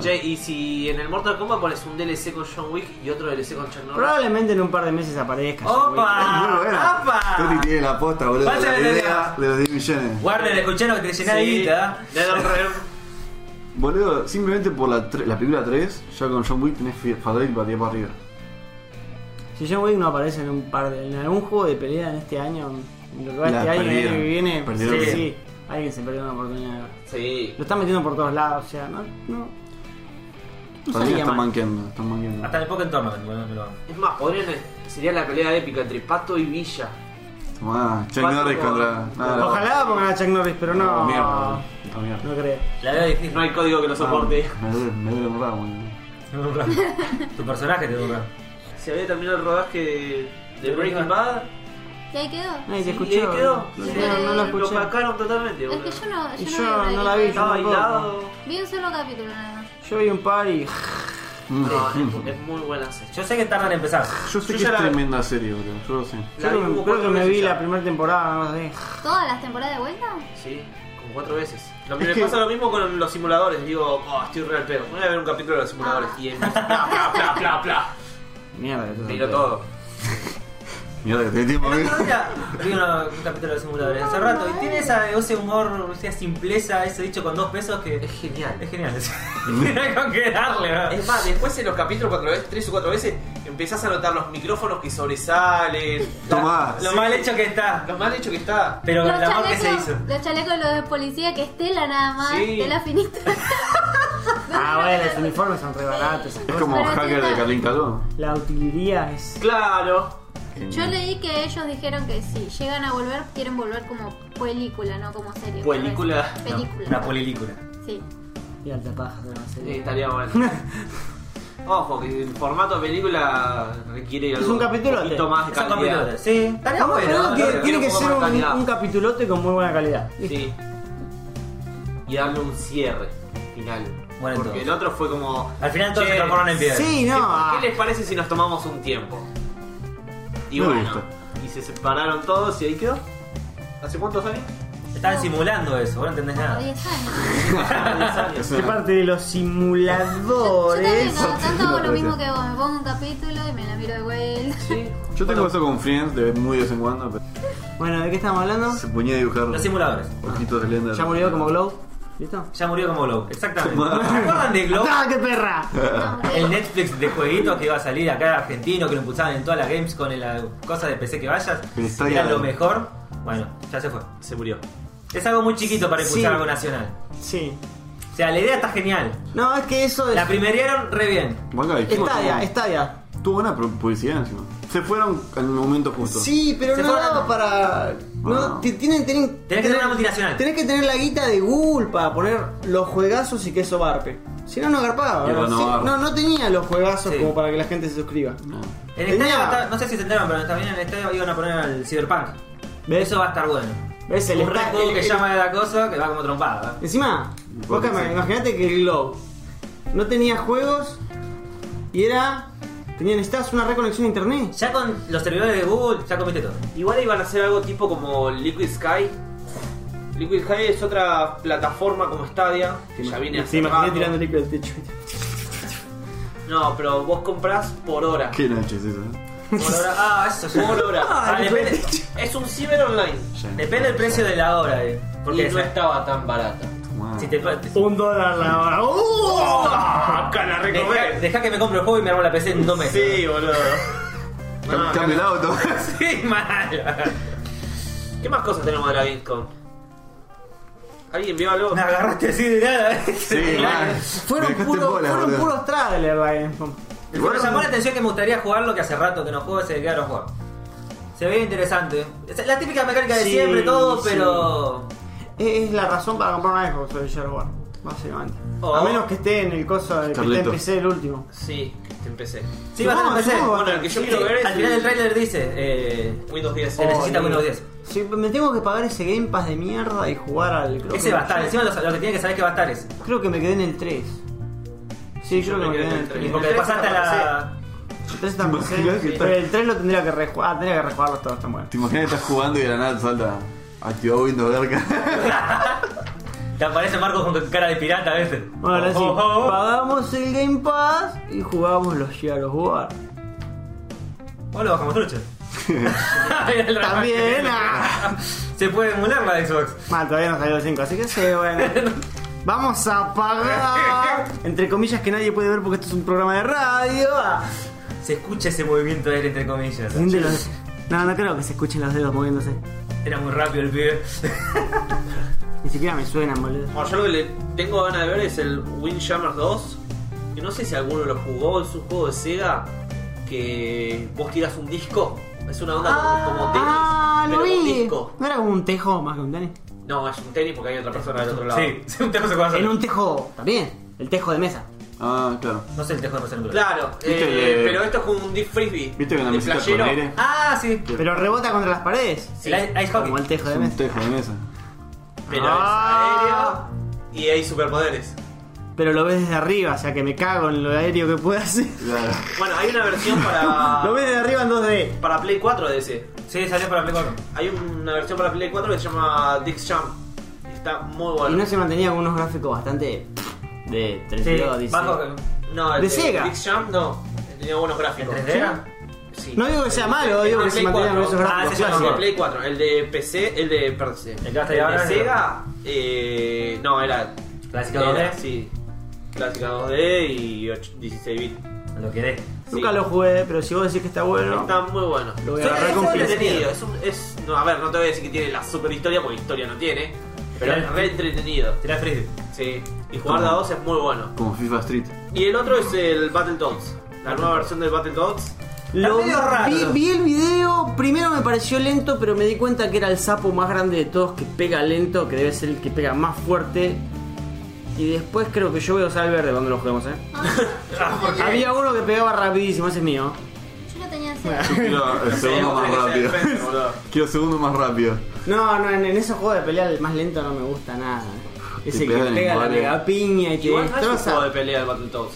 Speaker 2: Che, y si en el Mortal Kombat pones un DLC con John Wick y otro DLC con Chuck Norris.
Speaker 4: Probablemente en un par de meses aparezca. John Wick.
Speaker 1: ¡Opa!
Speaker 3: Muy buena.
Speaker 1: ¡Apa!
Speaker 3: Tuti tiene la posta, boludo.
Speaker 1: Pasa
Speaker 3: La
Speaker 1: de la-
Speaker 3: idea de los 10 millones.
Speaker 1: Warner, escucharon que te llené de guita.
Speaker 2: Netherrealm.
Speaker 3: Boludo, simplemente por la, tre- la película 3, ya con John Wick tenés fi- Fatality para tirar para arriba.
Speaker 4: Si John Wick no aparece en un par de, en algún juego de pelea en este año, en lo que va
Speaker 3: La
Speaker 4: este año, el año
Speaker 3: perdieron.
Speaker 4: que viene,
Speaker 3: Perdieron
Speaker 4: sí,
Speaker 1: bien.
Speaker 4: sí, alguien se perdió una oportunidad.
Speaker 2: Sí.
Speaker 4: Lo están metiendo por todos lados, o sea, no, no. No
Speaker 3: Para mí la
Speaker 4: salía
Speaker 3: están
Speaker 4: mal.
Speaker 3: manqueando, están manqueando.
Speaker 2: eh,
Speaker 1: Hasta en el Pokémon Tournament, bueno, me lo
Speaker 2: Es más, podrían. Sería la pelea épica entre Pato y Villa.
Speaker 3: Bueno, Chuck
Speaker 2: Cuatro
Speaker 3: Norris
Speaker 2: por-
Speaker 3: contra. Ah, no, no.
Speaker 4: Ojalá pongan a Chuck Norris, pero no.
Speaker 3: No, mierda. No, mierda.
Speaker 4: No creo.
Speaker 1: La veo difícil.
Speaker 2: No hay código que lo soporte.
Speaker 3: No, Me duele, me duele un ramo. eh.
Speaker 1: tu personaje te dura.
Speaker 2: Se había terminado el rodaje de, de Breaking Bad.
Speaker 5: Y ahí quedó.
Speaker 4: Ay,
Speaker 2: y
Speaker 4: se
Speaker 2: ahí
Speaker 4: escuchó.
Speaker 2: quedó.
Speaker 4: No,
Speaker 5: Sí.
Speaker 4: no lo
Speaker 2: Lo
Speaker 4: escuché.
Speaker 2: opacaron totalmente,
Speaker 5: Es
Speaker 2: boludo.
Speaker 5: que yo no,
Speaker 4: Y
Speaker 5: yo
Speaker 4: yo
Speaker 5: no, vi
Speaker 4: no
Speaker 5: Breaking
Speaker 4: la vi,
Speaker 5: Bad.
Speaker 2: Estaba
Speaker 4: tampoco.
Speaker 2: aislado.
Speaker 5: Vi un solo capítulo nada más.
Speaker 4: Yo vi un par y.
Speaker 2: No, es, es muy buena serie.
Speaker 1: Yo sé que tardan en empezar.
Speaker 3: Yo sé
Speaker 2: Yo
Speaker 3: que
Speaker 2: ya
Speaker 3: es
Speaker 2: la-
Speaker 3: tremenda serie, boludo. Yo lo sé.
Speaker 2: La vi
Speaker 4: creo que-
Speaker 2: como
Speaker 4: creo que
Speaker 2: cuatro
Speaker 4: me vi
Speaker 2: veces
Speaker 4: la
Speaker 2: ya.
Speaker 4: primera temporada, no sé.
Speaker 5: ¿Todas las temporadas de vuelta?
Speaker 2: Sí, como cuatro veces. Lo que
Speaker 3: Es
Speaker 2: me
Speaker 3: que-
Speaker 2: pasa lo mismo con los simuladores. Digo, oh, estoy real pedo. Voy a ver un capítulo de los simuladores
Speaker 4: Ah.
Speaker 2: y empiezo. Pla, pla, pla, pla, pla.
Speaker 4: Mierda, eso es
Speaker 2: Miro
Speaker 4: un-
Speaker 2: todo.
Speaker 3: Mierda que te tiempo
Speaker 1: El
Speaker 3: amigo.
Speaker 1: otro día vi una- un capítulo de simuladores hace rato y tiene esa, ese humor, esa simpleza, ese dicho con dos pesos que
Speaker 2: Es genial.
Speaker 1: es genial. Tiene con qué darle, ¿verdad?
Speaker 2: Es más, después en los capítulos, cuando lo ves tres o cuatro veces, empezás a notar los micrófonos que sobresalen.
Speaker 3: Tomá.
Speaker 1: Lo mal hecho que está,
Speaker 2: Lo mal hecho que está.
Speaker 1: pero con
Speaker 5: Los
Speaker 1: el amor que se
Speaker 5: chalecos,
Speaker 1: hizo.
Speaker 5: los chalecos los de policía que es tela nada más,
Speaker 2: Sí.
Speaker 5: tela finita.
Speaker 4: Ah, bueno, los uniformes son re baratos. esas
Speaker 3: Es
Speaker 4: cosas.
Speaker 3: como
Speaker 5: Pero
Speaker 3: hacker
Speaker 5: tiene-
Speaker 3: de Carlín Caló.
Speaker 4: La utilería es.
Speaker 2: Claro.
Speaker 5: Yo leí que ellos dijeron que si llegan a volver, quieren volver como película, no como serie.
Speaker 2: Película.
Speaker 5: Película.
Speaker 1: Una polilícula.
Speaker 5: Sí.
Speaker 4: Y alta paja, no sé.
Speaker 2: Sí, estaría bueno. Ojo, que el formato de película requiere
Speaker 4: Es
Speaker 2: algo
Speaker 4: un capitulote.
Speaker 2: un poquito más de
Speaker 1: Son
Speaker 2: calidad.
Speaker 1: capítulos. Sí, estaría
Speaker 4: Estamos
Speaker 1: bueno.
Speaker 4: hablando
Speaker 2: no,
Speaker 4: que
Speaker 2: no, no,
Speaker 4: tiene que
Speaker 2: quiero
Speaker 4: ser
Speaker 2: un poco más
Speaker 4: un,
Speaker 2: calidad.
Speaker 4: un capitulote con muy buena calidad.
Speaker 2: Sí. Y darle un cierre final.
Speaker 1: Bueno,
Speaker 2: Porque
Speaker 1: entonces.
Speaker 2: el otro fue como.
Speaker 1: Al final todos
Speaker 2: "Che,
Speaker 1: se transformaron en piedra.
Speaker 4: Sí, no. ah.
Speaker 2: ¿Qué les parece si nos tomamos un tiempo? Y
Speaker 3: Me
Speaker 2: bueno.
Speaker 3: gusta.
Speaker 2: Y se separaron todos y ahí quedó. ¿Hace cuántos años?
Speaker 1: Estaban simulando eso, vos no entendés
Speaker 5: Por
Speaker 1: nada.
Speaker 5: 10 años.
Speaker 2: Diez años.
Speaker 4: De parte de los
Speaker 5: Yo también
Speaker 4: simuladores.
Speaker 5: cada tanto hago lo mismo que vos, me pongo un capítulo y me la miro de vuelta.
Speaker 2: Sí.
Speaker 3: Yo tengo
Speaker 2: Bueno,
Speaker 3: eso con Friends de muy de vez en cuando, pero
Speaker 4: Bueno, ¿de qué estamos hablando?
Speaker 3: se ponía a dibujar
Speaker 1: Los simuladores.
Speaker 3: ojitos de lenda.
Speaker 4: Ya murió como Glow. ¿Listo?
Speaker 1: Ya murió como Glow, exactamente. ¿Se acuerdan de Glow?
Speaker 4: ¡Ah, qué perra!
Speaker 5: No,
Speaker 1: El
Speaker 5: que-
Speaker 1: Netflix de jueguitos que iba a salir acá argentino, que lo impulsaban en todas las games con la cosa de PC que vayas.
Speaker 3: El Stadia.
Speaker 1: Era lo mejor. Bueno, ya se fue.
Speaker 2: Se murió.
Speaker 1: Es algo muy chiquito para impulsar
Speaker 4: Sí.
Speaker 1: algo nacional.
Speaker 4: Sí.
Speaker 1: O sea, la idea está genial.
Speaker 4: No, es que eso es.
Speaker 1: La primerieron re bien.
Speaker 3: Venga, dijimos,
Speaker 4: Stadia,
Speaker 3: tuvo-
Speaker 4: Stadia.
Speaker 3: Tuvo buena pro- publicidad encima. Se fueron al momento justo.
Speaker 4: Sí, pero
Speaker 1: Se
Speaker 4: no
Speaker 1: fueron.
Speaker 4: daba para. No,
Speaker 3: Ah.
Speaker 4: te- tienen, tienen,
Speaker 1: Tenés que tener una multinacional.
Speaker 4: Tenés que tener la guita de Google para poner los juegazos y que eso barpe. Si no, no agarpaba.
Speaker 3: Y renovar.
Speaker 4: no, no tenía los juegazos
Speaker 1: Sí.
Speaker 4: como para que la gente se suscriba.
Speaker 3: No.
Speaker 1: En
Speaker 4: Tenía-
Speaker 1: estadio, va a estar- no sé si se enteraron, pero también en el estadio iban a poner al Cyberpunk.
Speaker 4: ¿Ves?
Speaker 1: Eso va a estar bueno.
Speaker 4: ¿Ves? El
Speaker 1: Un re
Speaker 4: esta-
Speaker 1: juego
Speaker 4: el-
Speaker 1: que
Speaker 4: el-
Speaker 1: llama la cosa que va como trompada. ¿eh?
Speaker 4: Encima, vos
Speaker 3: Porque
Speaker 4: Carmen,
Speaker 3: sí.
Speaker 4: imagínate que el Glow no tenía juegos y era. Tenía, necesitas una reconexión a internet.
Speaker 1: Ya con los servidores de Google, ya comiste todo.
Speaker 2: Igual iban a hacer algo tipo como Liquid Sky. Liquid Sky es otra plataforma como Stadia. Que ya viene
Speaker 4: Te
Speaker 2: hace
Speaker 4: imaginé
Speaker 2: rato.
Speaker 4: tirando el líquido del techo.
Speaker 2: No, pero vos comprás por hora.
Speaker 3: Qué noche es eh. esa.
Speaker 1: Por hora. Ah, eso sí.
Speaker 2: Por hora.
Speaker 1: Ah, depende,
Speaker 2: Es un ciber online.
Speaker 1: depende el precio de la hora. eh. Porque
Speaker 2: y no
Speaker 1: si-
Speaker 2: estaba tan barata.
Speaker 1: si te pa-
Speaker 4: Un dólar la hora.
Speaker 2: Acá la
Speaker 1: Deja, deja que me compre el juego y me armo la PC en dos meses.
Speaker 2: Sí, boludo. Ah,
Speaker 3: Cambia el auto.
Speaker 1: Sí, mal.
Speaker 2: ¿Qué más cosas tenemos de la Gamescom? ¿Alguien vio algo?
Speaker 1: Me agarraste así de nada. ¿eh?
Speaker 3: Sí, mal.
Speaker 4: Fueron,
Speaker 3: Me dejaste
Speaker 4: puros-
Speaker 3: en bola,
Speaker 4: fueron
Speaker 3: boludo.
Speaker 4: puros trailers, eh. la Gamescom.
Speaker 1: me llamó la atención que me gustaría jugar lo que hace rato que no juego, se quedaron jugar. Se ve interesante. Es la típica mecánica de
Speaker 4: Sí,
Speaker 1: siempre, todo,
Speaker 4: sí.
Speaker 1: pero.
Speaker 4: Es, es la razón para comprar una Xbox el Gearbox, básicamente.
Speaker 1: Oh.
Speaker 4: A menos que esté en el coso de que esté en
Speaker 3: Carlitos.
Speaker 4: PC el último.
Speaker 2: Sí, te empecé.
Speaker 1: Sí, va a
Speaker 4: No,
Speaker 1: estar en PC.
Speaker 4: sí,
Speaker 2: Bueno, el que yo quiero ver es
Speaker 1: Al final del
Speaker 2: el
Speaker 1: trailer dice: eh,
Speaker 2: Windows 10.
Speaker 1: Se necesita
Speaker 4: Oh,
Speaker 1: Windows 10.
Speaker 4: Si me tengo que pagar ese Game Pass de mierda y jugar al creo
Speaker 1: Ese
Speaker 4: que-
Speaker 1: va a estar. Encima lo, lo que tiene que saber es que va a estar ese.
Speaker 4: Creo que me quedé en el 3. Sí, yo creo que me quedé en el 3.
Speaker 1: Y
Speaker 2: El
Speaker 1: porque
Speaker 2: tres
Speaker 1: pasaste a la.
Speaker 4: El 3 está en PC,
Speaker 3: Imaginás que
Speaker 4: Pero
Speaker 3: está-
Speaker 4: el 3 lo tendría que rejugar. Ah, tendría que rejugarlos todos, están buenos.
Speaker 3: Te imaginas que estás jugando y de la nada te salta. Activó Windows Dark.
Speaker 1: Te aparece Marcos con cara de pirata a veces.
Speaker 4: Bueno, ahora sí,
Speaker 1: Oh, oh, oh.
Speaker 4: pagamos el Game Pass y jugamos los Gears of War.
Speaker 1: Vos lo bajamos trucho.
Speaker 4: También, ah.
Speaker 1: Se puede emular la Xbox.
Speaker 4: Mal, todavía no salió el 5, así que sí, bueno. Vamos a pagar. Entre comillas que nadie puede ver porque esto es un programa de radio. Ah,
Speaker 1: Se escucha ese movimiento de él, entre comillas.
Speaker 4: siente los- No, no creo que se escuchen los dedos moviéndose.
Speaker 1: Era muy rápido el pibe.
Speaker 4: Ni siquiera me suenan, boludo.
Speaker 2: Bueno, yo lo que le tengo ganas de ver es el Windjammer 2. Que no sé si alguno lo jugó, es un juego de Sega que vos tiras un disco. Es una onda como- como tenis.
Speaker 4: Ah, Ah, lo
Speaker 2: pero con
Speaker 4: vi.
Speaker 2: disco.
Speaker 4: No era como un tejo más que un tenis.
Speaker 2: No, es un tenis porque hay otra persona del otro lado.
Speaker 1: Sí, sí, un tejo se conoce.
Speaker 4: En un tejo también. El tejo de mesa.
Speaker 3: Ah, claro.
Speaker 1: No sé el tejo de Marcelo Ebrard.
Speaker 2: Claro,
Speaker 3: Viste
Speaker 2: eh,
Speaker 3: que-
Speaker 2: pero esto es como un disc frisbee.
Speaker 3: ¿Viste que la
Speaker 2: de
Speaker 3: mesita con
Speaker 2: playero.
Speaker 3: aire?
Speaker 1: Ah, sí.
Speaker 4: Pero rebota contra las paredes.
Speaker 1: El ice- ice hockey.
Speaker 4: Como el tejo
Speaker 3: Es
Speaker 4: de
Speaker 3: un
Speaker 4: mesa.
Speaker 3: tejo de mesa.
Speaker 2: Pero
Speaker 4: Ah.
Speaker 2: es aéreo y hay superpoderes.
Speaker 4: Pero lo ves desde arriba, o sea que me cago en lo aéreo que puede hacer.
Speaker 3: Claro.
Speaker 2: Bueno, hay una versión para.
Speaker 4: Lo ves desde arriba en 2D.
Speaker 2: para Play 4 de ese.
Speaker 1: Sí, salió para Play 4.
Speaker 2: Hay una versión para Play 4 que se llama Dix Jump. Está muy
Speaker 4: Y
Speaker 2: bueno.
Speaker 4: no se mantenía con unos gráficos bastante. de 32,
Speaker 1: Sí,
Speaker 4: 16.
Speaker 1: bajo.
Speaker 2: No, el
Speaker 4: de Sega.
Speaker 2: Dix Jump no. Tenía buenos
Speaker 1: ¿En
Speaker 2: gráficos.
Speaker 1: 3D era?
Speaker 2: Sí.
Speaker 4: No digo que sea malo,
Speaker 2: El
Speaker 4: digo
Speaker 2: de
Speaker 4: que se
Speaker 2: Play
Speaker 4: mantenía con
Speaker 2: 4.
Speaker 4: esos
Speaker 1: Ah,
Speaker 4: gráficos
Speaker 1: ese ya no
Speaker 2: El de
Speaker 4: clásicos.
Speaker 2: Play 4, el de PC, el de. Perdón, sí.
Speaker 1: El que hasta
Speaker 2: de
Speaker 1: ahora es-
Speaker 2: Sega, eh, no, era.
Speaker 1: Clásica
Speaker 2: era,
Speaker 1: 2D.
Speaker 2: Sí. Clásica 2D y ocho- 16 bits.
Speaker 1: Lo quedé.
Speaker 2: Sí.
Speaker 4: Nunca lo jugué, pero si vos decís que está bueno.
Speaker 2: Está muy bueno.
Speaker 4: Lo voy a
Speaker 2: Sí,
Speaker 4: agarrar
Speaker 2: es
Speaker 4: con
Speaker 2: entretenido,
Speaker 1: pincel.
Speaker 2: Es un, es, no, a ver, no te voy a decir que tiene la super historia porque historia no tiene. Pero
Speaker 1: Claro.
Speaker 2: es re entretenido.
Speaker 1: Tirá el frisbee.
Speaker 2: Sí. Y jugar de a dos es muy bueno.
Speaker 3: Como FIFA Street.
Speaker 2: Y el otro es el Battletoads. La nueva versión del Battletoads.
Speaker 4: Lo
Speaker 1: medio raro.
Speaker 4: vi, vi el video, primero me pareció lento, pero me di cuenta que era el sapo más grande de todos que pega lento, que debe ser el que pega más fuerte. Y después creo que yo voy a usar el verde cuando lo juguemos, eh.
Speaker 5: Ah,
Speaker 4: Había uno que pegaba rapidísimo, ese es mío.
Speaker 5: Yo lo tenía en serio.
Speaker 3: Quiero el segundo más rápido. Quiero el segundo más rápido.
Speaker 4: No, no, en, en esos juegos de pelea el más lento no me gusta nada. Es
Speaker 3: Te
Speaker 4: el que
Speaker 3: pegan en
Speaker 4: pega la
Speaker 3: varios.
Speaker 4: mega piña y que
Speaker 2: Igual no es un juego de
Speaker 4: destroza.
Speaker 2: pelea el Battletoads.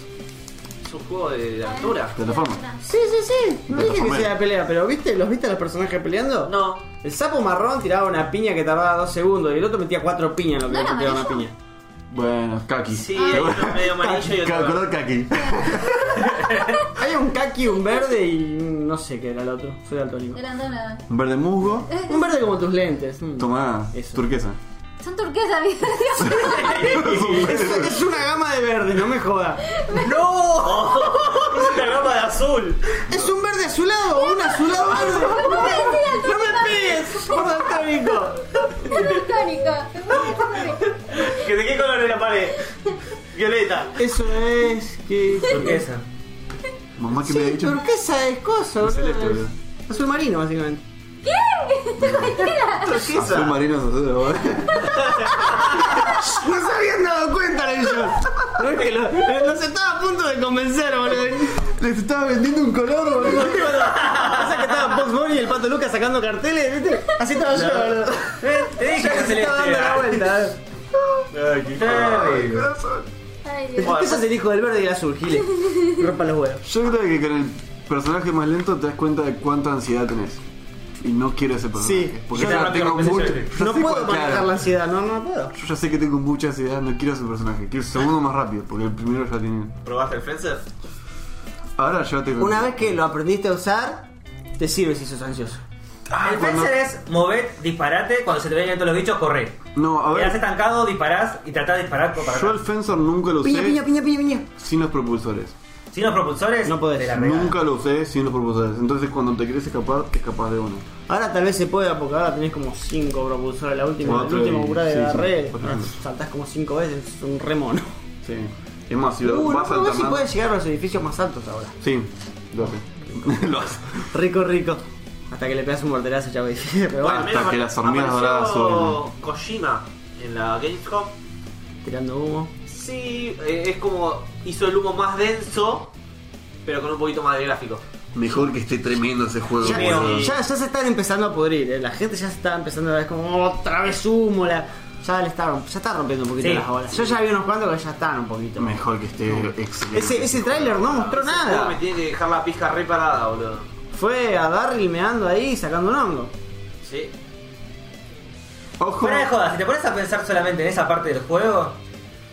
Speaker 2: Es un juego de, de aventura.
Speaker 3: Plataforma.
Speaker 4: Sí, sí, sí. No dije que
Speaker 3: Plataformero.
Speaker 4: sea de pelea, pero ¿viste? ¿Los viste a los personajes peleando?
Speaker 2: No.
Speaker 4: El sapo marrón tiraba una piña que tardaba dos segundos y el otro metía cuatro piñas en lo que
Speaker 5: ¿No era
Speaker 4: le tiraba una
Speaker 5: amarillo?
Speaker 4: piña.
Speaker 3: Bueno, Kaki. Ah.
Speaker 2: Sí, hay uno medio amarillo y otro.
Speaker 3: Color Kaki.
Speaker 4: Hay un kaki, un verde y un- no sé qué era el otro. Soy daltónico.
Speaker 5: Grandona.
Speaker 3: Verde musgo.
Speaker 4: Un verde como tus lentes. mm.
Speaker 3: Tomá.
Speaker 4: Eso.
Speaker 3: Turquesa.
Speaker 5: Son turquesas, ¿viste?
Speaker 4: Es, es una gama de verde, no me joda.
Speaker 2: Es una gama de azul.
Speaker 4: Es un verde azulado o un azulado verde. No me pegues, por daltónico.
Speaker 5: Son volcánicas.
Speaker 2: ¿Que ¿De qué color es la pared? Violeta.
Speaker 4: Eso es que.
Speaker 1: Turquesa.
Speaker 3: Mamá que me ha
Speaker 4: Sí,
Speaker 3: dicho.
Speaker 4: turquesa es cosa,
Speaker 3: Es
Speaker 4: boludo.
Speaker 3: celeste, boludo.
Speaker 4: Es Azul marino, básicamente.
Speaker 3: Azul marino azul, ¿verdad?
Speaker 4: No se habían dado cuenta, ellos. No es que lo- eh, Los estaba a punto de convencer, boludo.
Speaker 3: Les estaba vendiendo un color, boludo.
Speaker 4: Pasa que estaba Pox Bunny y el Pato Lucas sacando carteles, ¿viste? Así estaba yo, boludo.
Speaker 1: Te dije que
Speaker 4: Se
Speaker 1: se le
Speaker 4: estaba dando la vuelta. ¿eh?
Speaker 3: Ay, qué
Speaker 1: Ay,
Speaker 5: Ay, Dios.
Speaker 4: Después es el hijo del verde y el azul, Giles. Rompa los huevos.
Speaker 3: Yo creo que con el personaje más lento te das cuenta de cuánta ansiedad tenés. Y no quiero ese personaje.
Speaker 4: Sí,
Speaker 3: porque
Speaker 1: yo
Speaker 3: yo
Speaker 1: también
Speaker 3: tengo
Speaker 1: lo pensé
Speaker 3: mucho.
Speaker 1: yo.
Speaker 3: yo
Speaker 4: No
Speaker 3: sé
Speaker 4: puedo
Speaker 3: cuál- claro,
Speaker 4: manejar la ansiedad, no, no puedo.
Speaker 3: Yo ya sé que tengo mucha ansiedad, no quiero ese personaje. Quiero el segundo más rápido, porque el primero ya tiene.
Speaker 2: ¿Probaste el Fencer?
Speaker 3: Ahora yo tengo.
Speaker 4: Una vez que lo aprendiste a usar, te sirve si sos ansioso. Ah,
Speaker 1: El Fencer es mover, disparate, cuando se te vengan todos los bichos, corre.
Speaker 3: No, a
Speaker 1: Quedás
Speaker 3: ver.
Speaker 1: estancado, disparás y tratás de disparar por para
Speaker 3: Yo el
Speaker 1: atrás.
Speaker 3: Fencer nunca lo usé
Speaker 4: Piña, piña, piña, piña, piña.
Speaker 3: sin los propulsores.
Speaker 1: Sin los propulsores,
Speaker 4: No podés.
Speaker 1: te la pegás.
Speaker 3: Nunca lo usé sin los propulsores. Entonces cuando te quieres escapar, te escapas de uno.
Speaker 4: Ahora tal vez se pueda porque ahora tenés como 5 propulsores. La última, el
Speaker 3: Cuatro
Speaker 4: último
Speaker 3: y-
Speaker 4: cura de
Speaker 3: sí,
Speaker 4: la
Speaker 3: sí,
Speaker 4: red.
Speaker 3: por ejemplo.
Speaker 4: Saltás como 5 veces, es un remono.
Speaker 3: Sí. Es más, si lo
Speaker 4: Uh, no
Speaker 3: vas
Speaker 4: puedo ver si
Speaker 3: alternando.
Speaker 4: puedes llegar a los edificios más altos ahora.
Speaker 3: Sí, lo hace. lo hace.
Speaker 4: Rico, rico. Hasta que le pegas un morterazo, chavo. Pero bueno,
Speaker 3: hasta que las hormigas doradas
Speaker 2: apareció
Speaker 3: suben.
Speaker 2: Kojima en la Gamescom.
Speaker 4: tirando humo.
Speaker 2: Sí, eh, es como hizo el humo más denso, pero con un poquito más de gráfico.
Speaker 3: Mejor que esté tremendo ese juego.
Speaker 4: Ya,
Speaker 3: boludo.
Speaker 4: ya, ya se están empezando a pudrir, eh. la gente ya se está empezando a ver como "Oh, otra vez humo. La... Ya le está, romp- ya está rompiendo un poquito
Speaker 1: Sí.
Speaker 4: las bolas. Yo ya vi unos cuantos que ya están un poquito.
Speaker 3: Mejor que esté excelente.
Speaker 4: Ese, ese tráiler no mostró
Speaker 2: Ese juego Me
Speaker 4: nada.
Speaker 2: tiene que dejar la pija reparada, boludo.
Speaker 4: Fue a Darryl meando ahí y sacando un hongo.
Speaker 2: Sí.
Speaker 3: Ojo.
Speaker 1: Fuera de joda, si te pones a pensar solamente en esa parte del juego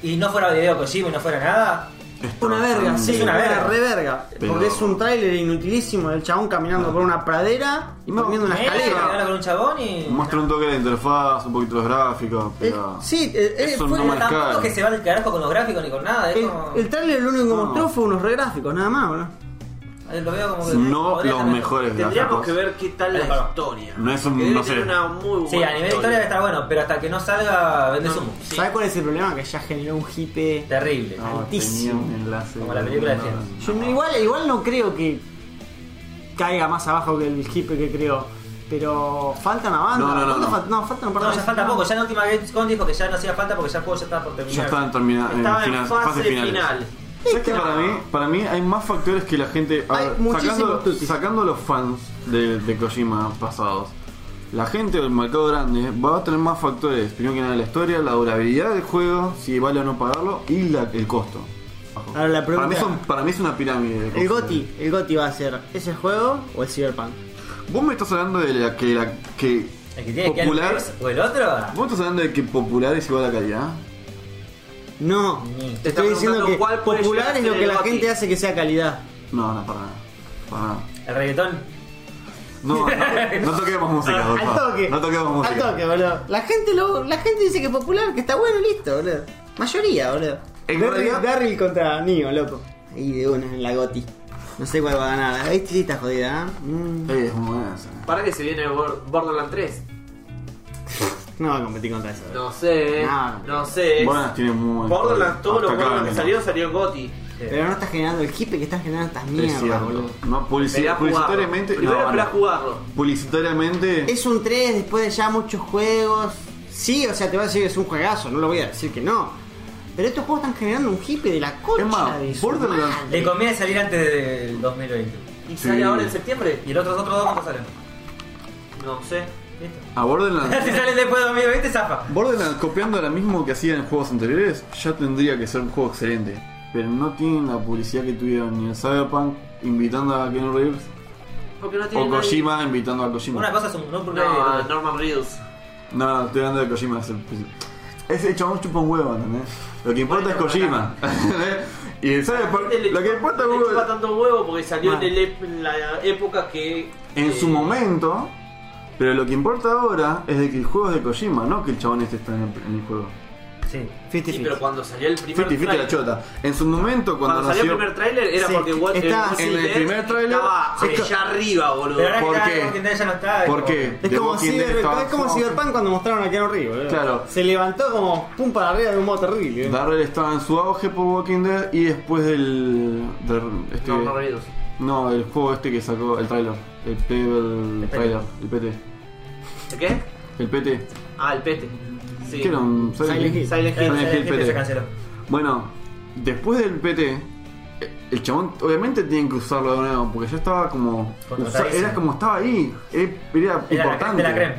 Speaker 1: y no fuera video Kojima y no fuera nada,
Speaker 3: Está
Speaker 4: Una verga,
Speaker 3: bastante-
Speaker 4: sí,
Speaker 1: Es una verga.
Speaker 4: re verga.
Speaker 3: Pero-
Speaker 4: Porque es un tráiler inutilísimo del chabón caminando por una pradera y
Speaker 3: No.
Speaker 4: comiendo una
Speaker 1: eh, hablar
Speaker 4: escalera.
Speaker 1: con un chabón y.
Speaker 3: Muestra un toque de la interfaz, un poquito de gráficos,
Speaker 4: Eh,
Speaker 3: pero.
Speaker 4: sí, eh, eh,
Speaker 3: Eso
Speaker 4: fue
Speaker 3: no me
Speaker 4: la-
Speaker 1: Tampoco es que se va del carajo con los gráficos ni con nada, es
Speaker 4: el,
Speaker 1: como.
Speaker 4: el tráiler lo único que
Speaker 3: No.
Speaker 4: mostró fue unos regráficos, nada más, boludo.
Speaker 1: eh, Lo veo como que.
Speaker 3: No
Speaker 1: podría
Speaker 3: los
Speaker 1: tener-
Speaker 3: mejores
Speaker 2: Tendríamos
Speaker 3: gráficos.
Speaker 2: que ver qué tal
Speaker 1: Ahí va.
Speaker 2: la historia.
Speaker 3: No es un-
Speaker 2: Que debe
Speaker 3: no sé.
Speaker 2: tener una muy buena
Speaker 1: Sí, a nivel de historia debe estar bueno, pero hasta que no salga, vende
Speaker 2: No,
Speaker 1: sumo.
Speaker 2: sí.
Speaker 4: ¿Sabes cuál es el problema? Que ya generó un hipe.
Speaker 1: Terrible.
Speaker 3: No,
Speaker 4: Altísimo.
Speaker 3: tenía un enlace
Speaker 1: Como la película de
Speaker 3: no,
Speaker 1: Friends.
Speaker 4: Yo no- igual, igual no creo que caiga más abajo que el hipe que creo. Pero falta una banda.
Speaker 3: No, no, no,
Speaker 4: ¿Cuánto
Speaker 3: no.
Speaker 4: fal- no, faltan un par de
Speaker 1: No, ya
Speaker 4: meses.
Speaker 1: falta poco. Ya en la última Gamescom dijo que ya no hacía falta porque ya el juego ya estaba por terminar.
Speaker 3: Ya estaban terminadas.
Speaker 2: Estaba en fase final.
Speaker 3: finales. ¿Sabes que para mí, para mí hay más factores que la gente. a
Speaker 4: Hay
Speaker 3: ver,
Speaker 4: muchísimos
Speaker 3: sacando,
Speaker 4: tutis.
Speaker 3: sacando los fans de, de Kojima pasados, la gente del mercado grande va a tener más factores. Primero que nada, la historia, la durabilidad del juego, si vale o no pagarlo, y la- el costo. Ojo.
Speaker 4: Ahora la
Speaker 3: para, mí
Speaker 4: pregunta-
Speaker 3: son- para mí es una pirámide. de
Speaker 4: El
Speaker 3: cosas.
Speaker 4: GOTI, el GOTI va a ser ese juego o el Cyberpunk.
Speaker 3: Vos me estás hablando de la que. La, que
Speaker 1: El que tiene que
Speaker 3: popular.
Speaker 1: Alex o el otro.
Speaker 3: Vos me estás hablando de que popular es igual a calidad.
Speaker 4: No,
Speaker 1: Ni.
Speaker 4: te
Speaker 2: Está
Speaker 4: estoy diciendo
Speaker 2: preguntando
Speaker 4: que
Speaker 2: cuál puede
Speaker 4: popular
Speaker 2: llegar a
Speaker 4: es lo
Speaker 2: ser
Speaker 4: que
Speaker 2: el
Speaker 4: la
Speaker 2: GOTY.
Speaker 4: gente hace que sea calidad.
Speaker 3: No, no, para nada. Para nada.
Speaker 1: El reggaetón.
Speaker 3: No, no, no toquemos música, por
Speaker 4: Al
Speaker 3: favor.
Speaker 4: toque.
Speaker 3: No toquemos
Speaker 4: Al
Speaker 3: música.
Speaker 4: toque, boludo. La gente, lo, la gente dice que popular, que está bueno, listo, boludo. Mayoría, boludo.
Speaker 3: En
Speaker 4: Darryl-
Speaker 3: realidad-
Speaker 4: Darryl contra Nio, loco. Ahí de una, en la goti. No sé cuál va a ganar. Ahí sí está jodida, ¿eh? Mm.
Speaker 3: Ey, es muy buena esa.
Speaker 2: ¿Para que se viene Bor- Borderlands 3?
Speaker 4: No va a competir contra eso. boludo.
Speaker 2: No sé,
Speaker 4: No, no.
Speaker 2: no sé.
Speaker 3: Buenas tiene muy
Speaker 2: Borderlands, todo lo
Speaker 3: hasta acá
Speaker 2: bueno que
Speaker 3: mismo.
Speaker 2: salió, salió en Gotti.
Speaker 4: Pero no estás generando el hipe que estás generando estas
Speaker 3: Es
Speaker 4: mierdas,
Speaker 3: cierto.
Speaker 4: boludo.
Speaker 3: No, publici-
Speaker 2: Esperá a jugarlo.
Speaker 3: publicitariamente.
Speaker 2: Primero
Speaker 3: no,
Speaker 2: esperá a
Speaker 3: no.
Speaker 2: jugarlo.
Speaker 3: Publicitariamente.
Speaker 4: Es un 3 después de ya muchos juegos. Sí, o sea, te voy a decir que es un juegazo, no lo voy a decir que no. Pero estos juegos están generando un hipe de la concha
Speaker 3: Es más,
Speaker 4: de su
Speaker 3: Borderlands-
Speaker 4: madre.
Speaker 1: Le conviene salir antes del 2020.
Speaker 2: ¿Y
Speaker 3: Sí.
Speaker 2: sale ahora en septiembre?
Speaker 1: ¿Y el otro, otros dos cuándo salen?
Speaker 2: No sé.
Speaker 1: ¿Listo?
Speaker 3: A Borderlands.
Speaker 1: si salen después de 2020, zafa.
Speaker 3: Borderlands copiando lo mismo que hacían en juegos anteriores, ya tendría que ser un juego excelente. Pero no tienen la publicidad que tuvieron ni el Cyberpunk invitando a Ken Reeves
Speaker 2: Porque no tiene
Speaker 3: o
Speaker 2: nadie-
Speaker 3: Kojima Eh, invitando a Kojima.
Speaker 1: Una cosa es un no porque
Speaker 2: No, Norman Reedus.
Speaker 3: No, no, estoy hablando de Kojima. Es el, ese chabón chupa un huevo, ¿entendés? Lo que importa
Speaker 2: Bueno,
Speaker 3: es Kojima. y el Cyberpunk.
Speaker 2: Le
Speaker 3: Lo que
Speaker 2: chupa-
Speaker 3: importa es
Speaker 2: le chupa
Speaker 3: Google.
Speaker 2: tanto huevo porque salió
Speaker 4: Mal.
Speaker 2: en, el ep- en la época que...
Speaker 3: En
Speaker 2: eh,
Speaker 3: su momento. Pero lo que importa ahora es de que el juego es de Kojima, no que el chabón este está en el, en el juego.
Speaker 1: Sí.
Speaker 2: Sí, pero cuando salió el primer
Speaker 3: Fiti, fiti la
Speaker 2: tráiler-
Speaker 3: chota. En su momento, cuando,
Speaker 2: Cuando, Ah, salió
Speaker 3: nació.
Speaker 2: el primer tráiler era
Speaker 4: Sí,
Speaker 2: porque Walt- el
Speaker 4: está-
Speaker 2: Walking
Speaker 3: en el
Speaker 2: Dead
Speaker 3: primer tráiler-
Speaker 2: estaba
Speaker 3: es que-
Speaker 2: allá arriba, boludo.
Speaker 1: Pero ahora
Speaker 3: ¿Por
Speaker 1: que
Speaker 3: qué?
Speaker 1: está, Walking Dead ya no está.
Speaker 3: ¿Por
Speaker 1: es
Speaker 3: qué?
Speaker 1: como-
Speaker 4: Es
Speaker 3: The
Speaker 4: como,
Speaker 3: Walking Dead
Speaker 4: Cyber,
Speaker 3: estaba-
Speaker 4: es como Cyberpunk cuando mostraron a Keanu Reeves, boludo.
Speaker 3: Claro.
Speaker 4: Se levantó como pum para arriba de un modo terrible. boludo.
Speaker 3: Darrell estaba en su auge por Walking Dead y después del. del- este-
Speaker 2: Norman Reedus.
Speaker 3: no, el juego este que sacó el trailer. El Pebble
Speaker 1: El PT.
Speaker 3: trailer. El PT.
Speaker 2: ¿De qué?
Speaker 3: El PT.
Speaker 2: Ah, el pete. Sí.
Speaker 3: ¿Qué era un
Speaker 4: Silent Hill.
Speaker 2: Silent Hill.
Speaker 1: Claro,
Speaker 3: Silent Hill
Speaker 1: el
Speaker 3: PT.
Speaker 1: se canceló.
Speaker 3: Bueno, después del PT, el chabón obviamente tienen que usarlo de nuevo, porque ya estaba como.
Speaker 1: Contratadísimo.
Speaker 3: usa- era como estaba ahí, e- era,
Speaker 1: Era la creme
Speaker 3: importante.
Speaker 1: de la creme.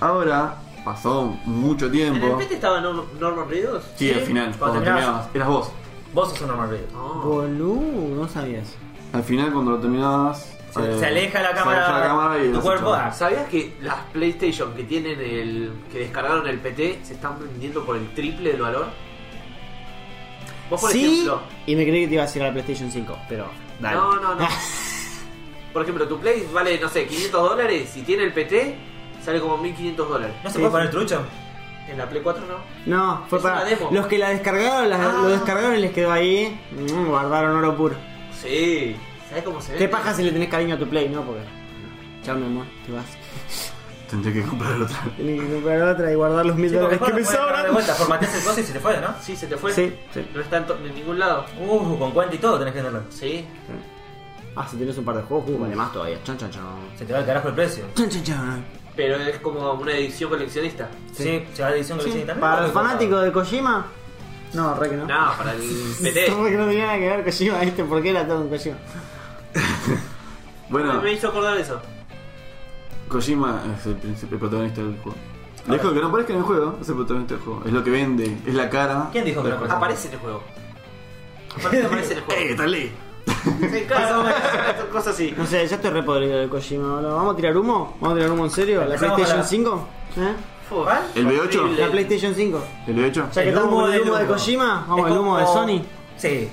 Speaker 3: Ahora, pasó mucho
Speaker 2: ¿En el
Speaker 3: tiempo.
Speaker 2: pete estaba Nor- Norman Reedus?
Speaker 3: Sí, al final, cuando
Speaker 1: terminabas.
Speaker 3: terminabas, eras vos.
Speaker 1: Vos sos un normal video.
Speaker 2: No.
Speaker 4: Boludo, no sabías.
Speaker 3: Al final, cuando lo terminabas.
Speaker 1: Se,
Speaker 3: eh,
Speaker 1: se aleja la
Speaker 3: se
Speaker 1: cámara,
Speaker 3: aleja la cámara y
Speaker 1: tu
Speaker 3: los
Speaker 1: cuerpo.
Speaker 3: echaban.
Speaker 1: ah,
Speaker 2: ¿Sabías que las PlayStation que tienen el. que descargaron el PT se están vendiendo por el triple del valor? Vos por
Speaker 4: Sí,
Speaker 2: ejemplo.
Speaker 4: y me creí que te iba a llegar a PlayStation 5, pero dale.
Speaker 2: No, no, no. por ejemplo, tu Play vale, no sé, 500 dólares y tiene el PT, sale como 1500 dólares.
Speaker 1: ¿No se puede poner trucho?
Speaker 2: En la Play 4 no.
Speaker 4: No, fue
Speaker 2: Es una
Speaker 4: para.
Speaker 2: demo.
Speaker 4: Los que la descargaron, las-
Speaker 2: Ah.
Speaker 4: lo descargaron y les quedó ahí. mm, guardaron oro puro.
Speaker 2: Sí. ¿Sabes cómo se ve?
Speaker 4: Qué paja si le tenés cariño a tu play, ¿no? Porque. Chao, mi amor, te vas.
Speaker 3: Tendré que comprar el otro.
Speaker 4: Tenés que comprar otra y guardar los mil
Speaker 1: Sí, porque
Speaker 4: dólares
Speaker 1: después
Speaker 4: que
Speaker 1: lo
Speaker 4: me
Speaker 1: podés agarrar de
Speaker 4: sobran.
Speaker 1: vuelta, formateas el coso y se te fue, ¿no?
Speaker 2: Sí, se te
Speaker 1: pues.
Speaker 2: fue.
Speaker 4: Sí, sí.
Speaker 2: No está en, to- en ningún lado.
Speaker 1: Uh, con cuenta y todo tenés que tenerlo.
Speaker 2: Sí.
Speaker 4: Ah, si tenés un par de juegos, uh, vale más todavía. Chan, chan, chan.
Speaker 1: Se te va al carajo el precio.
Speaker 4: Chan, chan, chan.
Speaker 2: Pero es como una edición coleccionista.
Speaker 1: Sí, se va a la edición que le
Speaker 4: Sí,
Speaker 1: hiciste también.
Speaker 4: Para
Speaker 1: ¿no?
Speaker 4: el fanático de Kojima, no, re que no.
Speaker 2: Nada, para el PT.
Speaker 4: Re que no tenía nada que ver Kojima, ¿viste? ¿Por qué era todo un Kojima?
Speaker 3: Bueno,
Speaker 2: Me hizo acordar eso.
Speaker 3: Kojima es el principal protagonista del juego. Dijo que no aparezca en el juego, es el protagonista del juego. Es lo que vende, es la cara.
Speaker 1: ¿Quién dijo que no aparezca?
Speaker 2: Aparece en el juego. Aparece, aparece en el
Speaker 3: Eh,
Speaker 2: juego.
Speaker 3: Dale.
Speaker 2: Sí, claro, son cosas así.
Speaker 4: No sé, ya estoy re podrido de Kojima, boludo. ¿Vamos a tirar humo? ¿Vamos a tirar humo en serio? ¿La
Speaker 1: Empezamos
Speaker 4: PlayStation
Speaker 1: a la-
Speaker 4: 5? ¿Eh?
Speaker 2: Fu,
Speaker 1: ¿Cuál?
Speaker 3: ¿El B8?
Speaker 2: horrible.
Speaker 4: ¿La PlayStation 5?
Speaker 3: ¿El hecho?
Speaker 4: Ya
Speaker 1: El
Speaker 4: que estamos
Speaker 1: humo
Speaker 4: con el
Speaker 1: del
Speaker 4: humo de
Speaker 1: humo.
Speaker 4: Kojima,
Speaker 1: Es
Speaker 4: vamos al humo de
Speaker 1: como-
Speaker 4: Sony.
Speaker 1: Sí.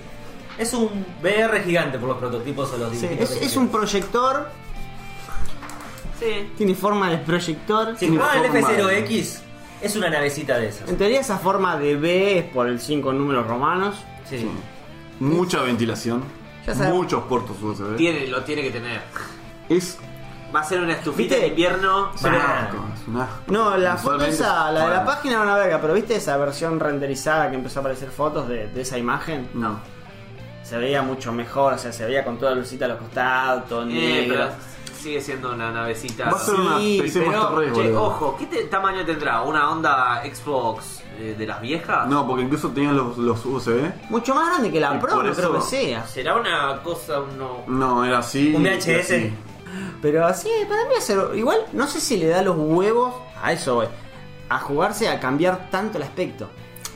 Speaker 1: Es un VR gigante por los prototipos o los
Speaker 4: Sí,
Speaker 1: dibujitos
Speaker 4: es,
Speaker 1: que
Speaker 4: es
Speaker 1: tiene.
Speaker 4: un proyector,
Speaker 2: Sí.
Speaker 4: tiene forma de proyector.
Speaker 1: Si jugás al
Speaker 3: uniforme.
Speaker 1: F0X, es una navecita de esas.
Speaker 4: En teoría esa forma de B es por el 5 en números romanos.
Speaker 1: Sí.
Speaker 3: Mucha ventilación.
Speaker 4: Ya sabemos.
Speaker 3: Muchos puertos USB.
Speaker 2: Tiene, lo tiene que tener.
Speaker 3: Es
Speaker 2: Va a ser una estufita
Speaker 4: ¿Viste?
Speaker 2: de invierno.
Speaker 3: un
Speaker 1: Ah.
Speaker 3: asco, es un asco.
Speaker 4: No, la foto
Speaker 3: Visualmente
Speaker 4: esa,
Speaker 3: es-
Speaker 4: la de la
Speaker 3: bueno.
Speaker 4: página era una verga, pero viste esa versión renderizada que empezó a aparecer fotos de, de esa imagen.
Speaker 3: No.
Speaker 4: Se veía mucho mejor, o sea, se veía con toda lucita a los costados, todo
Speaker 2: Eh,
Speaker 4: negro.
Speaker 2: pero sigue siendo una navecita.
Speaker 3: Va a ser una
Speaker 4: Sí,
Speaker 3: PC
Speaker 4: pero,
Speaker 3: Master Race,
Speaker 2: Ah, Che,
Speaker 3: boludo.
Speaker 2: ojo, ¿qué te- tamaño tendrá? ¿Una onda Xbox eh, de las viejas?
Speaker 3: No, porque incluso tenían los, los USB.
Speaker 4: Mucho más grande que
Speaker 3: Y
Speaker 4: la Pro,
Speaker 3: por
Speaker 4: no creo que
Speaker 3: eso-
Speaker 4: sea.
Speaker 2: ¿Será una cosa, uno,
Speaker 3: No, era así.
Speaker 1: Un
Speaker 3: era
Speaker 1: VHS.
Speaker 3: así.
Speaker 4: Pero así, para mí hacerlo. Igual, no sé si le da los huevos a eso, güey. A jugarse a cambiar tanto el aspecto.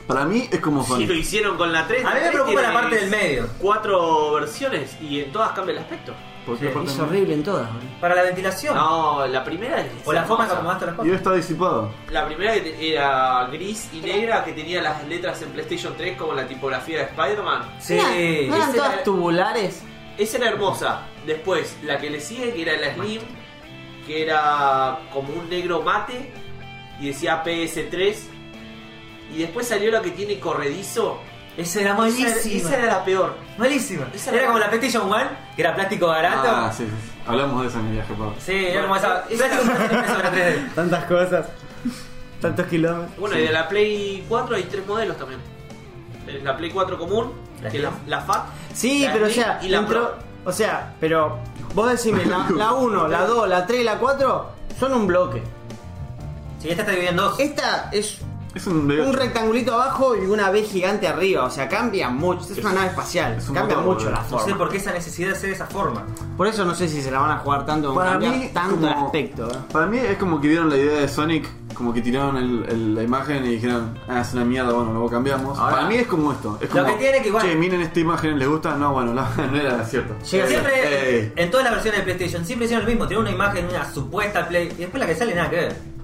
Speaker 3: Para mí es como
Speaker 2: Si lo
Speaker 3: Sonic.
Speaker 2: hicieron con la 3.
Speaker 1: A mí me preocupa la parte del medio.
Speaker 2: Cuatro versiones y en todas cambia el aspecto.
Speaker 3: Porque
Speaker 1: Sí,
Speaker 3: aparte
Speaker 4: Es
Speaker 3: no-
Speaker 4: horrible en todas, güey.
Speaker 1: Para la
Speaker 2: Ah,
Speaker 1: ventilación.
Speaker 2: No, la primera es.
Speaker 1: O la forma que
Speaker 2: hermosa.
Speaker 1: acomodaste las
Speaker 3: Y
Speaker 1: cosas.
Speaker 3: hoy está disipado.
Speaker 2: La primera era gris y negra que tenía las letras en PlayStation 3 como la tipografía de Spider-Man.
Speaker 1: Sí.
Speaker 4: Mira, ¿No eran
Speaker 2: ese
Speaker 4: todas
Speaker 2: era-
Speaker 4: tubulares?
Speaker 2: Esa era hermosa. Después, la que le sigue, que era la Slim, que era como un negro mate y decía PS3. Y después salió la que tiene corredizo.
Speaker 1: Esa era
Speaker 2: Esa era- esa
Speaker 1: malísima.
Speaker 2: era la peor.
Speaker 1: Malísima.
Speaker 2: Esa
Speaker 1: Era
Speaker 2: era-
Speaker 1: como la PlayStation One, que era plástico barato.
Speaker 3: Ah, sí, sí, sí. Hablamos de esa en el viaje, Pablo.
Speaker 1: Sí, Eh, era como esa. Plástico barato sobre 3D.
Speaker 4: Tantas cosas. Tantos kilómetros.
Speaker 2: Bueno, y de la Play 4 hay tres modelos también. Tenés La Play 4 común,
Speaker 1: La
Speaker 2: que es la, la FAT.
Speaker 4: Sí,
Speaker 2: la
Speaker 4: pero o
Speaker 2: Slim
Speaker 4: sea,
Speaker 2: y la
Speaker 4: dentro-
Speaker 2: Pro.
Speaker 4: O sea, pero vos decime, la, 1, la 2, la 3 y la 4 son un bloque.
Speaker 1: Sí, esta está dividida en dos.
Speaker 4: Esta es
Speaker 3: Es un
Speaker 4: un
Speaker 3: video.
Speaker 4: rectangulito abajo y una B gigante arriba. O sea, cambia mucho. Es, una nave espacial.
Speaker 3: es un
Speaker 4: cambia
Speaker 3: motor,
Speaker 4: mucho
Speaker 3: boludo.
Speaker 4: la
Speaker 1: No sé
Speaker 4: forma.
Speaker 1: por qué esa necesidad de hacer esa forma.
Speaker 4: Por eso no sé si se la van a jugar tanto con
Speaker 3: Para
Speaker 4: cambiar
Speaker 3: mí,
Speaker 4: tanto el
Speaker 3: como-
Speaker 4: aspecto. ¿eh?
Speaker 3: Para mí es como que dieron la idea de Sonic, como que tiraron el- el- la imagen y dijeron, ah, es una mierda, bueno, luego cambiamos.
Speaker 4: Ahora-
Speaker 3: Para mí es como esto. Es como,
Speaker 1: que tiene que igual-
Speaker 3: Che, miren esta imagen, ¿les gusta? No, bueno, la- no era cierto.
Speaker 4: Llega a ser-
Speaker 1: Siempre,
Speaker 3: Ey.
Speaker 1: en todas las versiones de PlayStation, siempre hicieron lo mismo. Tienen una imagen, una supuesta Play. Y después la que sale, nada que ver.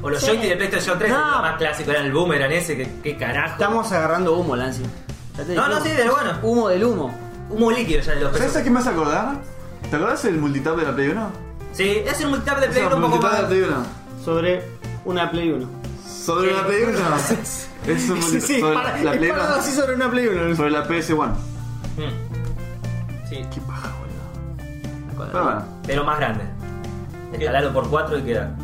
Speaker 1: O los
Speaker 5: Sí.
Speaker 1: joysticks de PlayStation 3,
Speaker 4: No.
Speaker 1: que era más clásico, eran el boomerang ese, que, que carajo.
Speaker 4: Estamos agarrando humo, Lancy. Ya te
Speaker 1: No,
Speaker 4: dijimos.
Speaker 1: no, sí, de bueno.
Speaker 4: Humo del humo.
Speaker 1: Humo líquido ya de los
Speaker 3: ¿Sabes a
Speaker 1: pesos.
Speaker 3: qué me hace acordar? ¿Te acordás del multitap de la Play 1?
Speaker 1: Sí, es un multitap de Play
Speaker 3: Esa
Speaker 1: un poco
Speaker 3: multitap de
Speaker 1: más.
Speaker 3: la Play 1.
Speaker 4: Sobre una Play 1.
Speaker 3: Sobre la Play 1. Es un multitap sobre la Play 1.
Speaker 4: así sobre una Play 1.
Speaker 3: Sobre la PS1.
Speaker 1: Mm,
Speaker 2: Sí.
Speaker 3: Qué paja, boludo. Pero bueno,
Speaker 1: Pero más grande. Escalalo por 4 y queda.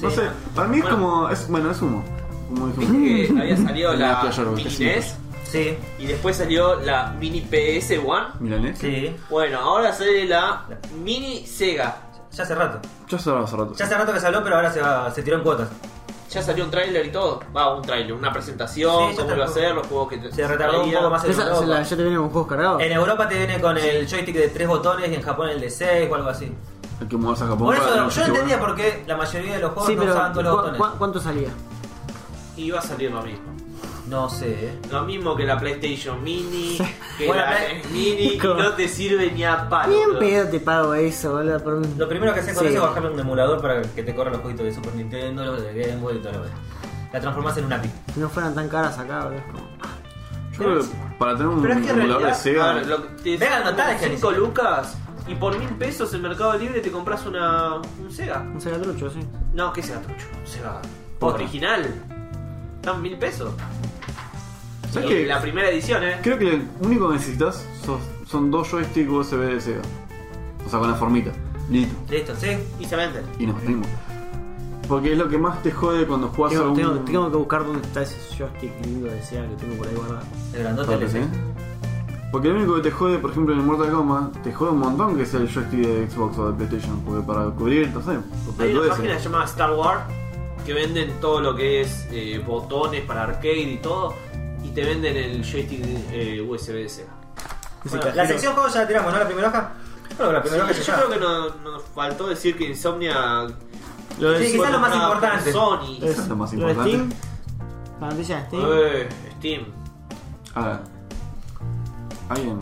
Speaker 3: no
Speaker 1: Sí.
Speaker 3: sé, para mí es
Speaker 2: Bueno.
Speaker 3: como. Es, bueno, es humo. Como es humo.
Speaker 2: Viste que había salido
Speaker 3: Mira,
Speaker 2: la
Speaker 3: Flash Arrow,
Speaker 2: Mini
Speaker 3: sí.
Speaker 2: NES
Speaker 1: Sí,
Speaker 2: y después salió la Mini PS1.
Speaker 3: Milanés.
Speaker 1: sí.
Speaker 2: Bueno, ahora sale la Mini Sega.
Speaker 1: Ya hace rato.
Speaker 3: Ya se hablaba hace rato.
Speaker 1: Ya hace rato que se habló, pero ahora se, va, se tiró en cuotas.
Speaker 2: Ya salió un tráiler y todo. Va, un tráiler, una presentación,
Speaker 1: Sí, ya
Speaker 2: cómo iba a
Speaker 1: está.
Speaker 2: ser, los juegos que
Speaker 1: Se retardó un
Speaker 2: traía.
Speaker 1: poco más el
Speaker 4: Esa, se la,
Speaker 1: Europa.
Speaker 4: ya te viene con juegos cargados.
Speaker 1: En Europa te viene con el joystick de 3 botones y en Japón el de 6 o algo así.
Speaker 3: Hay que mudarse a Japón.
Speaker 1: Por eso
Speaker 3: para-
Speaker 1: yo
Speaker 3: no,
Speaker 1: no
Speaker 3: sí,
Speaker 1: entendía por
Speaker 3: bueno.
Speaker 1: qué la mayoría de los juegos
Speaker 4: Sí,
Speaker 1: no
Speaker 4: pero
Speaker 1: usaban todos los
Speaker 4: ¿cu-
Speaker 1: botones.
Speaker 4: cu- ¿cuánto salía?
Speaker 2: Y va a salir lo mismo.
Speaker 1: No sé, eh.
Speaker 2: Lo mismo que la PlayStation Mini, que
Speaker 1: Bueno,
Speaker 2: la
Speaker 1: la-
Speaker 2: NES Mini,
Speaker 4: ¿Cómo?
Speaker 2: no te sirve ni a palo.
Speaker 4: Bien
Speaker 2: bro.
Speaker 4: pedo te pago eso, boludo. por un-
Speaker 1: Lo primero que haces con
Speaker 4: Sí.
Speaker 1: eso es bajarle un emulador para que te corran los jueguitos de Super Nintendo, los de Game Boy y todo lo demás. La transformás en una API.
Speaker 4: Si no fueran tan caras acá, boludo. es como-
Speaker 3: Yo creo que para tener un
Speaker 2: Pero es que en
Speaker 3: emulador de
Speaker 2: realidad,
Speaker 3: Sega.
Speaker 2: a ver, lo que te
Speaker 1: Venga, anotá,
Speaker 2: como
Speaker 1: Genesis.
Speaker 2: cinco lucas y por mil pesos en Mercado Libre te compras una un Sega.
Speaker 4: Un Sega trucho, sí.
Speaker 2: No, que Sega trucho, un Sega
Speaker 3: Posta.
Speaker 2: original. Están mil pesos.
Speaker 3: ¿Sabes
Speaker 2: Y
Speaker 3: qué?
Speaker 2: La primera edición, eh.
Speaker 3: Creo que lo único que necesitas son, son dos joysticks USB de Sega. O sea, con la formita. Listo.
Speaker 1: Listo, sí.
Speaker 2: Y se venden.
Speaker 3: Y nos fuimos. Porque es lo que más te jode cuando jugás a
Speaker 4: Tengo,
Speaker 3: un.
Speaker 4: tengo- tengo que buscar dónde está ese joystick lindo de Sega que tengo por ahí guardado.
Speaker 1: El grandote
Speaker 3: Porque,
Speaker 1: LC.
Speaker 3: ¿sí? Porque lo único que te jode, por ejemplo, en el Mortal Kombat, te jode un montón que sea el joystick de Xbox o de PlayStation. Porque para cubrir, no sé. porque
Speaker 2: Hay
Speaker 3: lo
Speaker 2: una
Speaker 3: ese.
Speaker 2: página llamada Star Wars que venden todo lo que es eh, botones para arcade y todo. Y te venden el joystick eh, USB de
Speaker 4: Ese
Speaker 2: Sega.
Speaker 1: Bueno, la
Speaker 4: cajero.
Speaker 1: sección juegos ya la tiramos, ¿no? La primera hoja. Bueno, la
Speaker 2: Sí,
Speaker 1: primera hoja
Speaker 2: yo
Speaker 1: ya
Speaker 2: creo
Speaker 1: está.
Speaker 2: que no- nos faltó decir que Insomnia.
Speaker 4: Lo de
Speaker 1: Sí, quizás lo más
Speaker 2: comprada por
Speaker 1: importante.
Speaker 2: Sony.
Speaker 3: Eso es lo más
Speaker 4: Lo de
Speaker 3: importante.
Speaker 4: Steam. La noticia de Steam.
Speaker 2: Eh, Steam.
Speaker 3: A ver. Alguien.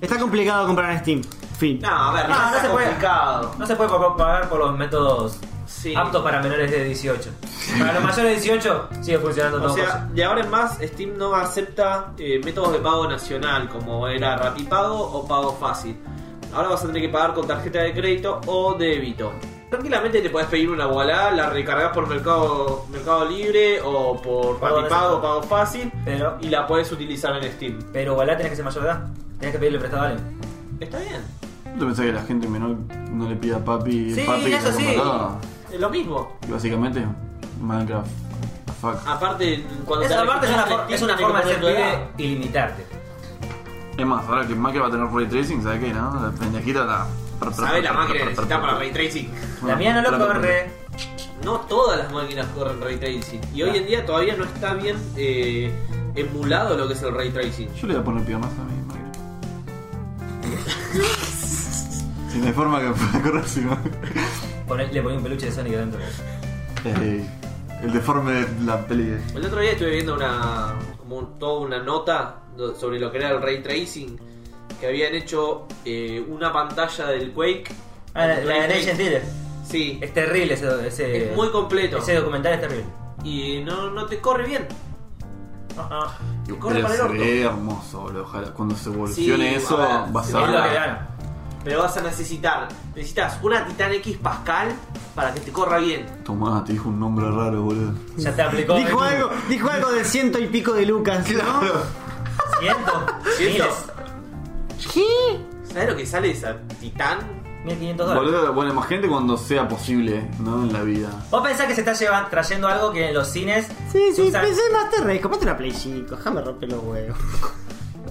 Speaker 4: Está complicado comprar en Steam. Fin.
Speaker 2: No, a ver,
Speaker 1: Ah, No,
Speaker 2: no,
Speaker 1: no
Speaker 2: está
Speaker 1: se puede.
Speaker 2: complicado.
Speaker 1: No se puede por- pagar por los métodos
Speaker 2: Sí.
Speaker 1: aptos para menores de 18. Para los mayores de 18 sigue funcionando
Speaker 2: O
Speaker 1: todo.
Speaker 2: sea, de ahora en más, Steam no acepta eh, métodos de pago nacional, como era Rapipago o Pago Fácil. Ahora vas a tener que pagar con tarjeta de crédito o débito. Tranquilamente te podés pedir una Wallah, la recargas por Mercado, mercado Libre o por
Speaker 1: Pago
Speaker 2: Rapipago
Speaker 1: nacional.
Speaker 2: o Pago Fácil
Speaker 1: Pero,
Speaker 2: y la podés utilizar en Steam.
Speaker 1: pero igual tenés que ser mayor de edad. Tenés que pedirle prestado a alguien.
Speaker 2: Está bien,
Speaker 3: Yo pensé que la gente menor no le pida a papi.
Speaker 1: Sí,
Speaker 3: papi que
Speaker 1: eso
Speaker 3: se
Speaker 1: sí.
Speaker 3: mataba.
Speaker 2: es lo mismo.
Speaker 3: Y básicamente Minecraft. Fuck.
Speaker 2: Aparte, cuando
Speaker 1: Esa parte es una, for- es una forma de ser
Speaker 2: libre
Speaker 1: pibe y limitarte.
Speaker 3: Es más, ahora que Minecraft va a tener ray tracing, ¿sabes qué? No? La pendejita está.
Speaker 2: ¿Sabes la máquina que necesitas para ray tracing?
Speaker 1: La mía no lo corre.
Speaker 2: No todas las máquinas corren ray tracing. Y hoy en día todavía no está bien eh, emulado lo que es el ray tracing.
Speaker 3: Yo le voy a poner piernas a mi máquina. Si no hay forma que pueda correr si no.
Speaker 1: Poné- le poní un peluche de Sonic adentro.
Speaker 3: Eh, el deforme de la peli. de-
Speaker 2: El otro día estuve viendo una. como un- toda una nota do- sobre lo que era el ray tracing. Que habían hecho eh, una pantalla del Quake.
Speaker 1: Ah, la, la de
Speaker 2: Ray
Speaker 1: Legend
Speaker 2: tracing.
Speaker 1: Dealer.
Speaker 2: Sí,
Speaker 1: Es terrible ese, ese.
Speaker 2: es muy completo.
Speaker 1: Ese documental es terrible.
Speaker 2: Y no, no te corre bien.
Speaker 1: Ajá.
Speaker 2: Te corre
Speaker 3: Pero
Speaker 2: para el
Speaker 3: se
Speaker 2: orto.
Speaker 3: ve hermoso, boludo. Ojalá cuando se evolucione
Speaker 2: Sí,
Speaker 3: eso,
Speaker 2: a ver,
Speaker 3: vas
Speaker 2: se
Speaker 3: a
Speaker 1: Es lo que
Speaker 3: ver.
Speaker 1: dan.
Speaker 2: Pero vas a necesitar. Necesitas una Titan X Pascal para que te corra bien.
Speaker 3: Tomá, te dijo un nombre raro, boludo.
Speaker 1: Ya te aplicó.
Speaker 4: Dijo algo, dijo algo de ciento y pico de lucas, ¿no?
Speaker 1: Ciento.
Speaker 2: ¿Ciento?
Speaker 1: Miles.
Speaker 2: ¿Sabes lo que sale de esa Titan?
Speaker 1: 1500 dólares.
Speaker 3: Boludo, bueno, imagínate cuando sea posible, ¿no? En la vida.
Speaker 1: ¿Vos pensás que se está llevando, trayendo algo que en los cines
Speaker 4: Sí,
Speaker 1: se
Speaker 4: sí,
Speaker 1: usa-
Speaker 4: pensé más te comprate una Play 5, déjame romper los huevos.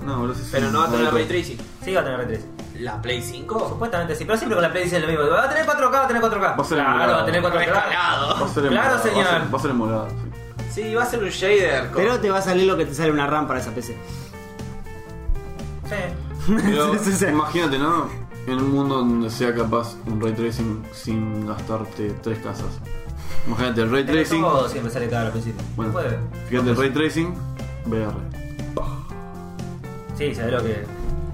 Speaker 3: No, boludo, sí, sí,
Speaker 2: Pero no va a tener ray tracing.
Speaker 1: Sí, va a tener Ray tracing.
Speaker 2: ¿La Play 5?
Speaker 1: Supuestamente sí, pero siempre con la Play dicen lo mismo. Va a tener 4K, va a tener 4K.
Speaker 3: Va a ser
Speaker 1: claro,
Speaker 3: emulado.
Speaker 1: va a tener 4K.
Speaker 2: Escalado.
Speaker 3: Va a ser
Speaker 1: Claro,
Speaker 3: emulado, va a
Speaker 1: señor.
Speaker 3: ser- Va a ser emulado, sí.
Speaker 2: Sí, va a ser un shader. con-
Speaker 4: Pero te va a salir lo que te sale una RAM para esa PC.
Speaker 1: Sí.
Speaker 3: Pero
Speaker 4: Sí, sí, sí.
Speaker 3: imagínate, ¿no? En un mundo donde sea capaz un ray tracing sin gastarte tres casas. Imagínate, el ray
Speaker 1: Pero
Speaker 3: tracing.
Speaker 1: Todo siempre sale caro al principio.
Speaker 3: Bueno,
Speaker 1: Puede.
Speaker 3: fíjate, el ray tracing, VR.
Speaker 1: Sí, sabés lo que.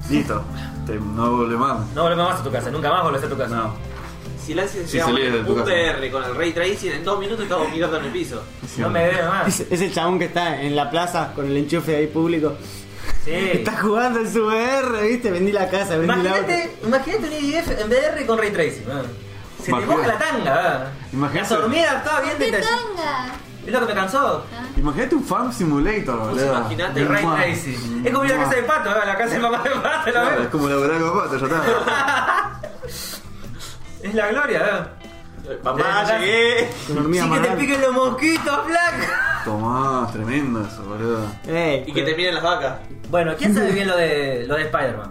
Speaker 3: Listo. Te- no vuelve más.
Speaker 1: No volvemos más a tu casa, nunca más volvés a tu casa.
Speaker 3: No.
Speaker 2: Si la haces
Speaker 3: Sí,
Speaker 2: llega
Speaker 3: salí de tu
Speaker 2: un
Speaker 3: casa.
Speaker 2: TR con el ray tracing, en dos minutos estamos mirando en el piso.
Speaker 3: Sí,
Speaker 1: No me veo más.
Speaker 4: Es,
Speaker 1: Sí.
Speaker 4: es el chabón que está en la plaza con el enchufe ahí público. Está jugando en su VR, viste, vendí la casa, vendí la auto.
Speaker 1: Imagínate, imagínate un IDF en VR con Ray Tracing. ¿no? Se te
Speaker 3: Imagínate.
Speaker 1: moja la tanga. ¿verdad?
Speaker 3: Imagínate.
Speaker 1: La dormida estaba bien
Speaker 5: ¡Qué
Speaker 1: detalladita.
Speaker 5: tanga!
Speaker 1: Es lo que me cansó.
Speaker 3: Imagínate un farm simulator, boludo.
Speaker 2: imaginate
Speaker 1: El Ray
Speaker 3: Mua.
Speaker 1: Tracing. Es como ir a la
Speaker 3: Mua.
Speaker 1: casa de pato, ¿verdad? la casa de mamá de pato. ¿la
Speaker 3: Claro,
Speaker 1: ves?
Speaker 3: es como laburar con pato, ya está.
Speaker 1: Es la gloria, ¿verdad?
Speaker 2: Eh,
Speaker 1: Sí,
Speaker 2: Papá, llegué.
Speaker 4: Con hormiga
Speaker 1: Sí, que te
Speaker 4: marrón.
Speaker 1: piquen los mosquitos, Black.
Speaker 3: Tomá, tremendo eso, boludo.
Speaker 4: Ey,
Speaker 2: Y que te miren las vacas.
Speaker 1: Bueno, ¿quién sabe bien lo de, lo de Spider-Man?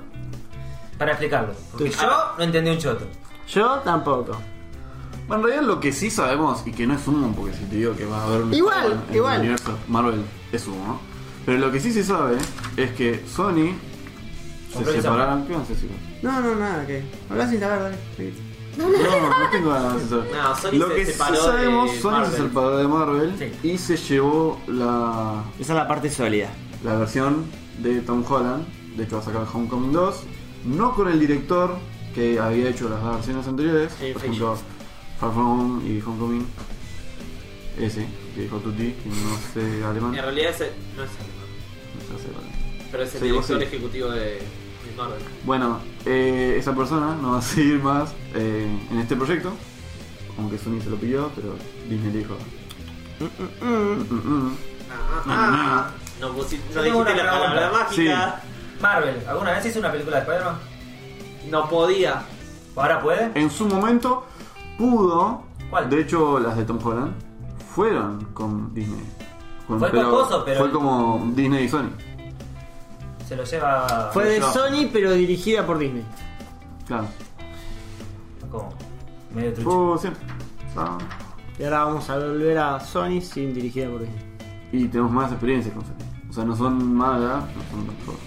Speaker 1: Para explicarlo. Porque
Speaker 4: Tú.
Speaker 1: yo no entendí un choto.
Speaker 4: Yo tampoco.
Speaker 3: Bueno, en realidad lo que sí sabemos, y que no es humo, porque si te digo que va a haber un
Speaker 4: Igual,
Speaker 3: Spider-Man en
Speaker 4: igual.
Speaker 3: el universo Marvel es humo, ¿no? Pero lo que sí se sabe es que Sony se
Speaker 1: Compró el
Speaker 3: separaron. ¿Qué van a decir?
Speaker 4: No, no, nada, que. Hablás sin saber, dale.
Speaker 3: No, no tengo ganas de saber.
Speaker 2: No, Sony
Speaker 3: lo
Speaker 2: se
Speaker 3: que
Speaker 2: separó
Speaker 3: sí sabemos,
Speaker 2: de
Speaker 3: Sony
Speaker 2: Marvel.
Speaker 3: se separó de Marvel
Speaker 1: Sí.
Speaker 3: y se llevó la,
Speaker 4: Esa es la parte sólida.
Speaker 3: la versión de Tom Holland, de que va a sacar Homecoming 2, no con el director que había hecho las dos versiones anteriores,
Speaker 2: Sí,
Speaker 3: por
Speaker 2: Feige.
Speaker 3: ejemplo, Far From Home y Homecoming, ese, que dijo Tutti, que no sé alemán.
Speaker 2: En realidad ese no es alemán,
Speaker 3: no sé alemán.
Speaker 2: pero es el
Speaker 3: Sí, vos
Speaker 2: director
Speaker 3: sí.
Speaker 2: ejecutivo de, de Marvel.
Speaker 3: Bueno, eh, esa persona no va a seguir más eh, en este proyecto, aunque Sony se lo pidió, pero Disney le dijo... "Mm, mm, mm".
Speaker 2: Ah, ah,
Speaker 3: Ah,
Speaker 2: ah. No, pusi-
Speaker 1: Yo
Speaker 2: no
Speaker 1: tengo
Speaker 2: dijiste
Speaker 1: una
Speaker 2: la palabra
Speaker 1: pregunta.
Speaker 2: mágica.
Speaker 1: Marvel, ¿alguna vez hizo una película de Spider-Man?
Speaker 2: No podía.
Speaker 1: ¿Ahora puede?
Speaker 3: En su momento pudo.
Speaker 1: ¿Cuál?
Speaker 3: De hecho, las de Tom Holland fueron con Disney. Con-
Speaker 1: Fue costoso, pero-
Speaker 3: Fue como Disney y Sony.
Speaker 1: Se lo lleva.
Speaker 4: Fue de
Speaker 3: yo.
Speaker 4: Sony, pero dirigida por Disney.
Speaker 3: Claro.
Speaker 1: Como. Medio trucho.
Speaker 3: Fue siempre. Ah,
Speaker 4: Y ahora vamos a volver a Sony sin dirigida por Disney.
Speaker 3: Y tenemos más experiencias con Sony. O sea, no son malas, no son las mejores.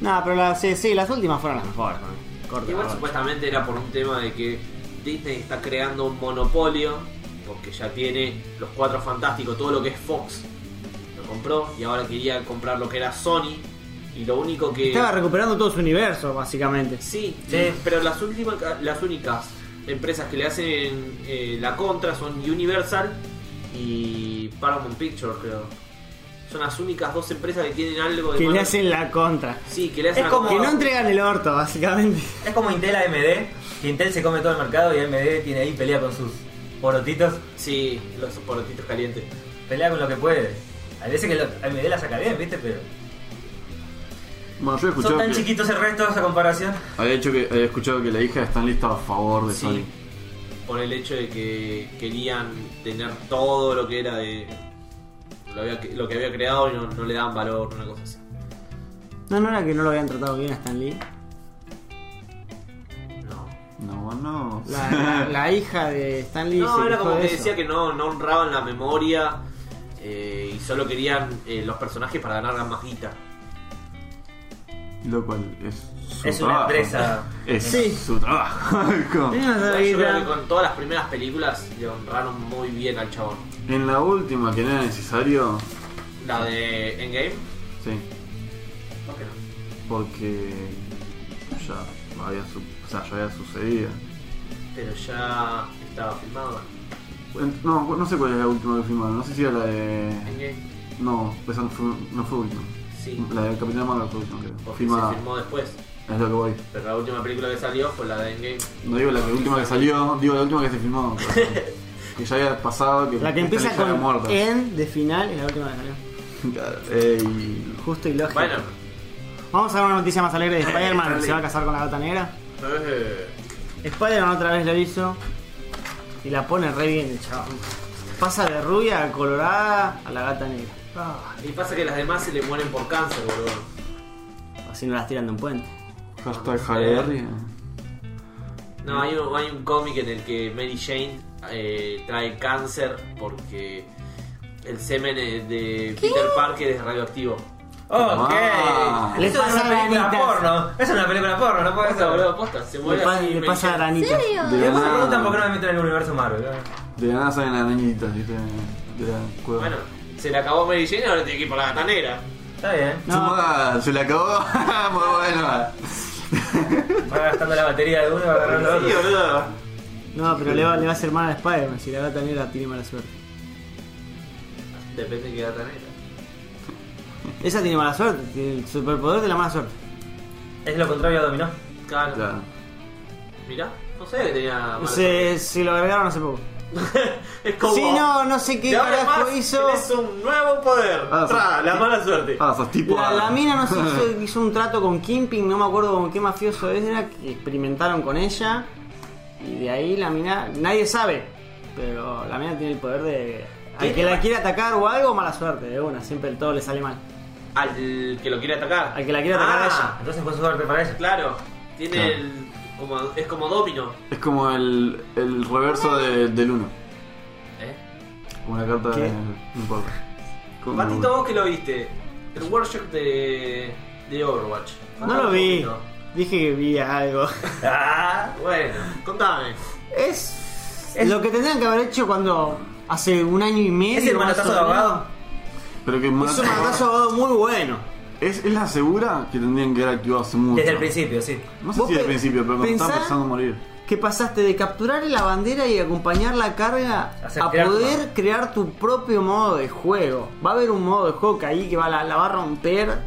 Speaker 4: Nada, pero las, sí, sí, las últimas fueron las mejores. ¿no? Corta,
Speaker 2: Igual
Speaker 4: la verdad.
Speaker 2: supuestamente era por un tema de que Disney está creando un monopolio, porque ya tiene los cuatro fantásticos, todo lo que es Fox lo compró y ahora quería comprar lo que era Sony y lo único que...
Speaker 4: Estaba recuperando todo su universo, básicamente.
Speaker 2: Sí, eh,
Speaker 1: Sí.
Speaker 2: pero las últimas, las únicas empresas que le hacen eh, la contra son Universal y Paramount Pictures, creo. Son las únicas dos empresas que tienen algo de...
Speaker 4: Que le
Speaker 2: mano-
Speaker 4: hacen la contra.
Speaker 2: Sí, que le hacen
Speaker 1: Es
Speaker 2: la
Speaker 1: como-
Speaker 4: Que no entregan el orto, básicamente.
Speaker 1: Es como Intel AMD, que Intel se come todo el mercado y AMD tiene ahí pelea con sus porotitos,
Speaker 2: Sí, los porotitos calientes.
Speaker 1: pelea con lo que puede. Hay veces que lo- AMD la saca bien, ¿viste? Pero.
Speaker 3: Bueno, yo he
Speaker 1: Son
Speaker 3: escuchado.
Speaker 1: tan
Speaker 3: que-
Speaker 1: chiquitos el resto a esa comparación.
Speaker 3: había, hecho que, había escuchado que la hija está en lista a favor de
Speaker 2: Sí.
Speaker 3: Sony.
Speaker 2: por el hecho de que querían tener todo lo que era de lo, había- lo que había creado y no, no le daban valor, una cosa así.
Speaker 4: No, no era que no lo habían tratado bien a Stan Lee.
Speaker 2: No.
Speaker 3: no.
Speaker 4: La, la- la hija de Stan Lee.
Speaker 2: No,
Speaker 4: se
Speaker 2: era
Speaker 4: quejó
Speaker 2: como
Speaker 4: de
Speaker 2: que
Speaker 4: eso.
Speaker 2: decía que no, no honraban la memoria eh, y solo querían eh, los personajes para ganar más guita.
Speaker 3: Lo cual es su
Speaker 1: Es una
Speaker 3: trabajo.
Speaker 1: empresa.
Speaker 3: Es
Speaker 4: Sí.
Speaker 3: su trabajo. Como-
Speaker 4: Tenía esa
Speaker 2: Yo creo que
Speaker 4: guita.
Speaker 2: con todas las primeras películas le honraron muy bien al chabón.
Speaker 3: en la última que no era necesario.
Speaker 2: La de Endgame,
Speaker 3: Sí.
Speaker 2: ¿por qué no?
Speaker 3: Porque ya había, su- o sea, ya había sucedido.
Speaker 2: Pero ya estaba filmada.
Speaker 3: En- No, no sé cuál es la última que filmaron. No sé si era la de.
Speaker 2: Endgame,
Speaker 3: No, esa no fue, no fue última.
Speaker 2: sí.
Speaker 3: La de Capitán Marvel fue última, creo.
Speaker 2: Porque
Speaker 3: Filmada.
Speaker 2: se filmó después.
Speaker 3: Es lo que voy.
Speaker 2: Pero la última película que salió fue la de Endgame.
Speaker 3: No digo la que- última que salió, digo la última que se filmó. pero- que ya había pasado, que
Speaker 4: La que
Speaker 3: Stan Lee
Speaker 4: empieza
Speaker 3: ya había
Speaker 4: con E.
Speaker 3: muerto.
Speaker 4: End de final es la última que salió.
Speaker 3: Claro, E ey.
Speaker 4: Justo y lógico.
Speaker 2: Bueno,
Speaker 4: Vamos a ver una noticia más alegre de Spider-Man que se va a casar con la gata negra.
Speaker 2: eh,
Speaker 4: Spider-Man otra vez lo hizo y la pone re bien el chabón. Pasa de rubia a colorada a la gata negra.
Speaker 2: y pasa que las demás se le mueren por cáncer, boludo.
Speaker 4: Así no las tiran de un puente.
Speaker 3: Hashtag
Speaker 2: E.
Speaker 3: Javier.
Speaker 2: No, hay un, hay un cómic en el que Mary Jane eh, trae cáncer porque el semen eh, de Peter Parker es radioactivo.
Speaker 1: Ok.
Speaker 3: Ah.
Speaker 4: Le
Speaker 1: Eso es una
Speaker 4: pasa
Speaker 1: película
Speaker 4: granitas.
Speaker 1: porno. Eso es una película porno, no puede
Speaker 2: Posta,
Speaker 1: ser.
Speaker 2: boludo, posta, se
Speaker 4: Le,
Speaker 2: muere
Speaker 4: pa-
Speaker 2: así
Speaker 4: le
Speaker 2: Mary
Speaker 4: pasa
Speaker 2: Jane.
Speaker 4: granitas.
Speaker 5: ¿En serio?
Speaker 3: De
Speaker 1: Y
Speaker 3: la
Speaker 1: después se
Speaker 3: nada-
Speaker 1: preguntan por qué no me meto en el universo Marvel.
Speaker 3: De la nada salen arañitas, ¿viste? De la cueva.
Speaker 2: Bueno, se le acabó Mary Jane y ahora tiene que ir por la gata negra.
Speaker 1: Está bien.
Speaker 4: No.
Speaker 3: Sumá, se le acabó. Muy bueno.
Speaker 1: Va gastando la batería de uno y va agarrando el
Speaker 2: Sí,
Speaker 1: otro.
Speaker 2: boludo.
Speaker 4: No, pero le va, le va a hacer mal a Spider-Man si la gata negra tiene mala suerte.
Speaker 2: Depende de qué gata negra.
Speaker 4: Esa tiene mala suerte, tiene el superpoder de la mala suerte.
Speaker 1: Es lo contrario a Dominó.
Speaker 2: Claro.
Speaker 3: Claro.
Speaker 2: Mirá, no sé que tenía. mala
Speaker 4: Se, se lo agregaron hace poco.
Speaker 2: suerte. es como.
Speaker 4: Sí, no, no sé qué
Speaker 2: de ahora en este
Speaker 4: carajo
Speaker 2: más,
Speaker 4: hizo.
Speaker 2: Es un nuevo poder.
Speaker 3: Ah,
Speaker 2: Tra,
Speaker 3: sí.
Speaker 2: la mala suerte.
Speaker 3: Ah, sos tipo.
Speaker 4: La, la
Speaker 3: ah.
Speaker 4: mina no sé, hizo, hizo un trato con Kimping, no me acuerdo con qué mafioso era, que experimentaron con ella. Y de ahí la mina, nadie sabe, pero la mina tiene el poder de... Al que la quiere atacar o algo, mala suerte, de una, siempre el todo le sale mal.
Speaker 2: Al que lo quiere atacar.
Speaker 4: Al que la quiere atacar a
Speaker 2: Ah,
Speaker 1: Entonces fue suerte para ella.
Speaker 2: Claro, tiene
Speaker 3: Claro.
Speaker 2: el. Como, es como domino.
Speaker 3: Es como el, el reverso de- del 1.
Speaker 2: ¿Eh?
Speaker 3: Como la carta
Speaker 4: ¿Qué?
Speaker 3: de. No importa. Como-
Speaker 2: Matito, vos que lo viste. El workshop de. de Overwatch.
Speaker 4: No lo vi, dije que vi algo.
Speaker 1: Ah,
Speaker 2: Bueno, contame.
Speaker 4: Es, lo que tendrían que haber hecho cuando hace un año y medio...
Speaker 1: ¿Es el
Speaker 4: más
Speaker 1: manotazo
Speaker 4: o
Speaker 1: de
Speaker 4: menos.
Speaker 1: abogado?
Speaker 3: Pero que
Speaker 4: Es un
Speaker 3: Matito-
Speaker 4: manotazo de abogado muy bueno.
Speaker 3: Es, es la segura que tendrían que haber activado hace mucho.
Speaker 1: Desde el principio, sí.
Speaker 3: No sé
Speaker 4: Vos
Speaker 3: si al
Speaker 4: pe-
Speaker 3: principio, pero cuando estaba
Speaker 4: pensá-
Speaker 3: empezando a morir.
Speaker 4: que pasaste de capturar la bandera y acompañar la carga
Speaker 1: A hacer
Speaker 4: a
Speaker 1: crear tu
Speaker 4: poder
Speaker 1: mapa.
Speaker 4: crear tu propio modo de juego. Va a haber un modo de juego que ahí que va la, la va a romper.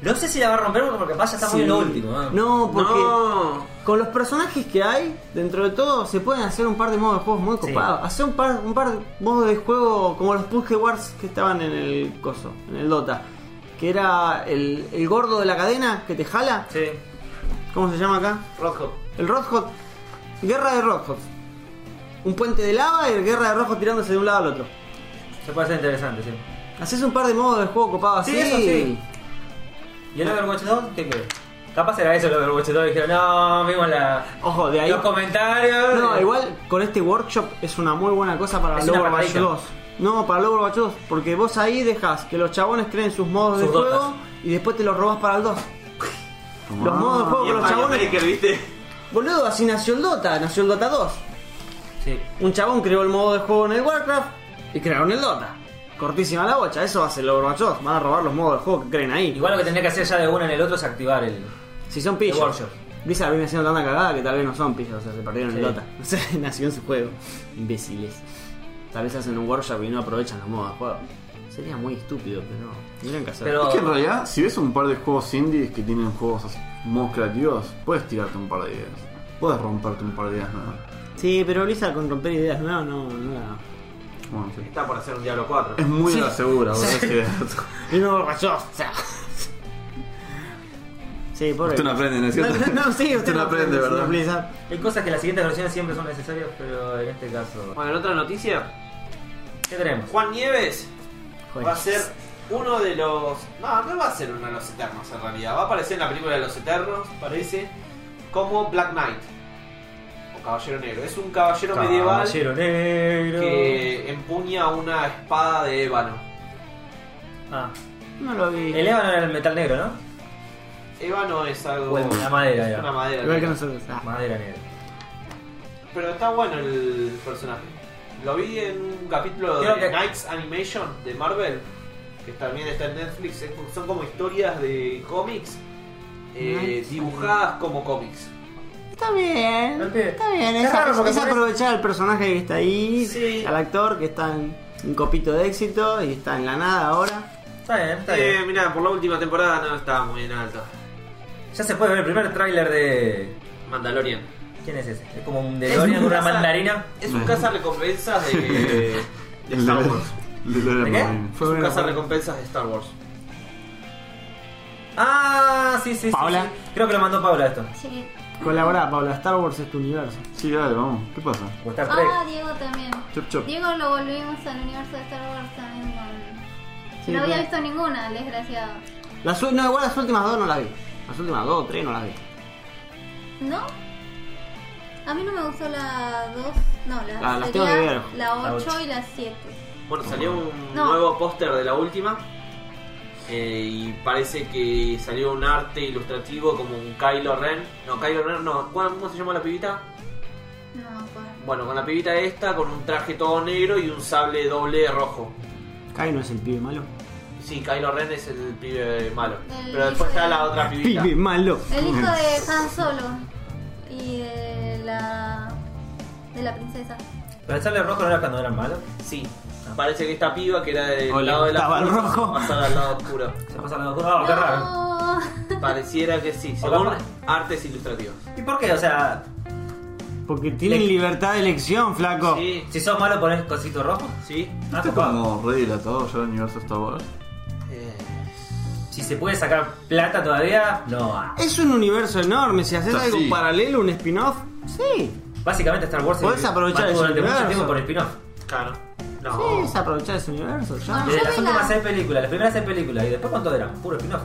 Speaker 1: No sé si la va a romper porque capaz ya está muy
Speaker 4: Sí.
Speaker 1: en lo último. ¿eh?
Speaker 4: No, porque
Speaker 2: No.
Speaker 4: con los personajes que hay, dentro de todo, se pueden hacer un par de modos de juegos muy copados. Hacer un par, un par de modos de juego como los Puzzle Wars que estaban en el coso, en el Dota. Que era el, el gordo de la cadena que te jala.
Speaker 1: Sí.
Speaker 4: ¿Cómo se llama acá?
Speaker 2: Rojo.
Speaker 4: El Rothot. Guerra de Rothot. Un puente de lava y el guerra de rojos tirándose de un lado al otro.
Speaker 1: Se puede hacer interesante, sí.
Speaker 4: Haces un par de modos de juego copado así.
Speaker 1: Sí, eso sí. ¿Y el Overwatch 2? ¿Qué crees? Capaz era eso el Overwatch 2. Dijeron, no, vimos la,
Speaker 4: Ojo, de ahí.
Speaker 1: los comentarios.
Speaker 4: No, igual con este workshop es una muy buena cosa para
Speaker 1: Es
Speaker 4: el
Speaker 1: una
Speaker 4: Overwatch
Speaker 1: patadita.
Speaker 4: 2. No, para el Overwatch 2. Porque vos ahí dejas que los chabones creen sus modos de
Speaker 1: Sus
Speaker 4: juego
Speaker 1: dotas.
Speaker 4: y después te los robas para el 2.
Speaker 3: Ah.
Speaker 4: Los modos de juego con
Speaker 2: Y el
Speaker 4: los
Speaker 2: Mario
Speaker 4: chabones.
Speaker 2: Maker, ¿viste?
Speaker 4: Boludo, así nació el Dota, nació el Dota 2.
Speaker 1: Sí.
Speaker 4: Un chabón creó el modo de juego en el Warcraft y crearon el Dota. Cortísima la bocha, eso va a ser el Overwatch 2. Van a robar los modos de juego que creen ahí.
Speaker 1: Igual lo que tendría que hacer ya de una en el otro es activar el.
Speaker 4: Si son
Speaker 1: The
Speaker 4: pillos.
Speaker 1: Workshop.
Speaker 4: Blizzard viene haciendo tanta cagada que tal vez no son pillos, o sea, se perdieron
Speaker 1: Sí.
Speaker 4: el Dota. O sea, nació en su juego. Imbéciles. Tal vez hacen un workshop y no aprovechan los modos de juego. Sería muy estúpido, pero no. Tendrían que hacer.
Speaker 1: Pero-
Speaker 3: Es que en realidad, si ves un par de juegos indies que tienen juegos así, modos creativos, puedes tirarte un par de ideas. Puedes romperte un par de ideas nuevas.
Speaker 4: Sí, pero Blizzard con romper ideas, no, no, no.
Speaker 3: Bueno, sí.
Speaker 2: Está por hacer un Diablo 4.
Speaker 3: Es muy
Speaker 4: Sí.
Speaker 3: la segura, boludo. es que-
Speaker 4: Y no borrachos. o sea. Sí, pobre.
Speaker 3: Usted no aprende, ¿no es cierto?
Speaker 4: No, no, sí, usted no aprende,
Speaker 3: ¿verdad?
Speaker 4: señor Blizzard.
Speaker 1: Hay cosas que las siguientes versiones siempre son necesarias, pero en este caso.
Speaker 2: Bueno, en otra noticia,
Speaker 1: ¿Qué tenemos?
Speaker 2: Juan Nieves
Speaker 4: Joder.
Speaker 2: va a ser uno de los. No, no va a ser uno de los Eternos en realidad. Va a aparecer en la película de los Eternos, parece, como Black Knight. Caballero Negro. Es un caballero medieval
Speaker 1: Caballero Ah, negro.
Speaker 2: que empuña una espada de ébano.
Speaker 1: Ah,
Speaker 4: No lo vi.
Speaker 1: el ébano era el metal negro, ¿no?
Speaker 2: Ébano es algo.
Speaker 1: Bueno, la madera,
Speaker 2: es
Speaker 1: ya.
Speaker 2: Oh. una madera.
Speaker 4: Igual que nosotros. Ah.
Speaker 1: Madera negra.
Speaker 2: Pero está bueno el personaje. Lo vi en un capítulo
Speaker 1: Creo
Speaker 2: de
Speaker 1: que-
Speaker 2: Knights Animation de Marvel, que también está en Netflix. Es- Son como historias de cómics eh,
Speaker 4: Knights.
Speaker 2: dibujadas como cómics.
Speaker 4: Está bien.
Speaker 1: Está bien.
Speaker 4: Está bien.
Speaker 1: Es
Speaker 4: Es,
Speaker 1: raro porque
Speaker 4: es
Speaker 1: parece-
Speaker 4: aprovechar al personaje que está ahí,
Speaker 2: Sí.
Speaker 4: al actor que está en un copito de éxito y está en la nada ahora.
Speaker 1: Está bien, está
Speaker 2: Eh,
Speaker 1: bien.
Speaker 2: mirá, por la última temporada no estaba muy en alto.
Speaker 1: Ya se puede ver el primer tráiler de.
Speaker 2: Mandalorian.
Speaker 1: ¿Quién es ese? Es como un DeLorean con una
Speaker 2: casa-
Speaker 1: mandarina.
Speaker 2: Es un cazarrecompensas de, de Star Wars.
Speaker 1: ¿De qué?
Speaker 2: Es un cazarrecompensas de Star Wars.
Speaker 1: Ah, sí, sí, sí,
Speaker 4: Paola.
Speaker 1: sí. Creo que lo mandó Paula esto.
Speaker 5: Sí.
Speaker 4: Colabora, Paula. Star Wars es tu universo.
Speaker 3: Sí, dale, vamos. ¿Qué pasa?
Speaker 1: O Star Trek.
Speaker 5: Ah, Diego también.
Speaker 3: Chop, chop.
Speaker 5: Diego lo volvimos al universo de Star Wars también con...
Speaker 4: Sí,
Speaker 5: no había
Speaker 4: pero-
Speaker 5: visto ninguna, el desgraciado.
Speaker 4: Las, u- no, igual las últimas dos no las vi. Las últimas dos o tres no las vi.
Speaker 5: ¿No? A mí no me gustó la 2, no, la,
Speaker 4: Ah, las
Speaker 5: sería
Speaker 4: tengo que ver.
Speaker 5: la
Speaker 1: La
Speaker 5: 8
Speaker 1: ocho.
Speaker 5: y la 7.
Speaker 2: Bueno, salió un
Speaker 5: No.
Speaker 2: nuevo póster de la última. eh, y parece que salió un arte ilustrativo como un Kylo Ren. No, Kylo Ren no. ¿Cuál- ¿Cómo se llama la pibita?
Speaker 5: No, pues.
Speaker 2: Bueno, con la pibita esta, con un traje todo negro y un sable doble rojo.
Speaker 4: Kai no es el pibe malo.
Speaker 2: Sí, Kylo Ren es el pibe malo.
Speaker 5: El
Speaker 2: Pero después
Speaker 5: hijo
Speaker 2: está
Speaker 5: de-
Speaker 2: la otra pibita.
Speaker 4: Pibe malo.
Speaker 5: El hijo de Han Solo y de la de la princesa.
Speaker 1: Pero el sable rojo no era cuando eran malos.
Speaker 2: Sí. Parece que esta piba que era del
Speaker 4: O le
Speaker 2: lado de la
Speaker 4: gustaba el
Speaker 2: luz,
Speaker 4: rojo.
Speaker 2: pasar al lado oscuro.
Speaker 1: Se pasa la locura.
Speaker 3: Ah,
Speaker 1: Oh, qué raro.
Speaker 5: No.
Speaker 2: Pareciera que sí, según
Speaker 1: capaz-
Speaker 2: artes ilustrativas.
Speaker 1: ¿Y por qué? O sea,
Speaker 4: Porque tienen
Speaker 1: Le-
Speaker 4: libertad de elección, flaco.
Speaker 2: Sí,
Speaker 1: si sos malo ponés cosito rojo.
Speaker 2: sí.
Speaker 1: Ah,
Speaker 3: Está
Speaker 1: copado.
Speaker 3: como re dilatado ya el universo Star Wars.
Speaker 2: Eh,
Speaker 1: Si se puede sacar plata todavía, no. ah.
Speaker 4: Es un universo enorme. Si haces
Speaker 3: Está
Speaker 4: algo
Speaker 3: así.
Speaker 4: paralelo, un spin-off, sí.
Speaker 1: Básicamente Star Wars se
Speaker 4: Podés aprovechar
Speaker 1: mantuvo
Speaker 4: ese
Speaker 1: durante mucho
Speaker 4: universo.
Speaker 1: tiempo con spin-off.
Speaker 2: Claro. No.
Speaker 4: Sí, es aprovechar ese universo. Ya.
Speaker 5: Bueno,
Speaker 1: Desde
Speaker 5: yo
Speaker 1: las
Speaker 5: vi la-
Speaker 1: últimas seis películas, las primeras seis películas y después cuántos eran, puro spin-off.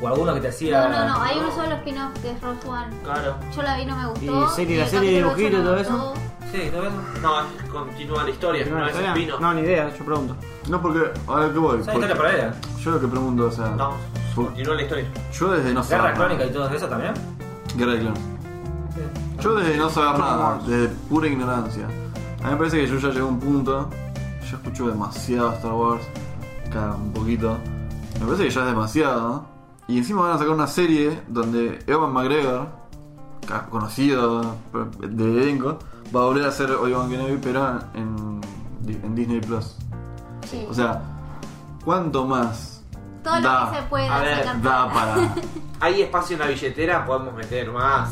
Speaker 1: O alguno que te hacía.
Speaker 5: No, no, no, hay un solo spin-off que es Rogue One.
Speaker 2: Claro.
Speaker 5: Yo la vi no me gustó.
Speaker 4: ¿Y serie,
Speaker 5: el
Speaker 4: la serie de
Speaker 5: capítulo
Speaker 4: dibujitos y
Speaker 5: ocho
Speaker 4: todo
Speaker 5: no me gustó.
Speaker 1: Sí, ¿no ves?
Speaker 2: No, es- continúa la historia, no, es un pino.
Speaker 4: No, ni idea, yo pregunto.
Speaker 3: No, porque ahora que voy.
Speaker 1: Son
Speaker 3: porque-
Speaker 1: historias paralelas.
Speaker 3: yo lo que pregunto, o sea.
Speaker 2: No,
Speaker 3: por-
Speaker 2: continúa la historia.
Speaker 3: yo desde no saber.
Speaker 1: Guerra
Speaker 3: nada.
Speaker 1: Crónica y todo eso también.
Speaker 3: Guerra de Clones. Yo desde no saber nada, desde pura ignorancia. A mí me parece que yo ya llegué a un punto. Yo escucho demasiado Star Wars. Cada un poquito. Me parece que ya es demasiado. Y encima van a sacar una serie donde Ewan McGregor, ca- conocido de elenco, va a volver a ser Obi-Wan Kenobi, pero en, en Disney Plus.
Speaker 5: Sí.
Speaker 3: O sea, ¿cuánto más
Speaker 5: todo lo
Speaker 3: da-
Speaker 5: que se pueda
Speaker 2: a ver,
Speaker 5: sacar
Speaker 3: da para.?
Speaker 2: Hay espacio en la billetera, podemos meter más.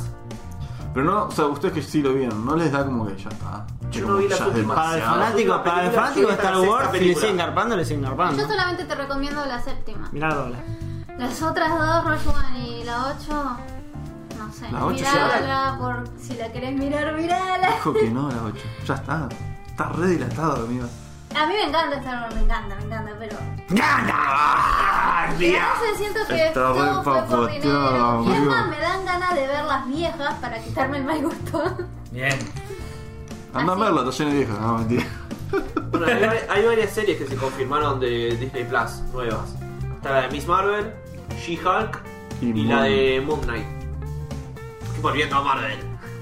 Speaker 3: Pero no, o sea, ustedes que sí lo vieron, no les da como que ya está.
Speaker 2: Yo
Speaker 3: Que
Speaker 2: no
Speaker 3: como
Speaker 2: vi
Speaker 3: que
Speaker 2: las
Speaker 3: ya es
Speaker 2: últimas.
Speaker 4: Para el
Speaker 3: demasiado.
Speaker 4: fanático, para el fanático de Star Wars, si le siguen garpando, le siguen
Speaker 5: Yo
Speaker 4: garpando.
Speaker 5: solamente te recomiendo la séptima.
Speaker 4: Mirá la doble.
Speaker 5: Las otras dos, Rogue One y la 8, no sé.
Speaker 3: La ocho ya-
Speaker 5: mirala por si la querés mirar, mirala.
Speaker 3: Dijo que no, la 8. Ya está. Está re dilatado, amigo.
Speaker 5: A mí me encanta Star Wars, me encanta, me encanta, pero. A veces siento que
Speaker 3: Está
Speaker 5: todo
Speaker 3: re
Speaker 5: fue por dinero.
Speaker 3: papoteado,
Speaker 5: Y es
Speaker 3: amigo.
Speaker 5: más, me dan ganas de ver las viejas para quitarme el mal gusto.
Speaker 1: Bien.
Speaker 3: Anda a
Speaker 5: Así.
Speaker 3: verlo, está lleno de viejas. No, mentira.
Speaker 2: Bueno, hay, vari- hay varias series que se confirmaron de Disney Plus, nuevas. Está la de Miss Marvel, She-Hulk
Speaker 3: Y
Speaker 2: y,
Speaker 3: Moon.
Speaker 2: la de Moon Knight. Estoy volviendo a Marvel.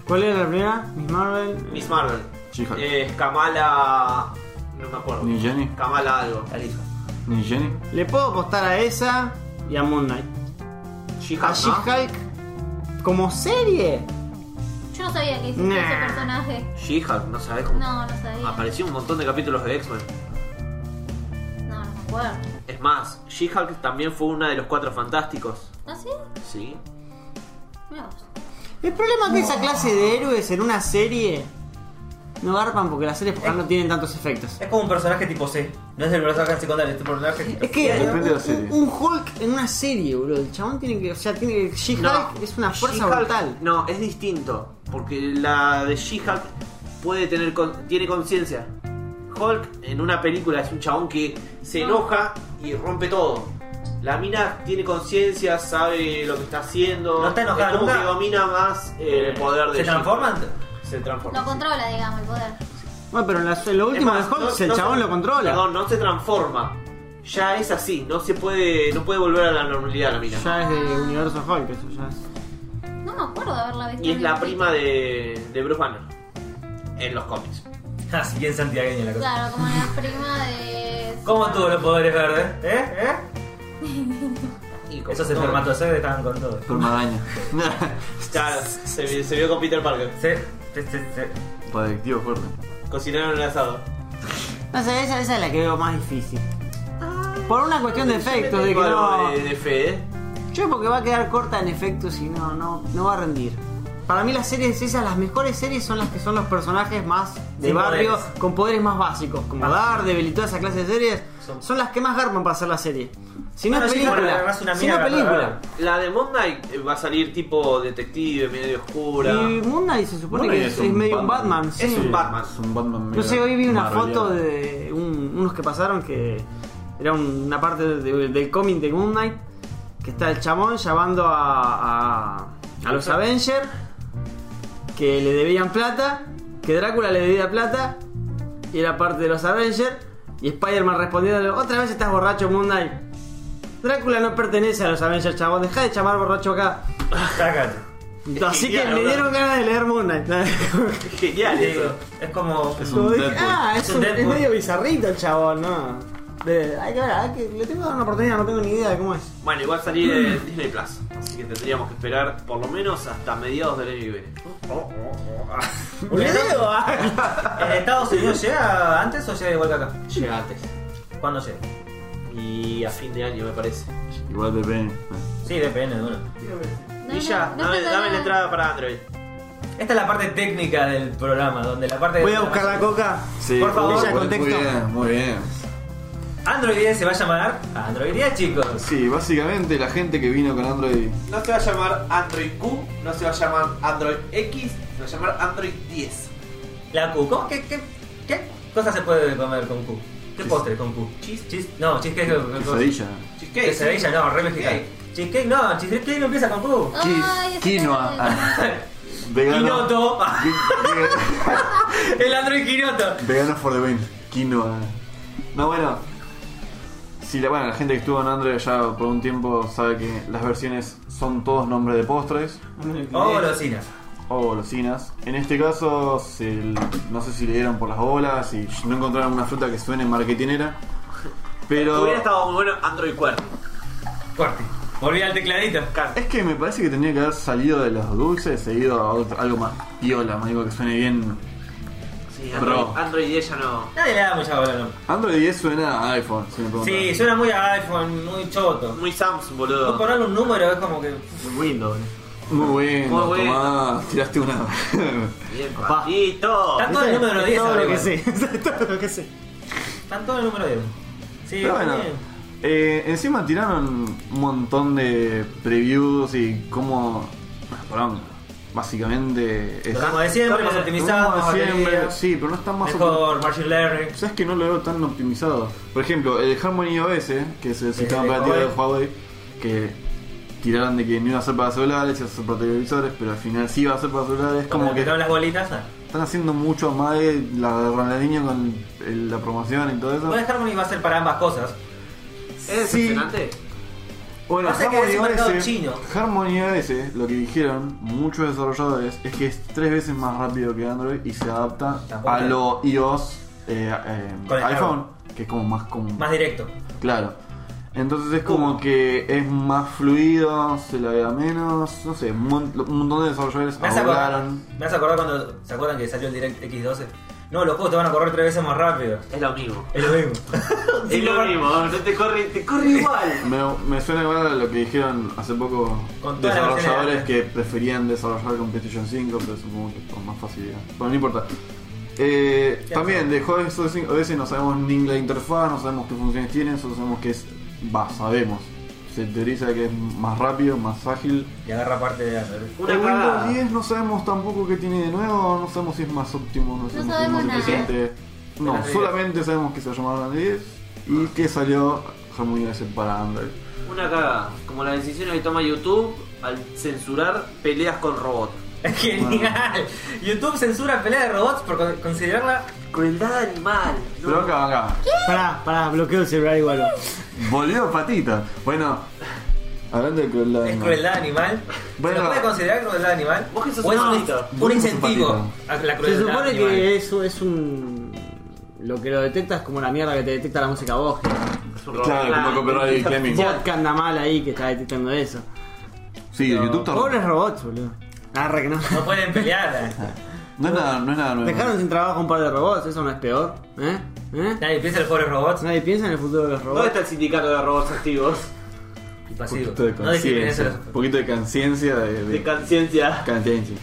Speaker 4: ¿Cuál era la primera? Miss Marvel.
Speaker 2: Miss Marvel.
Speaker 3: She-Hulk.
Speaker 2: Eh, Kamala. No me acuerdo.
Speaker 3: Ni Jenny.
Speaker 2: Kamala algo.
Speaker 1: Califa.
Speaker 3: Ni Jenny.
Speaker 4: Le puedo apostar a esa y a Moon Knight. A
Speaker 2: She-Hulk. Ah, ¿no?
Speaker 4: Ah, She-Hulk como serie.
Speaker 5: Yo no sabía que existía
Speaker 4: Nah.
Speaker 5: ese personaje.
Speaker 2: She-Hulk, no sabes cómo.
Speaker 5: No, no sabía.
Speaker 2: Apareció un montón de capítulos de X-Men.
Speaker 5: No, no me acuerdo.
Speaker 2: Es más, She-Hulk también fue una de los cuatro fantásticos.
Speaker 5: ¿Ah, sí?
Speaker 2: Sí.
Speaker 5: Mira vos.
Speaker 4: El problema es que esa clase de héroes en una serie no garpan porque las series por ahí no tienen tantos efectos.
Speaker 1: Es como un personaje tipo C. No es el personaje secundario, es un personaje tipo
Speaker 4: Es que
Speaker 3: Depende de la
Speaker 4: un-
Speaker 3: serie.
Speaker 4: un, un Hulk en una serie, boludo. El chabón tiene que. O sea, tiene que. She-Hulk es una fuerza
Speaker 2: She-Hulk-
Speaker 4: brutal.
Speaker 2: No, es distinto. Porque la de She-Hulk puede tener con- tiene conciencia. Hulk en una película es un chabón que se enoja y rompe todo. La mina tiene conciencia, sabe lo que está haciendo.
Speaker 1: No está enojada
Speaker 2: es como
Speaker 1: nunca.
Speaker 2: que domina más eh, el poder de
Speaker 1: ¿Se
Speaker 2: She-Hulk.
Speaker 1: transforman?
Speaker 2: se transforma.
Speaker 5: Lo controla, digamos, el poder.
Speaker 4: Bueno, pero en, las- en lo
Speaker 2: Es
Speaker 4: último de
Speaker 2: más,
Speaker 4: Hulk,
Speaker 2: no-
Speaker 4: el
Speaker 2: no
Speaker 4: chabón
Speaker 2: se-
Speaker 4: lo controla.
Speaker 2: Perdón, no se transforma. Ya es así, no se puede, no puede volver a la normalidad la mina.
Speaker 4: Ya es de Universo Hulk, eso ya es.
Speaker 5: No me acuerdo de haberla visto.
Speaker 2: Y es
Speaker 5: en
Speaker 2: la
Speaker 5: el
Speaker 2: prima de, de Bruce Banner en los cómics.
Speaker 1: Ah, sí, bien santiagueña la cosa.
Speaker 5: Claro, como la prima de.
Speaker 1: ¿Cómo tuvo los poderes verdes? ¿Eh?
Speaker 2: Y
Speaker 1: ¿Eh?
Speaker 2: como
Speaker 1: Esos
Speaker 2: todo.
Speaker 1: espermatozoides estaban con todo.
Speaker 3: Permadaña.
Speaker 2: Claro, se, vi- se vio con Peter Parker.
Speaker 1: Se, se, se, se-
Speaker 3: Adictivo fuerte.
Speaker 2: Cocinaron el asado.
Speaker 4: No sé, esa, esa es la que veo más difícil. Por una cuestión de efectos, de que
Speaker 2: Tengo algo
Speaker 4: no.
Speaker 2: de, de fe, ¿eh?
Speaker 4: Yo porque va a quedar corta en efectos y no, no, no va a rendir. Para mí las series esas, las mejores series son las que son los personajes más de
Speaker 1: Sin
Speaker 4: barrio,
Speaker 1: poderes.
Speaker 4: con poderes más básicos, como Daredevil y toda esa clase de series,
Speaker 1: Son-
Speaker 4: son las que más garman para hacer la serie. Si no
Speaker 1: Bueno,
Speaker 4: es
Speaker 1: sí, porque
Speaker 4: película,
Speaker 1: agarrás una
Speaker 4: si
Speaker 1: mina
Speaker 4: no es
Speaker 1: agarrada.
Speaker 4: película.
Speaker 2: La de Moon Knight eh, va a salir tipo detective, medio oscura.
Speaker 4: Y Moon Knight se supone
Speaker 3: Moon
Speaker 4: que
Speaker 3: Knight
Speaker 4: es, es medio un Batman, sí.
Speaker 2: un Batman.
Speaker 3: Es un Batman
Speaker 4: No sé,
Speaker 3: mega
Speaker 4: hoy vi una
Speaker 3: marveleado.
Speaker 4: foto de un- unos que pasaron que era una parte de- del cómic de Moon Knight que está el chamón llamando a, a, a los Avengers que le debían plata, que Drácula le debía plata y era parte de los Avengers y Spider-Man respondiéndole otra vez estás borracho Moon Knight. Drácula no pertenece a los Avengers, chabón, deja de llamar borracho acá.
Speaker 1: Sácate.
Speaker 4: Así que
Speaker 2: genial,
Speaker 4: me
Speaker 2: boludo.
Speaker 4: dieron ganas de leer Moon Knight.
Speaker 2: Genial eso.
Speaker 1: Es como.
Speaker 3: Es
Speaker 4: Como
Speaker 3: un
Speaker 4: dije,
Speaker 3: Deadpool.
Speaker 4: ah, es,
Speaker 1: Es un
Speaker 4: un- es
Speaker 1: Deadpool.
Speaker 4: medio bizarrito el chabón, ¿no? De- hay que ver, hay que- le tengo que dar una oportunidad, no tengo ni idea de cómo es.
Speaker 2: Bueno, igual salir en Disney Plus. Así que tendríamos que esperar por lo menos hasta mediados del año que viene.
Speaker 1: ¿En Estados Unidos llega antes o llega igual que acá?
Speaker 2: Llega antes.
Speaker 1: ¿Cuándo llega?
Speaker 2: Y a fin de año me parece.
Speaker 3: Igual depende.
Speaker 1: Sí, depende de uno.
Speaker 5: No,
Speaker 2: y
Speaker 5: no,
Speaker 2: ya,
Speaker 5: no
Speaker 2: dame,
Speaker 5: está
Speaker 2: dame la
Speaker 5: nada.
Speaker 2: entrada para Android.
Speaker 1: Esta es la parte técnica del programa, donde la parte.
Speaker 4: Voy a buscar la coca.
Speaker 3: Sí,
Speaker 1: Por favor,
Speaker 3: muy-
Speaker 4: contexto.
Speaker 3: Muy bien, muy bien.
Speaker 1: Android 10 se va a llamar Android 10, chicos.
Speaker 3: Sí, básicamente la gente que vino con Android.
Speaker 2: No se va a llamar Android Q, no se va a llamar Android X, se va a llamar Android 10.
Speaker 1: La Q. ¿Cómo? ¿Qué, qué, qué cosa se puede comer con Q? ¿Qué
Speaker 3: Chis-
Speaker 1: postre con Q?
Speaker 2: Chis-
Speaker 1: Chis- No, cheesecake. ¿qué cosa?
Speaker 3: Pesadilla.
Speaker 2: Cheesecake.
Speaker 1: Quesadilla, no, re mexicano. Cheesecake, no, cheesecake no empieza con Q.
Speaker 5: Ay, ese
Speaker 3: Quinoa.
Speaker 5: es
Speaker 3: Ah, Vegano.
Speaker 1: Quinoto.
Speaker 3: Ve-
Speaker 1: El Android Quinoto.
Speaker 3: ve- Vegano for the win. Quinoa. No, bueno. Si la, bueno, la gente que estuvo en Android ya por un tiempo sabe que las versiones son todos nombres de postres
Speaker 1: O golosinas.
Speaker 3: o golosinas. En este caso, se l- no sé si le dieron por las bolas y no encontraron una fruta que suene marketinera. Pero
Speaker 2: Hubiera estado muy bueno Android Cuerno.
Speaker 1: Corti. Volví al tecladito.
Speaker 3: es que me parece que tenía que haber salido de los dulces, seguido a otro- algo más piola, más algo que suene bien.
Speaker 2: Sí, Android,
Speaker 3: Bro.
Speaker 2: Android 10 ya no.
Speaker 1: Nadie le da mucha bola, ¿no?
Speaker 3: Android 10 suena a iPhone, si me preguntan.
Speaker 1: Sí, suena muy a iPhone, muy choto.
Speaker 2: Muy Samsung,
Speaker 1: Vos
Speaker 2: boludo.
Speaker 1: ponerle un número es como que.
Speaker 4: Windows.
Speaker 3: Muy bueno,
Speaker 2: Muy bueno.
Speaker 3: Tomás, tiraste una.
Speaker 2: Bien,
Speaker 4: Papá.
Speaker 2: papito.
Speaker 1: Está todo el número 10
Speaker 4: Todo
Speaker 1: ahora
Speaker 4: lo que
Speaker 1: igual.
Speaker 4: sé, todo lo que sé.
Speaker 1: Están todos el número 10. Sí,
Speaker 3: Pero bueno,
Speaker 1: bien.
Speaker 3: eh, encima tiraron un montón de previews y cómo. ah, poronga. Básicamente. Es,
Speaker 1: Como de siempre, más optimizado,
Speaker 3: Como
Speaker 1: más
Speaker 3: de siempre,
Speaker 1: batería,
Speaker 3: Sí, pero no están más optimizados.
Speaker 1: mejor Machine Learning.
Speaker 3: ¿Sabes que no lo veo tan optimizado? Por ejemplo, el Harmony OS, que es el sistema
Speaker 1: de
Speaker 3: operativo de
Speaker 1: Huawei.
Speaker 3: Huawei, que tiraron de que no iba a ser para celulares, iba a ser para televisores, pero al final sí iba a ser para celulares. Como que
Speaker 1: todas las bolitas. ah.
Speaker 3: Están haciendo mucho más de la de Ronaldinho con el- la promoción y todo eso.
Speaker 1: Bueno, Harmony va a ser para ambas cosas.
Speaker 2: ¿Es
Speaker 3: Sí.
Speaker 2: decepcionante?
Speaker 3: Bueno,
Speaker 1: pasa que es un mercado chino.
Speaker 3: Harmony OS, lo que dijeron muchos desarrolladores, es que es tres veces más rápido que Android y se adapta
Speaker 1: Tampoco
Speaker 3: a
Speaker 1: es-
Speaker 3: lo iOS eh, eh,
Speaker 1: Con el
Speaker 3: iPhone, que es como más común.
Speaker 1: Más directo.
Speaker 3: Claro. Entonces es como que es más fluido, se la vea menos, no sé, un, mon- un montón de desarrolladores
Speaker 1: Me hace acordar,
Speaker 3: hablaron.
Speaker 1: me hace acordar cuando. ¿Se acuerdan que salió el Direct X12? No, los juegos te van a correr tres veces más rápido.
Speaker 2: Es lo mismo.
Speaker 1: Es lo mismo.
Speaker 2: Es lo mismo, no te corre, te corre igual.
Speaker 3: Me, me suena igual a lo que dijeron hace poco
Speaker 1: Con todas las
Speaker 3: desarrolladores
Speaker 1: versiones de
Speaker 3: que preferían desarrollar con PlayStation 5, pero supongo que con más facilidad. Bueno, no importa. Eh,
Speaker 1: Ya
Speaker 3: también
Speaker 1: está.
Speaker 3: de Juegos a veces no sabemos ni la interfaz, no sabemos qué funciones tiene, solo sabemos que es. Va, sabemos. Se teoriza que es más rápido, más ágil.
Speaker 1: Y agarra parte de Android.
Speaker 2: Una
Speaker 3: el Windows
Speaker 2: cagada.
Speaker 3: 10 no sabemos tampoco qué tiene de nuevo, no sabemos si es más óptimo, no sabemos si es
Speaker 5: sabemos
Speaker 3: más
Speaker 5: nada.
Speaker 3: eficiente. No,
Speaker 1: Android
Speaker 3: solamente sabemos que se llama Android 10 y que salió Harmony OS para Android.
Speaker 2: Una cagada. Como las decisiones que toma YouTube al censurar peleas con robots.
Speaker 1: Genial. YouTube censura pelea de robots por con- considerarla.
Speaker 2: Crueldad animal. no.
Speaker 3: Pero acá, acá.
Speaker 4: Pará, pará, bloqueo el celular igual.
Speaker 3: Volvió patita. Bueno, hablando de crueldad.
Speaker 1: Es
Speaker 3: ¿no?
Speaker 1: crueldad animal. ¿Se
Speaker 3: Bueno.
Speaker 1: lo puede considerar crueldad animal?
Speaker 2: Vos que sos
Speaker 1: ¿O es un,
Speaker 2: humanista.
Speaker 1: un
Speaker 3: Vos que sos
Speaker 1: incentivo
Speaker 3: patito.
Speaker 1: a la
Speaker 4: Se
Speaker 1: crueldad
Speaker 4: supone
Speaker 1: animal?
Speaker 4: que eso es un. Lo que lo detectas como la mierda que te detecta la música vos.
Speaker 2: Es un robot.
Speaker 3: Claro,
Speaker 2: Ah,
Speaker 3: como copyright claiming.
Speaker 4: Bot que anda mal ahí que está detectando eso.
Speaker 3: Sí, YouTube está.
Speaker 4: Pobres robots, boludo. Arre que no.
Speaker 1: No pueden pelear.
Speaker 3: No es nada, no es nada nuevo.
Speaker 4: Dejaron sin trabajo un par de robots, eso no es peor. ¿Eh? ¿Eh?
Speaker 1: Nadie piensa en los pobres robots
Speaker 4: Nadie piensa en el futuro de los
Speaker 2: ¿Dónde
Speaker 4: robots.
Speaker 2: está el sindicato de robots activos?
Speaker 1: y
Speaker 3: Un
Speaker 1: pasivos.
Speaker 3: poquito de
Speaker 1: No discriminen eso.
Speaker 3: conciencia. Un poquito de conciencia de.
Speaker 2: De
Speaker 3: de
Speaker 2: conciencia.
Speaker 3: conciencia.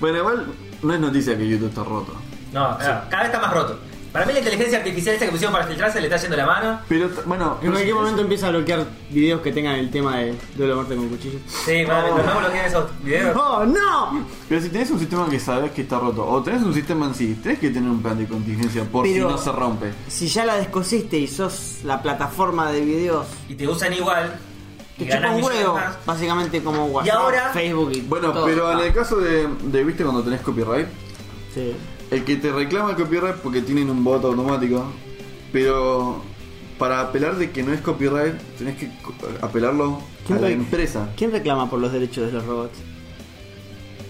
Speaker 3: Bueno, igual no es noticia que YouTube está roto.
Speaker 1: No, claro, cada vez está más roto. Para mí la inteligencia artificial esa que pusieron para filtrarse le está yendo la mano.
Speaker 3: Pero t- bueno,
Speaker 4: En cualquier
Speaker 3: es-
Speaker 4: momento empieza a bloquear videos que tengan el tema de duelo a muerte con cuchillo.
Speaker 1: Sí, madre, no me bloqueen esos videos.
Speaker 4: ¡Oh, no!
Speaker 3: Pero si tenés un sistema que sabes que está roto, o tenés un sistema en sí, tenés que tener un plan de contingencia por
Speaker 4: Pero-
Speaker 3: si no se rompe.
Speaker 4: Si ya la descosiste y sos la plataforma de videos,
Speaker 1: Y te usan igual. Y
Speaker 4: te
Speaker 1: ganas
Speaker 4: chupa un
Speaker 1: millones
Speaker 4: huevo.
Speaker 1: más.
Speaker 4: Básicamente como WhatsApp,
Speaker 1: ahora-
Speaker 4: Facebook y
Speaker 3: Bueno,
Speaker 4: todo.
Speaker 3: pero en
Speaker 4: Ah,
Speaker 3: el caso de, de, viste, cuando tenés copyright,
Speaker 4: Sí.
Speaker 3: el que te reclama el copyright porque tienen un voto automático, pero para apelar de que no es copyright, tenés que co- apelarlo a
Speaker 4: ¿Quién
Speaker 3: la
Speaker 4: re-
Speaker 3: empresa.
Speaker 4: ¿Quién reclama por los derechos de los robots?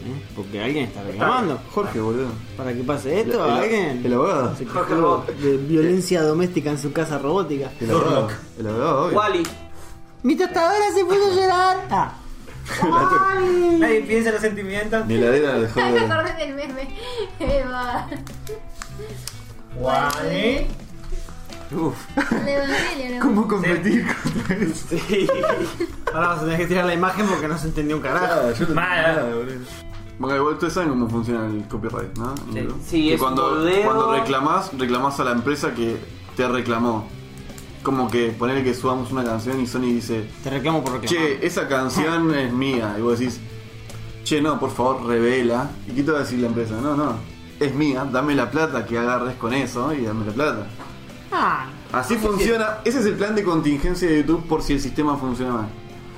Speaker 4: ¿Eh? Porque alguien está reclamando.
Speaker 3: Jorge, boludo.
Speaker 4: Para que pase esto,
Speaker 3: El- el-
Speaker 4: alguien.
Speaker 3: el abogado.
Speaker 4: se
Speaker 2: Jorge
Speaker 4: quejó
Speaker 2: Robot.
Speaker 4: de violencia doméstica en su casa robótica.
Speaker 3: El abogado. El abogado, obvio.
Speaker 2: Wally.
Speaker 4: Mi tostadora se puso a llorar. Ah.
Speaker 1: Nadie piensa en los sentimientos.
Speaker 3: Mi heladera dejó
Speaker 5: Ay, me
Speaker 3: de...
Speaker 5: acordé del meme. Eva.
Speaker 1: Guay.
Speaker 3: Uf,
Speaker 5: El evangelio, ¿no?
Speaker 3: ¿cómo competir contra eso?
Speaker 4: Ahora vas a tener que tirar la imagen porque no se entendió un carajo.
Speaker 3: Claro, yo no
Speaker 1: Mal.
Speaker 3: tengo nada, boludo. Bueno, igual ustedes saben cómo funciona el copyright, ¿no? Sí,
Speaker 2: Sí, es
Speaker 3: cuando,
Speaker 2: un modelo-
Speaker 3: cuando reclamás, reclamás a la empresa que te reclamó. Como que poner que subamos una canción y Sony dice,
Speaker 4: Te reclamo por reclamar.
Speaker 3: che, esa
Speaker 1: Ah.
Speaker 3: canción es mía. Y vos decís, che, no, por favor, revela. ¿Y qué te va a decir la empresa? No, no, es mía, dame la plata que agarres con eso y dame la plata.
Speaker 4: Ah.
Speaker 3: Así funciona, ese es el plan de contingencia de YouTube por si el sistema funciona mal.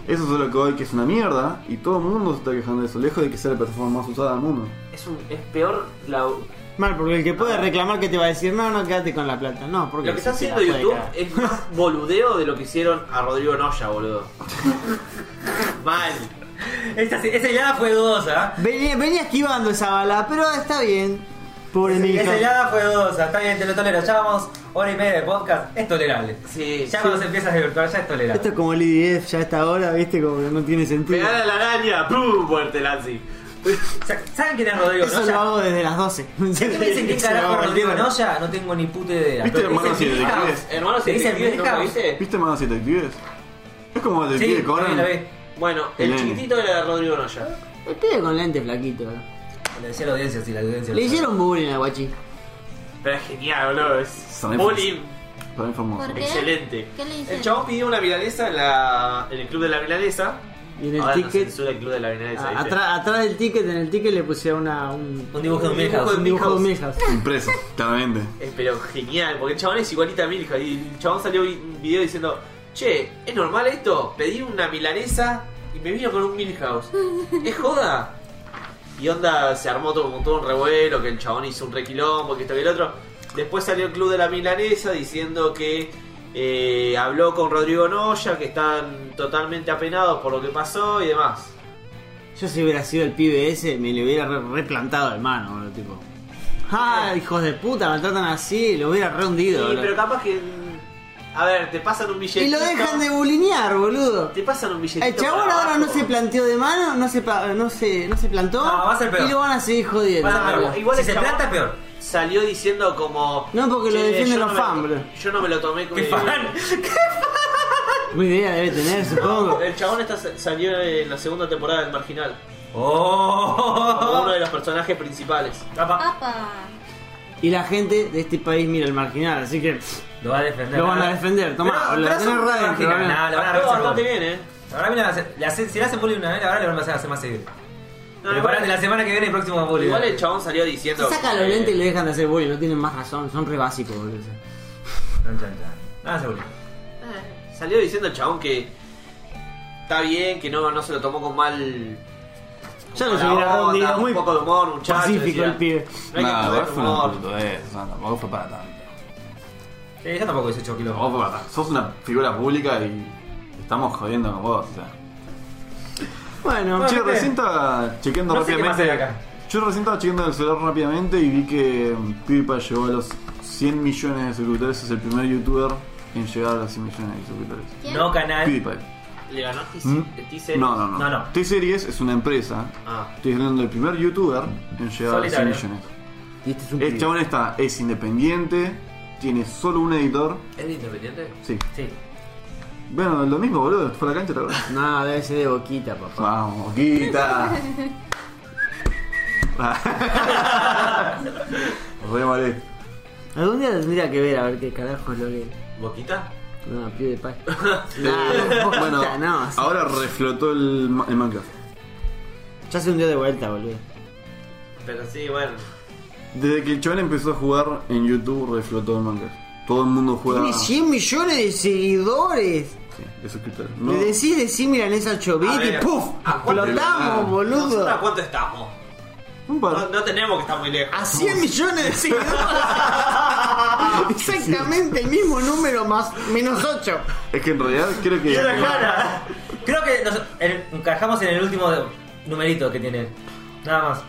Speaker 3: Eso es lo que hoy que es una mierda y todo el mundo se está quejando de eso, lejos de que sea la plataforma más usada del mundo.
Speaker 2: Es, un, es peor la...
Speaker 4: Mal, porque el que puede reclamar que te va a decir, no, no, quédate con la plata. No, porque
Speaker 2: Lo que está
Speaker 4: se la
Speaker 2: haciendo
Speaker 4: puede
Speaker 2: YouTube
Speaker 4: cagar.
Speaker 2: es más boludeo de lo que hicieron a Rodrigo Noya, boludo. Mal.
Speaker 1: Esa, esa helada fue ¿ah? dudosa.
Speaker 4: Venía, venía esquivando esa bala, pero está bien. Pobre
Speaker 1: Sí,
Speaker 4: niño.
Speaker 1: esa helada fue dudosa. Está bien, te lo tolero. Ya vamos hora y media de podcast. Es tolerable.
Speaker 2: Sí,
Speaker 1: Ya
Speaker 2: sí.
Speaker 1: cuando se empieza a divertir, ya es
Speaker 4: Esto
Speaker 1: tolerable.
Speaker 4: es como el IDF ya a esta hora, viste, como que no tiene sentido.
Speaker 2: Pegar a la araña, ¡pum! Muerte, Lancy.
Speaker 1: Sa- ¿Saben quién es Rodrigo
Speaker 4: Eso lo
Speaker 1: Noya?
Speaker 4: hago desde las 12.
Speaker 1: Si me dicen quién
Speaker 4: Eso lo
Speaker 1: carajo
Speaker 4: hago
Speaker 1: es Rodrigo
Speaker 4: desde-
Speaker 1: Noya, no tengo ni puta idea.
Speaker 3: ¿Viste
Speaker 1: Pero
Speaker 3: Hermanos
Speaker 1: dicen
Speaker 3: y
Speaker 1: Bill House.
Speaker 3: Detectives?
Speaker 2: Hermano,
Speaker 1: ¿Te dicen Bill
Speaker 2: ¿no lo
Speaker 1: House?
Speaker 2: viste?
Speaker 3: ¿Viste Manos y Detectives? Es como Detective
Speaker 1: Sí, también
Speaker 3: Conan.
Speaker 1: la ve.
Speaker 2: Bueno, el
Speaker 3: Bien.
Speaker 2: chiquitito era de Rodrigo Noya.
Speaker 4: El pibe con lente flaquito.
Speaker 1: Le decía a la audiencia, sí, la audiencia. lo
Speaker 4: Le
Speaker 1: sabe.
Speaker 4: hicieron bullying al guachi.
Speaker 2: Pero es genial, boludo. Es
Speaker 3: Son
Speaker 2: bullying
Speaker 3: Para informar.
Speaker 5: ¿Por qué?
Speaker 2: excelente.
Speaker 5: ¿Qué le
Speaker 2: El
Speaker 5: hicieron?
Speaker 2: chabón pidió una milanesa en, la, en el club de la milanesa.
Speaker 4: Y en el
Speaker 2: Ahora no
Speaker 4: ticket.
Speaker 2: censura el club de la milanesa.
Speaker 4: a-
Speaker 2: ¿viste?
Speaker 4: atrás, atrás del ticket, en el ticket le pusieron una, un,
Speaker 1: Un dibujo de un Milhouse.
Speaker 4: un dibujo de Milhouse.
Speaker 3: Impreso, claramente.
Speaker 2: Eh, pero genial, porque el chabón es igualita a Milhouse. Y el chabón salió vi- un video diciendo, che, ¿es normal esto? Pedí una milanesa y me vino con un Milhouse. ¿Es joda? Y onda, se armó todo, como todo un revuelo, que el chabón hizo un requilombo, que esto que el otro. Después salió el club de la milanesa diciendo que eh, habló con Rodrigo Noya, que están totalmente apenados por lo que pasó y demás.
Speaker 4: Yo si hubiera sido el pibe ese, me le hubiera re- replantado de mano, boludo, tipo. ¡Ah, hijos de puta! Me tratan así, lo hubiera
Speaker 2: Sí,
Speaker 4: rehundido.
Speaker 2: pero capaz que... A ver, te pasan un billetito.
Speaker 4: y lo dejan de bulinear, boludo.
Speaker 2: Te pasan un billetito.
Speaker 4: El chabón
Speaker 2: para
Speaker 4: ahora no
Speaker 2: abajo.
Speaker 4: se planteó de mano, no se, pa- no se, no se plantó.
Speaker 1: No, va a ser peor.
Speaker 4: Y lo van a seguir
Speaker 1: Va
Speaker 4: jodiendo.
Speaker 1: a ser
Speaker 2: Claro,
Speaker 1: peor.
Speaker 2: igual
Speaker 1: Ah, si
Speaker 2: el
Speaker 1: se
Speaker 2: chabón-
Speaker 1: trata, peor.
Speaker 2: salió diciendo como.
Speaker 4: No, porque lo
Speaker 2: "Che,
Speaker 4: defienden
Speaker 2: yo
Speaker 4: los
Speaker 2: me lo-
Speaker 4: fans, bro".
Speaker 2: Yo no me lo tomé con
Speaker 1: ¡Qué fan!
Speaker 4: Una idea debe tener, supongo.
Speaker 2: El chabón está, salió en la segunda temporada del Marginal. Como uno
Speaker 1: ¡Oh!
Speaker 2: de los personajes principales.
Speaker 1: Apa,
Speaker 5: Apa.
Speaker 4: Y la gente de este país mira el marginal, así que pff,
Speaker 1: Lo va a defender.
Speaker 4: lo van a defender. Tomá,
Speaker 1: Pero-
Speaker 4: lo
Speaker 1: pero
Speaker 4: tenés
Speaker 1: son
Speaker 4: re adentro,
Speaker 1: marginales,
Speaker 4: boludo.
Speaker 1: nada, lo Ah, van a
Speaker 2: Actuó
Speaker 1: reservar.
Speaker 2: bastante bien, eh.
Speaker 1: Ahora mira, le hace- si le hacen bullying una vez, ahora le van a hacer hacer más seguido.
Speaker 2: No,
Speaker 1: Preparate la semana que viene el próximo bullying.
Speaker 2: igual el chabón salió
Speaker 4: Se
Speaker 2: diciendo.
Speaker 4: saca
Speaker 2: eh,
Speaker 4: los lentes y le dejan de hacer bullying, no tienen más razón, son re básicos, boludo.
Speaker 1: Chan, chan, chan. Nada seguro.
Speaker 2: Salió diciendo el chabón que. Está bien, que no, no se lo tomó con mal.
Speaker 4: Ya lo
Speaker 2: Buena
Speaker 4: hubiera
Speaker 2: onda,
Speaker 4: rendido,
Speaker 2: un
Speaker 4: muy
Speaker 2: poco de humor, muchachos.
Speaker 4: pacífico
Speaker 2: decía.
Speaker 4: el pibe.
Speaker 2: No hay que
Speaker 3: Nada,
Speaker 2: perder
Speaker 3: igual
Speaker 2: el
Speaker 3: fue una
Speaker 2: humor.
Speaker 3: pelotudez, no, tampoco fue para tanto.
Speaker 1: Eh, yo tampoco hice 8 kilómetros.
Speaker 3: Tampoco fue para tanto. Sos una figura pública y estamos jodiendo con vos, o sea.
Speaker 4: Bueno,
Speaker 3: Che,
Speaker 4: chicos,
Speaker 3: recién estaba chequeando
Speaker 1: No sé qué más hay
Speaker 3: rápidamente.
Speaker 1: acá.
Speaker 3: Yo recién estaba chequeando el celular rápidamente y vi que PewDiePie llegó a los 100 millones de suscriptores. Es el primer youtuber en llegar a los 100 millones de suscriptores.
Speaker 5: ¿Quién?
Speaker 1: No canal.
Speaker 3: PewDiePie.
Speaker 2: Le ganó eh, a
Speaker 3: Mm.
Speaker 2: T-Series.
Speaker 3: No, no, no.
Speaker 1: No, no.
Speaker 3: T-Series es una empresa.
Speaker 2: Ah,
Speaker 3: Estoy hablando del primer youtuber en llegar a
Speaker 1: Solitario.
Speaker 3: los 100 millones.
Speaker 4: Y este es un
Speaker 3: El
Speaker 4: pibe.
Speaker 3: chabón está, es independiente, tiene solo un editor.
Speaker 2: ¿es de independiente?
Speaker 3: Sí.
Speaker 1: Sí.
Speaker 3: Bueno, lo mismo, boludo. Fue a la cancha, la verdad.
Speaker 4: No, debe ser de boquita, papá.
Speaker 3: Vamos, quita. Re este. malé.
Speaker 4: Algún día tendría que ver a ver qué carajo es lo que.
Speaker 2: ¿Boquita?
Speaker 4: No, pibe de paz.
Speaker 3: Eh,
Speaker 4: no, boquita,
Speaker 3: bueno,
Speaker 4: no. sí.
Speaker 3: ahora reflotó el, ma- el Minecraft.
Speaker 4: Ya se hundió de vuelta, boludo.
Speaker 2: Pero sí, bueno.
Speaker 3: Desde que el chaval empezó a jugar en YouTube, reflotó el Minecraft. Todo el mundo juega.
Speaker 4: Tiene 100 millones de seguidores.
Speaker 3: Sí, de suscriptores. No,
Speaker 4: Le decís, decís, milanesa 8
Speaker 2: A
Speaker 4: bits y
Speaker 2: ver,
Speaker 4: ¡puf!
Speaker 2: ¿a cuánto-
Speaker 4: Explotamos, boludo.
Speaker 2: ¿Nosotros a cuánto estamos?
Speaker 3: un
Speaker 2: No,
Speaker 3: par.
Speaker 2: no tenemos que estar muy lejos.
Speaker 4: A 100 millones de seguidores. Exactamente el mismo número más menos 8.
Speaker 3: Es que en realidad creo que.
Speaker 1: Creo que nos en- encajamos en el último numerito que tiene. Nada más.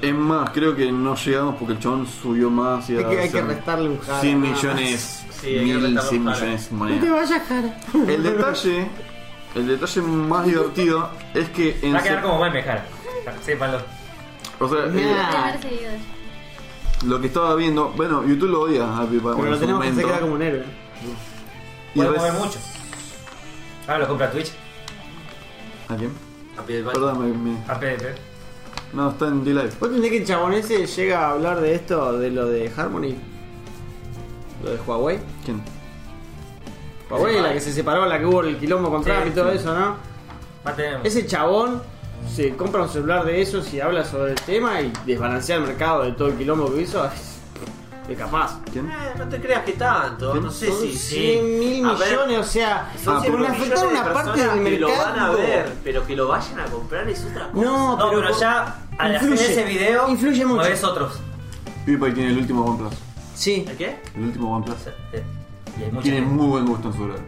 Speaker 3: Es más, creo que no llegamos porque el chabón subió más y
Speaker 4: Es que hay
Speaker 3: hacia
Speaker 4: que restarle un jara,
Speaker 3: 100
Speaker 4: nada más.
Speaker 3: millones,
Speaker 2: Sí, hay que
Speaker 3: mil,
Speaker 2: restarle
Speaker 3: 100
Speaker 2: un jara.
Speaker 3: millones de
Speaker 4: No te
Speaker 3: monedas.
Speaker 4: vayas, cara.
Speaker 3: El detalle, el detalle más divertido es que en
Speaker 1: Va a quedar
Speaker 3: sep-
Speaker 1: como meme, Jara. Sépanlo.
Speaker 3: o sea, eh,
Speaker 4: Nah.
Speaker 5: Tener seguidores.
Speaker 3: lo que estaba viendo, bueno, YouTube lo odia a Pipa
Speaker 4: Pero
Speaker 3: en
Speaker 4: lo
Speaker 3: su
Speaker 4: tenemos que hacer
Speaker 3: momento.
Speaker 4: quedar como un héroe.
Speaker 3: Y
Speaker 1: Puede
Speaker 3: res-
Speaker 1: mover mucho. Ahora lo compra Twitch.
Speaker 3: ¿A quién?
Speaker 2: A pie de baile.
Speaker 3: Perdón, me- me-
Speaker 1: A PDP.
Speaker 3: no, está en D-Live.
Speaker 4: ¿Vos entendés que el chabón ese llega a hablar de esto, de lo de Harmony? Lo de Huawei.
Speaker 3: ¿Quién?
Speaker 4: Huawei, la que se separó, la que hubo el quilombo con
Speaker 1: Sí,
Speaker 4: Trump y todo
Speaker 1: sí.
Speaker 4: eso, ¿no?
Speaker 1: Va a tener.
Speaker 4: Ese chabón se compra un celular de esos y habla sobre el tema y desbalancea el mercado de todo el quilombo que hizo. Es capaz.
Speaker 3: ¿Quién?
Speaker 2: Eh, no te creas que tanto. No sé
Speaker 4: son
Speaker 2: si.
Speaker 4: 100 mil
Speaker 2: A ver,
Speaker 4: millones, o sea,
Speaker 2: Son
Speaker 3: Ah,
Speaker 2: cien
Speaker 4: por
Speaker 3: pero-
Speaker 2: millones
Speaker 4: afectar
Speaker 2: de
Speaker 4: una parte del
Speaker 2: personas
Speaker 4: mercado.
Speaker 2: que lo van a ver, pero que lo vayan a comprar es otra cosa.
Speaker 4: No,
Speaker 1: No, pero
Speaker 4: con-
Speaker 1: ya al hacer
Speaker 4: influye,
Speaker 1: ese video,
Speaker 4: influye mucho.
Speaker 1: mueves otros.
Speaker 3: PewDiePie tiene el último OnePlus.
Speaker 4: Sí,
Speaker 2: ¿El qué?
Speaker 3: El último OnePlus.
Speaker 1: Eh, Y hay mucha
Speaker 3: Tiene
Speaker 1: gente.
Speaker 3: muy buen gusto en su lugar.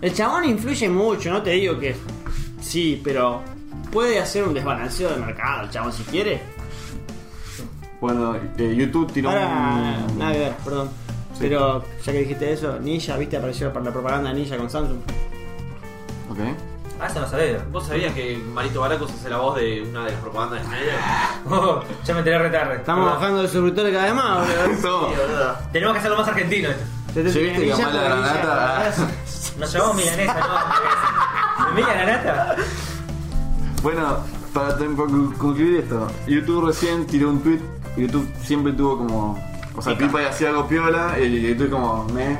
Speaker 4: el chabón influye mucho, no te digo que sí, pero puede hacer un desbalanceo de mercado, el chabón, si quiere.
Speaker 3: Bueno, eh, YouTube tiró
Speaker 4: Ahora,
Speaker 3: un...
Speaker 4: Ah, nada que ver, perdón.
Speaker 3: Sí.
Speaker 4: Pero ya que dijiste eso, Ninja, viste, apareció para la propaganda de Ninja con Samsung.
Speaker 3: Ok.
Speaker 1: Ah, eso no sabía.
Speaker 2: ¿Vos sabías que Marito Baracos hace la voz de una de las propagandas de Snyder?
Speaker 1: Oh, ya me enteré retarde.
Speaker 4: Estamos bajando de suscriptores cada vez más, boludo.
Speaker 3: Eso.
Speaker 2: Sí, verdad.
Speaker 1: Tenemos que hacerlo más argentino esto.
Speaker 3: ¿Sí viste
Speaker 4: Ninja
Speaker 3: que mala
Speaker 4: por Ninja,
Speaker 3: granata?
Speaker 4: ¿verdad?
Speaker 1: Nos llamamos milanesa, no. ¿Milanesa Ganata?
Speaker 3: Bueno, para tem- conc- concluir esto, YouTube recién tiró un tweet. YouTube siempre tuvo como. O sea, Pipa y hacía algo piola, y YouTube como, me.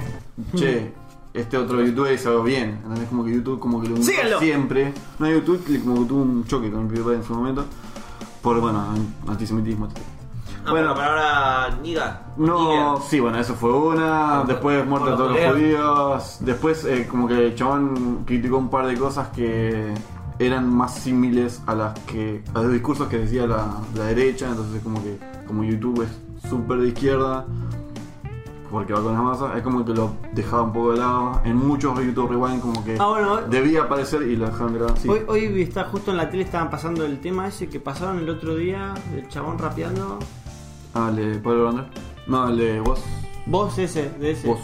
Speaker 3: Che, este otro youtuber hizo algo bien. Entonces, como que YouTube como que lo unió
Speaker 4: ¡Síganlo!
Speaker 3: siempre. No, YouTube le- como que tuvo un choque con PewDiePie en su momento. Por, bueno, antisemitismo. etc.
Speaker 2: Ah, bueno,
Speaker 3: bueno,
Speaker 2: la palabra niga.
Speaker 3: no,
Speaker 2: nigger.
Speaker 3: sí, bueno, eso fue una. Después muerte de
Speaker 1: los
Speaker 3: todos los
Speaker 1: judíos.
Speaker 3: judíos. Después, eh, como que el chabón criticó un par de cosas que eran más similes a las que. a los discursos que decía la, la derecha. Entonces, como que. como YouTube es súper de izquierda. Porque va con las masas, es como que lo dejaba un poco de lado. En muchos YouTube Rewind, como que
Speaker 4: Ah, bueno,
Speaker 3: debía aparecer y lo dejaban de lado. Sí.
Speaker 4: Hoy, hoy está justo en la tele estaban pasando el tema ese que pasaron el otro día, el chabón rapeando.
Speaker 3: Ah, el de Pablo Londra. No, el de vos.
Speaker 4: Vos ese, de ese.
Speaker 3: Vos.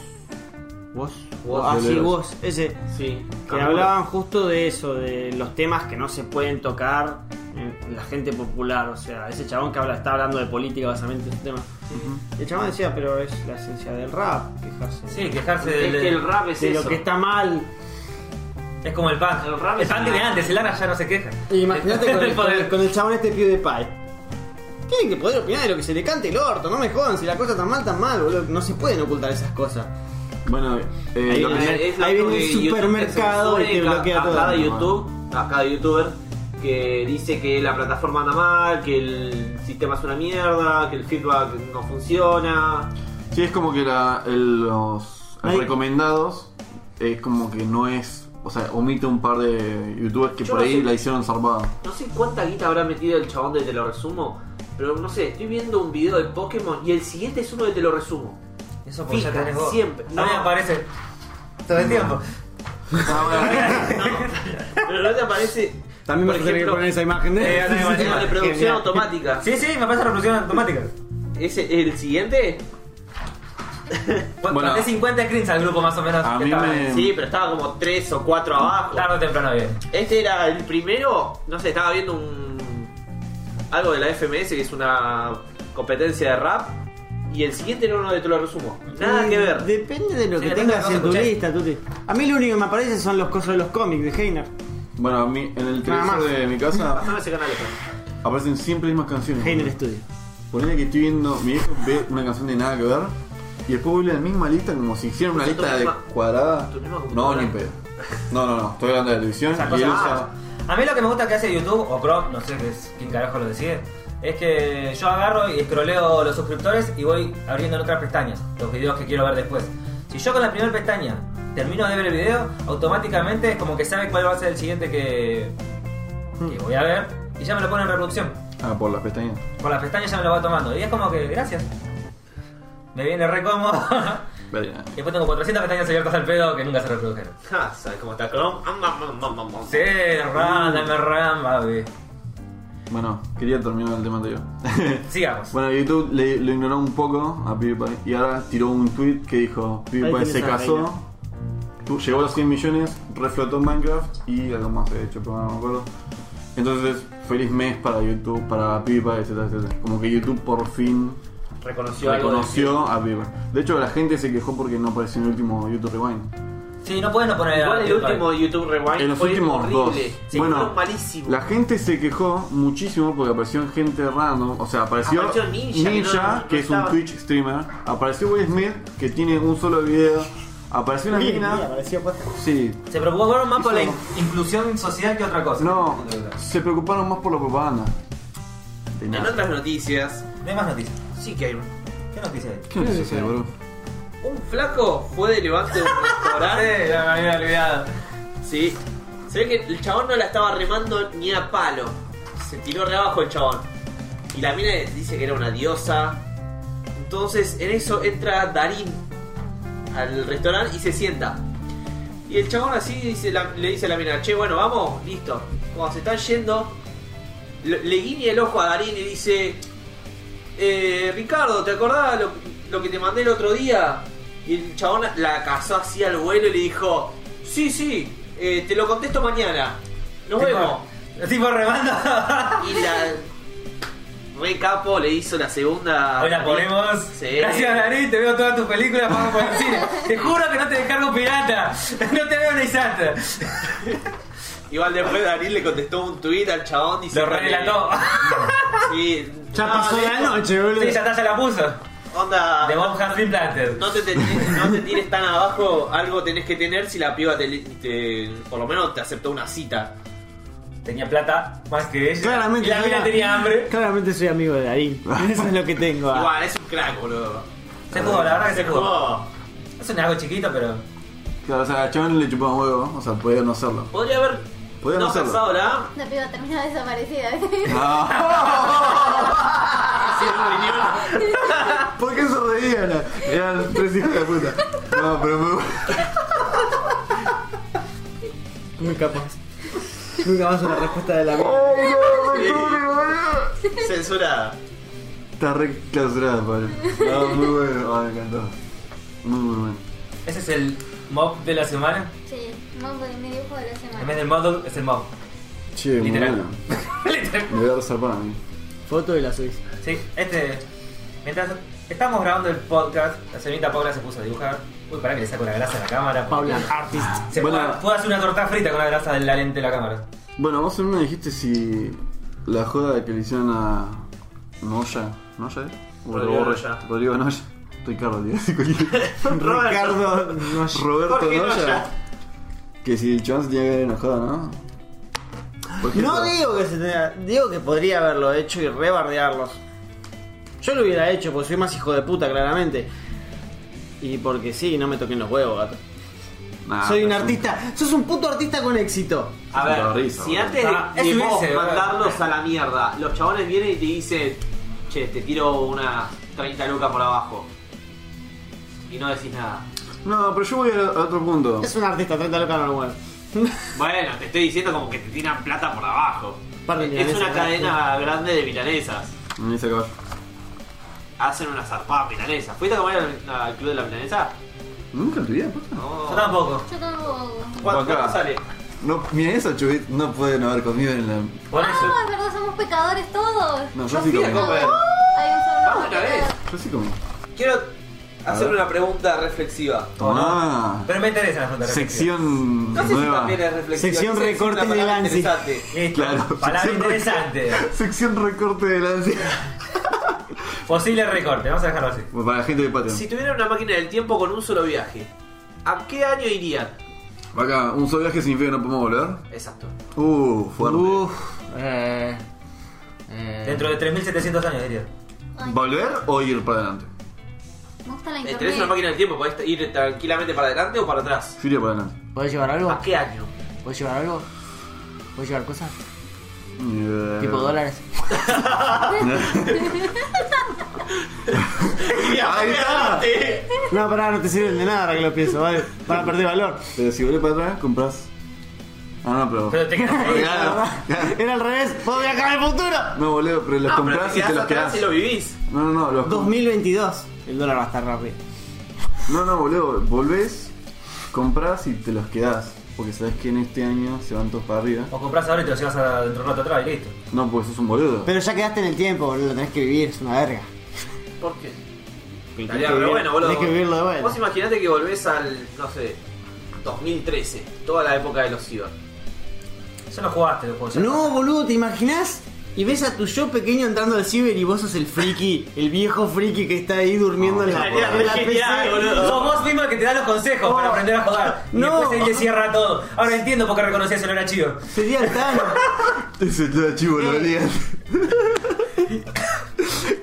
Speaker 4: Vos.
Speaker 2: Vos,
Speaker 4: ah,
Speaker 3: de
Speaker 4: sí,
Speaker 3: Leros.
Speaker 4: vos, ese.
Speaker 2: Sí.
Speaker 4: Que hablaban justo de eso, de los temas que no se pueden tocar en, en la gente popular. O sea, ese chabón que habla, está hablando de política básicamente es un tema. El chabón decía, pero es la esencia del rap, quejarse.
Speaker 1: Sí, quejarse
Speaker 2: Es
Speaker 1: del.
Speaker 2: que el rap es
Speaker 4: de
Speaker 2: eso.
Speaker 4: lo que está mal.
Speaker 1: Es como el pan.
Speaker 2: El rap
Speaker 1: el
Speaker 2: es
Speaker 1: pan
Speaker 2: una-
Speaker 1: tiene antes, el ara ya no se queja.
Speaker 4: Imagínate con, el- con el-
Speaker 1: Poder.
Speaker 4: con el chabón este pibe de pie. Tienen que poder opinar de lo que se le cante el orto, no me jodan, si la cosa está mal, tan mal, boludo. No se pueden ocultar esas cosas.
Speaker 3: Bueno, eh,
Speaker 4: Ahí
Speaker 3: lo que-
Speaker 4: viene.
Speaker 2: Es lo
Speaker 4: Ahí viene
Speaker 2: que
Speaker 4: el
Speaker 2: YouTube te
Speaker 4: supermercado
Speaker 2: censura
Speaker 4: y te
Speaker 2: ca-
Speaker 4: bloquea
Speaker 2: a
Speaker 4: todo.
Speaker 2: Cada YouTube, a cada youtuber que dice que la plataforma anda mal, que el sistema es una mierda, que el feedback no funciona.
Speaker 3: Sí, es como que la- el- los
Speaker 4: Ay.
Speaker 3: recomendados es como que no es O sea, omite un par de youtubers que
Speaker 2: Yo
Speaker 3: por
Speaker 2: no
Speaker 3: ahí
Speaker 2: sé.
Speaker 3: la hicieron zarpada.
Speaker 2: No sé cuánta guita habrá metido el chabón de Te lo resumo, pero no sé, estoy viendo un video de Pokémon y el siguiente es uno de Te lo resumo.
Speaker 1: Eso porque ya
Speaker 2: Fija,
Speaker 1: tenés vos.
Speaker 2: siempre.
Speaker 1: No me
Speaker 2: No.
Speaker 1: aparece todo el tiempo.
Speaker 2: Pero no te aparece.
Speaker 4: Ah, También me
Speaker 2: por
Speaker 4: gustaría que
Speaker 2: ejemplo,
Speaker 4: poner esa imagen de.
Speaker 1: Eh, ahora me
Speaker 2: el tema de
Speaker 1: imagino.
Speaker 2: producción
Speaker 4: Genial.
Speaker 2: automática.
Speaker 1: Sí, sí, me pasa reproducción automática.
Speaker 2: ¿Ese, ¿El siguiente?
Speaker 1: Bueno,
Speaker 3: Bueno.
Speaker 1: Mandé 50 screens al grupo más o menos.
Speaker 3: A
Speaker 1: que
Speaker 3: mí
Speaker 1: estaba-
Speaker 4: Em.
Speaker 3: me-
Speaker 2: Sí, pero estaba como tres o cuatro abajo.
Speaker 1: Tarde o temprano bien.
Speaker 2: Este era el primero, no sé, estaba viendo un. algo de la FMS que es una competencia de rap. Y el siguiente era uno de te lo resumo. Nada que ver.
Speaker 4: Depende de lo
Speaker 1: Sí,
Speaker 4: que
Speaker 1: depende
Speaker 4: tengas
Speaker 1: de
Speaker 4: en
Speaker 1: lo que
Speaker 4: tu
Speaker 1: escuché.
Speaker 4: lista, Tuti. A mí lo único que me aparece son los cosos de los cómics de Heiner.
Speaker 3: Bueno, a mí, en el
Speaker 4: Nada
Speaker 3: televisor
Speaker 4: más.
Speaker 3: de mi casa
Speaker 2: Pasame ese canal, Fran.
Speaker 3: aparecen siempre las mismas canciones.
Speaker 4: Heiner Studio.
Speaker 3: Ponele que estoy viendo, mi hijo ve una canción de nada que ver y después vuelve a la misma lista como si hiciera una
Speaker 2: Usa tu
Speaker 3: lista de
Speaker 2: misma-
Speaker 3: cuadrada.
Speaker 2: tu misma
Speaker 3: No,
Speaker 2: computadora.
Speaker 3: ni en pedo. No, no, no, estoy hablando de la televisión
Speaker 1: Esas
Speaker 3: y él
Speaker 1: cosas.
Speaker 3: usa.
Speaker 1: ah, A mí lo que me gusta que hace YouTube o Chrome, no sé qué es- quién carajo lo decide, es que yo agarro y escroleo los suscriptores y voy abriendo en otras pestañas los videos que quiero ver después. Si yo con la primera pestaña termino de ver el video, automáticamente es como que sabe cuál va a ser el siguiente que,
Speaker 3: Hmm.
Speaker 1: que voy a ver y ya me lo pone en reproducción.
Speaker 3: Ah, por las pestañas.
Speaker 1: Por las pestañas ya me lo va tomando y es como que, gracias. Me viene re cómodo.
Speaker 3: Verga.
Speaker 1: Después tengo 400 pestañas abiertas al pedo que nunca se reprodujeron.
Speaker 2: Ja, ¿Sabes cómo está Chrome? Am, am, am, am, am, am.
Speaker 1: Sí, ram, dame ram, baby.
Speaker 3: Bueno, quería terminar el tema anterior.
Speaker 1: Sigamos.
Speaker 3: bueno, YouTube le- lo ignoró un poco a PewDiePie y ahora tiró un tweet que dijo: PewDiePie
Speaker 4: tenés
Speaker 3: se
Speaker 4: a
Speaker 3: casó,
Speaker 4: Reina.
Speaker 3: tu- llegó a los 100 millones, reflotó Minecraft y algo más de hecho, pero no me acuerdo. Entonces, feliz mes para YouTube, para PewDiePie, etcétera, etcétera. Como que YouTube por fin
Speaker 2: Reconoció algo.
Speaker 3: reconoció a PewDiePie. De hecho, la gente se quejó porque no apareció en el último YouTube Rewind.
Speaker 1: Sí, no puedes no
Speaker 2: de-
Speaker 1: poner
Speaker 2: Igual el
Speaker 1: Peter Pan.
Speaker 2: último de YouTube Rewind
Speaker 3: En los
Speaker 2: fue
Speaker 3: últimos
Speaker 2: horrible.
Speaker 3: dos.
Speaker 2: Sí,
Speaker 3: Bueno,
Speaker 2: fue malísimo.
Speaker 3: La gente se quejó muchísimo porque apareció gente random. O sea, apareció,
Speaker 2: Apareció Ninja, que no- no- no
Speaker 3: que es un
Speaker 2: estaba.
Speaker 3: Twitch streamer. Apareció Will Smith, que tiene un solo video. Apareció una mina.
Speaker 4: pues.
Speaker 3: Sí.
Speaker 1: Se preocuparon más por la in-
Speaker 3: Hizo-
Speaker 1: inclusión social que otra cosa.
Speaker 3: No, se preocuparon más por la propaganda. De
Speaker 2: En
Speaker 3: nada.
Speaker 2: otras noticias,
Speaker 1: No hay más noticias.
Speaker 2: sí que hay un.
Speaker 1: ¿Qué noticias hay?
Speaker 3: ¿Qué noticias hay, boludo?
Speaker 2: Un flaco fue de levante de un restaurante.
Speaker 1: Sí, ya me había olvidado.
Speaker 2: Sí. Se ve que el chabón no la estaba remando ni a palo. Se tiró re abajo el chabón. Y la mina dice que era una diosa. Entonces en eso entra Darín al restaurante y se sienta. Y el chabón así dice la- le dice a la mina, che, bueno, vamos, listo. Cuando se están yendo, le, le guiña el ojo a Darín y dice, eh, Ricardo, ¿te acordás lo, lo que te mandé el otro día? Y el chabón la cazó así al vuelo y le dijo, sí, sí, eh, te lo contesto mañana. Nos vemos.
Speaker 1: El tipo remando.
Speaker 2: Y la... Re capo le hizo la segunda...
Speaker 1: Hoy la ponemos.
Speaker 2: Sí.
Speaker 1: Gracias, Darín. Te veo todas tus películas. Vamos por el cine. Te juro que no te descargo pirata. No te veo ni santa.
Speaker 2: Igual después Darín le contestó un tuit al chabón diciendo
Speaker 1: Lo relató.
Speaker 2: que- Sí.
Speaker 4: Ya
Speaker 2: No,
Speaker 4: pasó ¿eh?
Speaker 2: le
Speaker 4: la
Speaker 2: dijo,
Speaker 4: noche, boludo.
Speaker 1: Sí, ya está, ya la puso.
Speaker 2: Onda...
Speaker 1: Ah. De Bob Hartley Planter.
Speaker 2: No te, tenés- no te tires tan abajo, algo tenés que tener si la piba te, te- por lo menos te aceptó una cita.
Speaker 1: Tenía plata más que ella.
Speaker 4: Claramente.
Speaker 1: Y la mina tenía hambre.
Speaker 4: Claramente soy amigo de Darín. Eso es lo que tengo. ah.
Speaker 2: Igual, es un crack, boludo.
Speaker 1: Se jugó, la verdad Ah, que se jugó.
Speaker 2: Oh.
Speaker 1: Es un algo chiquito, pero.
Speaker 3: Claro, o sea, a Chabón le chupaban huevo. O sea, podía no hacerlo.
Speaker 2: Podría haber
Speaker 3: Podría
Speaker 2: no
Speaker 3: no hacerlo.
Speaker 2: casado la
Speaker 5: La piba termina desaparecida.
Speaker 2: A. sin opinión.
Speaker 3: ¿Por qué se reían? Eran tres hijos de puta. No, pero me.
Speaker 4: Muy capaz. Nunca más una respuesta de la vida.
Speaker 3: ¡Oh, no! ¡Me tuve, boludo!
Speaker 2: Censurada.
Speaker 3: Está re clausurada, Pablo. No, muy bueno, Ah, me encantó. Muy, muy bueno.
Speaker 1: Ese es el mob de la semana.
Speaker 5: Sí, no fue mi dibujo de la
Speaker 1: En vez
Speaker 5: semana.
Speaker 1: del model, es el mob.
Speaker 3: Che, muy
Speaker 1: Literal.
Speaker 3: bueno. Me voy a resarpar a mí.
Speaker 4: Foto y la subís.
Speaker 1: Sí, este. Mientras estamos grabando el podcast, la señorita Paula se puso a dibujar. Uy, pará que le saco la grasa a la cámara. porque
Speaker 4: Paula Artist.
Speaker 1: Se
Speaker 3: Bueno.
Speaker 1: puede, puede hacer una torta frita con la grasa de la lente de la cámara.
Speaker 3: Bueno, vos me dijiste si la joda que le hicieron a Noya. ¿Noya? eh? O
Speaker 2: Rodrigo
Speaker 3: Robert-
Speaker 2: Noya.
Speaker 3: Rodrigo Noya. Ricardo, tío. así cualquiera.
Speaker 4: Ricardo.
Speaker 3: Roberto
Speaker 2: Jorge
Speaker 3: Noya.
Speaker 2: Noya.
Speaker 3: Que si el chabón se tenía que haber enojado, ¿no? Por
Speaker 4: No
Speaker 3: ejemplo,
Speaker 4: digo que se tenga, digo que podría haberlo hecho y rebardearlos. Yo lo hubiera hecho porque soy más hijo de puta, claramente. Y porque Ah, pues sí, no me toquen los huevos, gato.
Speaker 3: Nah,
Speaker 4: Soy un
Speaker 3: es
Speaker 4: artista. Sos un puto artista con éxito.
Speaker 2: A
Speaker 3: Es una
Speaker 2: ver,
Speaker 3: risa,
Speaker 2: si
Speaker 3: boludo.
Speaker 2: antes de,
Speaker 1: Ah, es
Speaker 2: de vos
Speaker 1: subirse,
Speaker 2: mandarlos a la mierda, los chabones vienen y te dicen, che, te tiro una 30 lucas por abajo. Y no decís nada.
Speaker 3: No, pero yo voy a, a otro punto.
Speaker 4: Es un artista, 30 locas normal.
Speaker 2: Bueno, te estoy diciendo como que te tiran plata por abajo.
Speaker 4: Par de
Speaker 2: es
Speaker 4: milanesas, ¿eh?
Speaker 2: una cadena grande de milanesas.
Speaker 3: Me dice caballo.
Speaker 2: Hacen una zarpada milanesa. ¿Fuiste a comer al, al club de la milanesa?
Speaker 3: Nunca en tu vida, puta.
Speaker 2: No.
Speaker 1: Yo tampoco.
Speaker 5: Yo tampoco.
Speaker 2: ¿Cuánto,
Speaker 3: Acá.
Speaker 2: cuánto sale?
Speaker 3: No, mira esa chubit no pueden haber comido en la.
Speaker 1: Por eso.
Speaker 5: Ah, es verdad, somos pecadores todos.
Speaker 3: No, yo
Speaker 2: Yo
Speaker 3: sí
Speaker 2: fui a
Speaker 3: comí.
Speaker 2: comer.
Speaker 5: Hay un solo
Speaker 2: Vamos otra vez.
Speaker 3: Yo sí comí.
Speaker 2: Quiero hacer
Speaker 3: ver.
Speaker 2: una pregunta reflexiva.
Speaker 3: Tomá.
Speaker 1: Pero me interesa la fruta.
Speaker 3: Ah, Sección
Speaker 2: No sé si
Speaker 3: nueva.
Speaker 2: también es reflexiva.
Speaker 4: Sección
Speaker 2: quizás es una
Speaker 4: recortes de
Speaker 2: palabra
Speaker 4: Lancy.
Speaker 2: interesante.
Speaker 1: Listo.
Speaker 3: Claro.
Speaker 1: Palabra
Speaker 3: sección
Speaker 1: interesante.
Speaker 3: recorte- Sección recorte de la
Speaker 1: Posible recorte, vamos a dejarlo así.
Speaker 3: Bueno, Para la gente de Patreon.
Speaker 2: Si tuvieran una máquina del tiempo con un solo viaje, ¿a qué año irían?
Speaker 3: Acá, un solo viaje significa que no podemos volver.
Speaker 2: Exacto.
Speaker 3: Uh, fuerte.
Speaker 4: Eh, eh.
Speaker 1: Dentro de 3700 años, diría.
Speaker 5: Ay,
Speaker 3: ¿Volver o ir para adelante?
Speaker 5: Me gusta la
Speaker 2: Eh, ¿Tenés una
Speaker 5: internet.
Speaker 2: máquina del tiempo? ¿Podés ir tranquilamente para adelante o para atrás?
Speaker 3: Yo iría para adelante.
Speaker 4: ¿Podés llevar algo?
Speaker 2: ¿A qué año? Ah,
Speaker 4: ¿Podés llevar algo? ¿Podés llevar cosas?
Speaker 3: Eh,
Speaker 4: ¿Tipo dólares?
Speaker 3: ¡Ahí está!
Speaker 4: No, pará, no te sirven de nada ahora que lo pienso, ¿vale? Van a perder valor.
Speaker 3: Pero si volvés para atrás, compras. Ah, no, pero.
Speaker 1: Pero te quedas ahí.
Speaker 3: Claro.
Speaker 4: Era al revés, puedo viajar al futuro.
Speaker 3: No, boludo, pero los
Speaker 2: Ah, pero
Speaker 3: compras y te
Speaker 2: quedás
Speaker 3: los
Speaker 2: atrás
Speaker 3: quedás.
Speaker 2: y lo vivís.
Speaker 3: No, no, no, los
Speaker 4: 2022. El dólar va a estar rápido.
Speaker 3: No, no, boludo, volvés, compras y te los quedás. Porque sabés que en este año se van todos para arriba.
Speaker 1: O compras ahora y te lo llevas a- dentro de un rato atrás y listo.
Speaker 3: No, porque sos un boludo.
Speaker 4: Pero ya quedaste en el tiempo, boludo, lo tenés que vivir, es una verga.
Speaker 2: ¿Por qué?
Speaker 4: Tenés
Speaker 2: Estaría
Speaker 4: que
Speaker 2: re
Speaker 4: vivir-
Speaker 2: bueno, boludo.
Speaker 4: tenés que vivirlo de vuelta.
Speaker 2: Vos imaginate que volvés al, no sé, 2013, toda la época de los ciber.
Speaker 1: Ya no jugaste los juegos. ya
Speaker 4: No, boludo, ¿te imaginás? Y ves a tu yo pequeño entrando al ciber y vos sos el friki, el viejo friki que está ahí durmiendo en la,
Speaker 2: Estaría
Speaker 4: en la
Speaker 2: re
Speaker 4: PC.
Speaker 2: genial, boludo.
Speaker 1: Sos vos mismo el que te da los consejos para aprender a jugar. Y
Speaker 4: No.
Speaker 1: después él te cierra todo. Ahora entiendo por qué reconocías el hora chido.
Speaker 4: Sería el Tano.
Speaker 3: Ese todo chivo lo olían.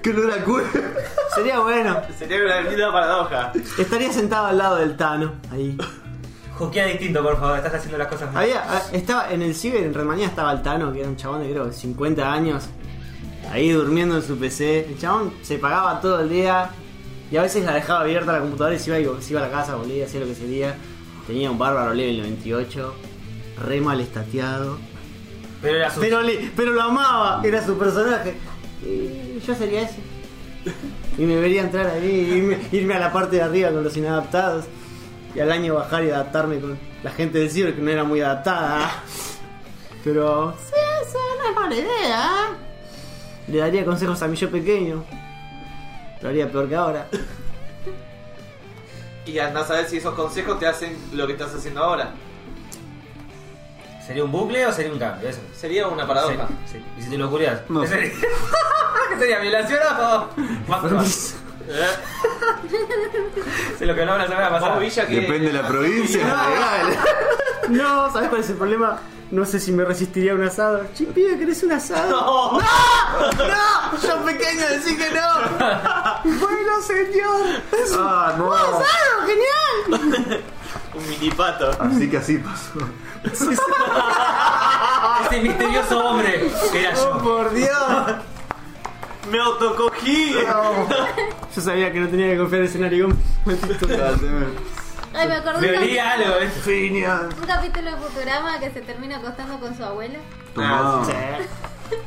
Speaker 3: que olor a culo.
Speaker 4: Sería bueno.
Speaker 2: Sería una linda paradoja.
Speaker 4: Estaría sentado al lado del Tano, ahí.
Speaker 1: Juquea distinto, por favor. Estás haciendo las cosas mal.
Speaker 4: Había, a- estaba en el ciber, en Remanía estaba el Tano, que era un chabón de creo 50 años, ahí durmiendo en su PC. El chabón se pagaba todo el día y a veces la dejaba abierta la computadora y se iba, y- se iba a la casa, volvía, hacía lo que quería. Tenía un bárbaro level 98, re mal estateado.
Speaker 1: Pero era su...
Speaker 4: Pero, le- pero lo amaba, era su personaje. Y yo sería ese. Y me vería entrar ahí, y irme, irme a la parte de arriba con los inadaptados. Y al año bajar y adaptarme con la gente del ciber que no era muy adaptada. Pero. Sí, sí, no es mala idea. Le daría consejos a mi yo pequeño. Lo haría peor que ahora.
Speaker 2: Y andás a ver si esos consejos te hacen lo que estás haciendo ahora.
Speaker 1: ¿Sería un bucle o sería un cambio? Eso.
Speaker 2: Sería una paradoja.
Speaker 1: Sí, sí. ¿Y si te lo ocurrías?
Speaker 3: No.
Speaker 1: ¿Qué sería? ¿Qué sería? ¿Violación o más fácil? Se lo que hablaba la semana pasada.
Speaker 2: Vamos, Villa, que...
Speaker 3: Depende de la provincia.
Speaker 4: eh,
Speaker 3: legal.
Speaker 4: No, ¿sabes cuál es el problema? No sé si me resistiría a un asado. Chimpide, ¿querés un asado?
Speaker 2: No.
Speaker 4: ¡No! Yo pequeño decí que no. bueno, señor. Es un
Speaker 3: Ah, no.
Speaker 4: asado, genial.
Speaker 2: Un minipato.
Speaker 3: Así que así pasó.
Speaker 1: Ese Este misterioso hombre que era
Speaker 4: Oh,
Speaker 1: yo.
Speaker 4: por Dios.
Speaker 2: Me autocogí.
Speaker 4: Yo sabía que no tenía que confiar en ese narigón. Maldito.
Speaker 5: Ay, me acordé
Speaker 1: Me
Speaker 5: de un
Speaker 1: olía algo, ¿eh?
Speaker 3: Finia.
Speaker 5: cap- un capítulo de Futurama que se termina acostando con su abuela.
Speaker 3: Tomá.
Speaker 4: Ah, Sí.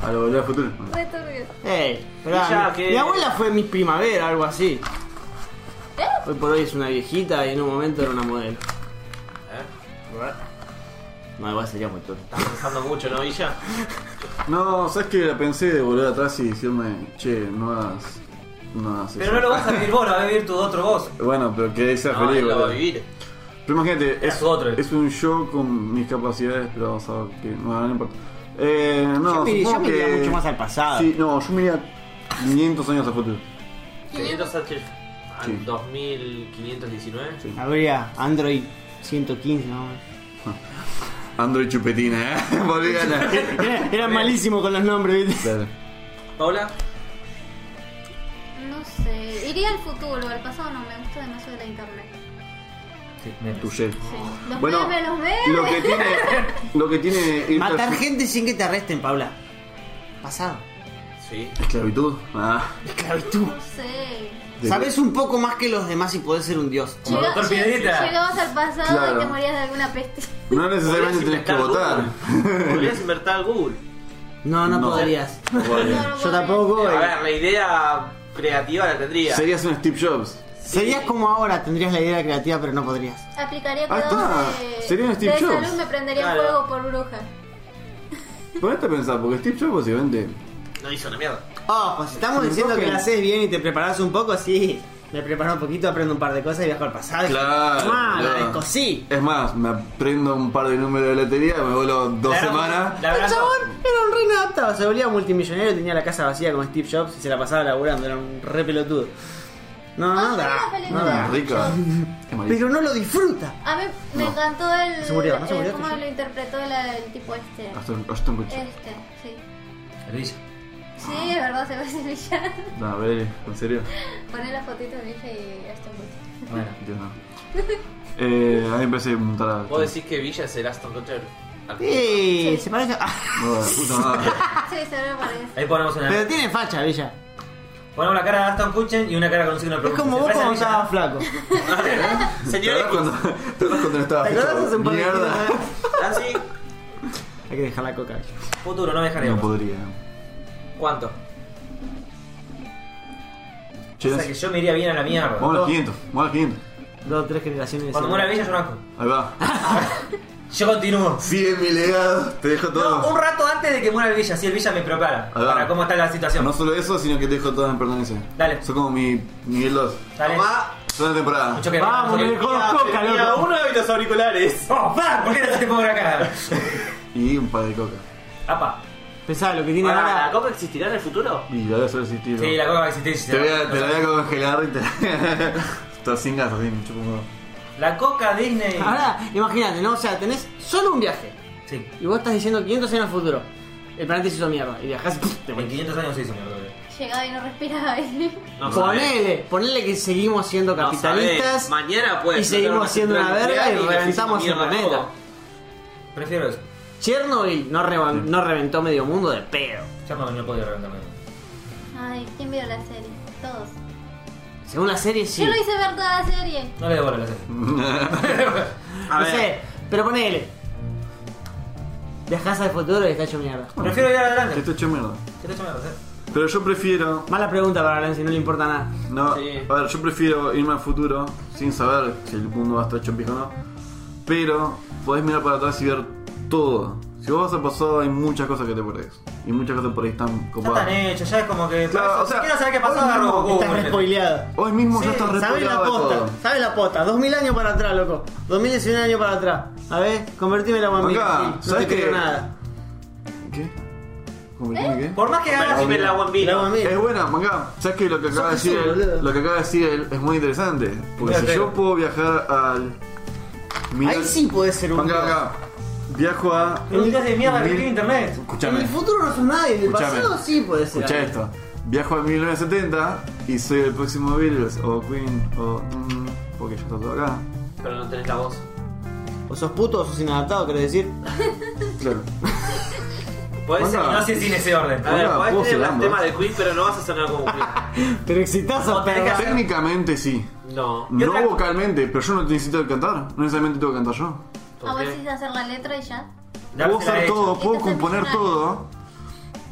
Speaker 3: A lo volver al futuro.
Speaker 5: Re turbio.
Speaker 4: Ey, pará,
Speaker 2: Y ya,
Speaker 4: mi,
Speaker 2: que-
Speaker 4: mi abuela fue mi primavera, algo así.
Speaker 5: ¿Eh?
Speaker 4: Hoy por hoy es una viejita y en un momento era una modelo. No, igual sería muy tonto.
Speaker 2: Estás pensando mucho, ¿no, Villa?
Speaker 3: No, sabes que la pensé de volver atrás y decirme, che, no hagas. No hagas
Speaker 1: Pero
Speaker 3: eso.
Speaker 1: no lo vas a vivir vos, lo va a vivir tu otro vos.
Speaker 3: Bueno, pero que sea
Speaker 2: No,
Speaker 3: feliz,
Speaker 2: él lo va a
Speaker 3: boludo.
Speaker 2: vivir.
Speaker 3: Pero imagínate, es,
Speaker 1: su otro.
Speaker 3: es un show con mis capacidades, pero vamos a ver que. Bueno, no importa. Eh, no,
Speaker 4: Yo me- yo
Speaker 3: supongo
Speaker 4: me iría
Speaker 3: que-
Speaker 4: mucho más al pasado.
Speaker 3: Sí, no, yo me iría 500 años al futuro.
Speaker 2: 500 H.
Speaker 3: Sí.
Speaker 2: Al 2519.
Speaker 3: Sí.
Speaker 4: Habría Android 115, ¿no?
Speaker 3: Android Chupetina, eh. Volvían a.
Speaker 4: Era, era malísimo con los nombres, ¿viste?
Speaker 3: Claro.
Speaker 2: Paula,
Speaker 5: No sé. Iría al futuro, al pasado no me gusta demasiado la internet.
Speaker 1: Sí, me-
Speaker 3: Touché.
Speaker 5: Sí. Los
Speaker 3: Bueno,
Speaker 5: memes los veo.
Speaker 3: Lo que tiene. Lo que tiene. irte
Speaker 4: Matar
Speaker 3: al-
Speaker 4: gente sin que te arresten, Paula. Pasado.
Speaker 2: Sí.
Speaker 3: Esclavitud. Ah.
Speaker 4: Esclavitud.
Speaker 5: No sé.
Speaker 3: De-
Speaker 4: Sabes un poco más que los demás y podés ser un dios.
Speaker 1: Como
Speaker 5: Llega-
Speaker 1: Doctor
Speaker 5: lleg-
Speaker 1: Piedrita.
Speaker 5: Llegabas al pasado
Speaker 3: Claro.
Speaker 5: y te morías de alguna peste.
Speaker 3: No necesariamente tenés
Speaker 2: Podrías
Speaker 3: que
Speaker 2: inventar
Speaker 3: votar.
Speaker 2: Google. Podrías inventar al Google.
Speaker 4: No, no,
Speaker 3: No.
Speaker 4: podrías.
Speaker 5: No, no
Speaker 7: Yo
Speaker 5: puedo
Speaker 7: tampoco.
Speaker 2: A
Speaker 7: eh.
Speaker 2: ver, la idea creativa la tendría.
Speaker 3: Serías un Steve Jobs.
Speaker 4: Serías como ahora, tendrías la idea creativa, pero no podrías.
Speaker 5: creer. Aplicaría
Speaker 3: Ah,
Speaker 5: cuidados
Speaker 3: está.
Speaker 5: de,
Speaker 3: Sería un Steve
Speaker 5: de
Speaker 3: Jobs.
Speaker 5: salud, me prendería
Speaker 2: Claro.
Speaker 5: fuego por bruja.
Speaker 3: Ponete a pensar, porque Steve Jobs básicamente.
Speaker 2: No hizo una mierda.
Speaker 4: Oh, pues estamos
Speaker 3: Un
Speaker 4: diciendo
Speaker 3: toque.
Speaker 4: que la haces bien y te preparás un poco, sí. Me preparo un poquito, aprendo un par de cosas y viajo al pasado.
Speaker 3: Claro,
Speaker 4: Ah, la
Speaker 3: claro.
Speaker 4: descosí.
Speaker 3: Es más, me aprendo un par de números de lotería, me vuelo dos
Speaker 1: La verdad-
Speaker 3: semanas.
Speaker 1: la
Speaker 4: El
Speaker 1: verdad-
Speaker 4: chabón era un re inadaptado, se volvía multimillonario, tenía la casa vacía como Steve Jobs y se la pasaba laburando, era un re pelotudo. No, no, da,
Speaker 5: Ah, una película.
Speaker 4: no da.
Speaker 3: Rico. Qué malísimo.
Speaker 4: Pero no lo disfruta.
Speaker 5: A mí me
Speaker 3: No.
Speaker 5: encantó el,
Speaker 4: Se murió, ¿no se
Speaker 5: el-
Speaker 4: murió?
Speaker 5: cómo
Speaker 4: Sí. Ah,
Speaker 5: lo interpretó la- el tipo este.
Speaker 3: Ashton- Ashton Kutcher.
Speaker 5: Este, sí.
Speaker 1: El bicho.
Speaker 5: Sí, es verdad, se ve ese villano.
Speaker 3: No, a ver, en serio.
Speaker 5: Poné la fotito de Villa y Aston Kutcher.
Speaker 1: Bueno.
Speaker 3: Dios no. Eh, ahí empecé a montar a.
Speaker 2: Vos decís que Villa es el Aston Kutcher.
Speaker 4: Sí, se parece. a-
Speaker 3: No, de puta madre.
Speaker 5: Sí, se ve parece.
Speaker 1: Ahí ponemos
Speaker 4: Pero
Speaker 1: una.
Speaker 4: tiene facha, Villa.
Speaker 1: Ponemos la cara de Aston Kutcher y una cara con un signo de
Speaker 4: Es
Speaker 1: pregunta.
Speaker 4: como
Speaker 1: ¿Se
Speaker 4: vos
Speaker 1: parece a Villa?
Speaker 4: cuando estabas flaco.
Speaker 3: ¿Te
Speaker 2: Señor
Speaker 3: acordás cuando, ¿Te
Speaker 2: X.
Speaker 3: acordás cuando no estabas
Speaker 4: ¿Te acordás
Speaker 3: fichado?
Speaker 4: hace un par de
Speaker 3: Mierda.
Speaker 4: días?
Speaker 2: Nancy,
Speaker 4: Hay que dejar la coca.
Speaker 1: Futuro, no
Speaker 3: No
Speaker 1: dejaremos.
Speaker 3: podría.
Speaker 2: ¿cuánto?
Speaker 1: o sea que
Speaker 3: Che,
Speaker 1: yo me iría bien a la mierda.
Speaker 3: vamos a los 500, vamos a los 500.
Speaker 4: Dos, tres generaciones.
Speaker 1: Cuando muera Villa, yo banco.
Speaker 3: Ahí va.
Speaker 1: Yo continúo.
Speaker 3: Sigue mi legado, te
Speaker 1: No,
Speaker 3: dejo
Speaker 1: un
Speaker 3: todo.
Speaker 1: rato antes de que muera el Villa, si el Villa me prepara
Speaker 3: Ahí va.
Speaker 1: para cómo está la situación.
Speaker 3: No solo eso, sino que te dejo todo en pertenencia.
Speaker 1: Dale.
Speaker 3: Soy como mi nivel 2.
Speaker 1: Dale.
Speaker 2: Tomá.
Speaker 3: Segunda temporada.
Speaker 1: Mucho que
Speaker 7: Vamos,
Speaker 1: mucho que-
Speaker 7: viejo. Con coca,
Speaker 2: Tenía
Speaker 7: loco.
Speaker 2: uno de los auriculares.
Speaker 1: ¡Oh, fuck! ¿Por qué te pongo la cara?
Speaker 3: Y un par de coca.
Speaker 1: Apa.
Speaker 4: Pensaba lo que tiene
Speaker 2: Pará, ¿La
Speaker 4: ahora.
Speaker 2: copa existirá en el futuro?
Speaker 3: Y la voy a hacer existir.
Speaker 1: Sí, la coca va a existir. si
Speaker 3: Te voy
Speaker 1: da-
Speaker 3: a, te la
Speaker 1: o sea,
Speaker 3: voy a congelar y te Estás sin gas así, me chupo un huevo.
Speaker 1: la coca Disney.
Speaker 4: Ahora, imagínate, ¿no? O sea, tenés solo un viaje.
Speaker 1: Sí,
Speaker 4: Y vos estás diciendo 500 años al futuro. El planeta se hizo mierda. Y viajás y te
Speaker 1: en
Speaker 4: morís.
Speaker 1: 500 años sí, señor.
Speaker 5: Llegaba y no respiraba. y-
Speaker 2: No sabés.
Speaker 4: Ponele, ponele que seguimos siendo
Speaker 2: No
Speaker 4: capitalistas.
Speaker 2: sabés. Mañana puede
Speaker 4: y
Speaker 2: explotar
Speaker 4: seguimos
Speaker 2: una
Speaker 4: siendo
Speaker 2: central
Speaker 4: una verga
Speaker 2: nuclear
Speaker 4: y
Speaker 2: le hacemos
Speaker 4: reventamos el
Speaker 2: mierda
Speaker 4: planeta.
Speaker 2: todo.
Speaker 1: Prefiero eso.
Speaker 4: Chernobyl no, revan- no reventó medio mundo de pedo.
Speaker 1: Ya no, no podía reventarme.
Speaker 5: Ay, ¿quién vio la serie? Todos.
Speaker 4: Según la serie, sí.
Speaker 5: Yo lo hice ver toda la serie.
Speaker 1: No le debo la serie.
Speaker 4: No
Speaker 2: A ver.
Speaker 4: sé, pero ponele. Viajás al futuro y está hecho mierda.
Speaker 1: Prefiero ir
Speaker 3: Te
Speaker 1: adelante.
Speaker 3: estoy hecho mierda.
Speaker 1: ¿Qué te llamas?
Speaker 3: Pero yo prefiero.
Speaker 4: Mala pregunta para Alan, si no le importa nada.
Speaker 3: No,
Speaker 2: Sí.
Speaker 3: a ver, yo prefiero irme al futuro sin saber si el mundo va a estar hecho pico o no. Pero podés mirar para atrás y ver todo. Si vos vas al pasado, hay muchas cosas que te perdés. Y muchas cosas por ahí están
Speaker 1: Ya ¿eh?
Speaker 3: copadas.
Speaker 1: están hechos, ya es como que.
Speaker 3: Claro,
Speaker 1: para eso,
Speaker 3: o sea,
Speaker 1: si quiero saber qué pasó,
Speaker 3: hoy
Speaker 1: agarro
Speaker 3: mismo
Speaker 1: Goku.
Speaker 4: Estás re spoileado.
Speaker 3: Hoy mismo
Speaker 1: Sí,
Speaker 3: ya estás
Speaker 4: Sabes la
Speaker 3: replegado de
Speaker 4: posta,
Speaker 3: todo.
Speaker 4: sabes la posta. 2000 años para atrás, loco. 2019 años para atrás. A ver, convertime en la
Speaker 3: Acá,
Speaker 4: guambita. Sí, no
Speaker 3: ¿sabes
Speaker 4: te creo
Speaker 3: qué?
Speaker 4: nada.
Speaker 3: ¿Qué? ¿Cómo tiene qué?
Speaker 1: Por más que
Speaker 2: Pero
Speaker 1: hagas.
Speaker 2: si me la
Speaker 4: La
Speaker 2: guambina.
Speaker 4: guambita.
Speaker 3: Es buena, manga. ¿Sabes que lo que acaba de
Speaker 4: Sos Jesús,
Speaker 3: decir él,
Speaker 4: boludo.
Speaker 3: lo que acaba de decir él es muy interesante? Porque
Speaker 1: Mira,
Speaker 3: si
Speaker 1: claro.
Speaker 3: yo puedo viajar al. mira-
Speaker 4: Ahí sí puede ser un.
Speaker 3: Manga,
Speaker 4: dios.
Speaker 3: acá. Viajo a.
Speaker 1: Un día de mierda que
Speaker 3: Mil-
Speaker 1: tiene internet.
Speaker 4: En
Speaker 3: Escúchame.
Speaker 4: el futuro no sos nadie, en el
Speaker 3: Escuchame.
Speaker 4: pasado sí puede ser.
Speaker 3: Escucha esto. Viajo a 1970 y soy el próximo Beatles o Queen o. mm, porque yo estoy todo acá.
Speaker 2: Pero no tenés la voz.
Speaker 4: O sos puto o sos inadaptado, querés decir.
Speaker 3: Claro.
Speaker 2: Podés
Speaker 3: Manga.
Speaker 1: No sé si en ese orden.
Speaker 2: A ver,
Speaker 3: Manga,
Speaker 2: podés
Speaker 3: vos
Speaker 2: tener
Speaker 3: serás,
Speaker 2: los temas
Speaker 3: ¿no?
Speaker 2: de Queen, pero no vas a sonar como Queen.
Speaker 4: Pero exitás a perra.
Speaker 3: Técnicamente sí.
Speaker 2: No.
Speaker 1: Y otra-
Speaker 3: No vocalmente, pero yo no necesito cantar. No necesariamente tengo que cantar yo.
Speaker 5: A
Speaker 2: ¿Por
Speaker 5: vos
Speaker 2: qué?
Speaker 5: hiciste hacer la letra y ya.
Speaker 1: Ya
Speaker 3: Puedo
Speaker 1: se la
Speaker 3: hacer
Speaker 1: he hecho.
Speaker 3: todo,
Speaker 5: Este
Speaker 3: puedo
Speaker 5: es
Speaker 3: componer
Speaker 5: original.
Speaker 3: todo.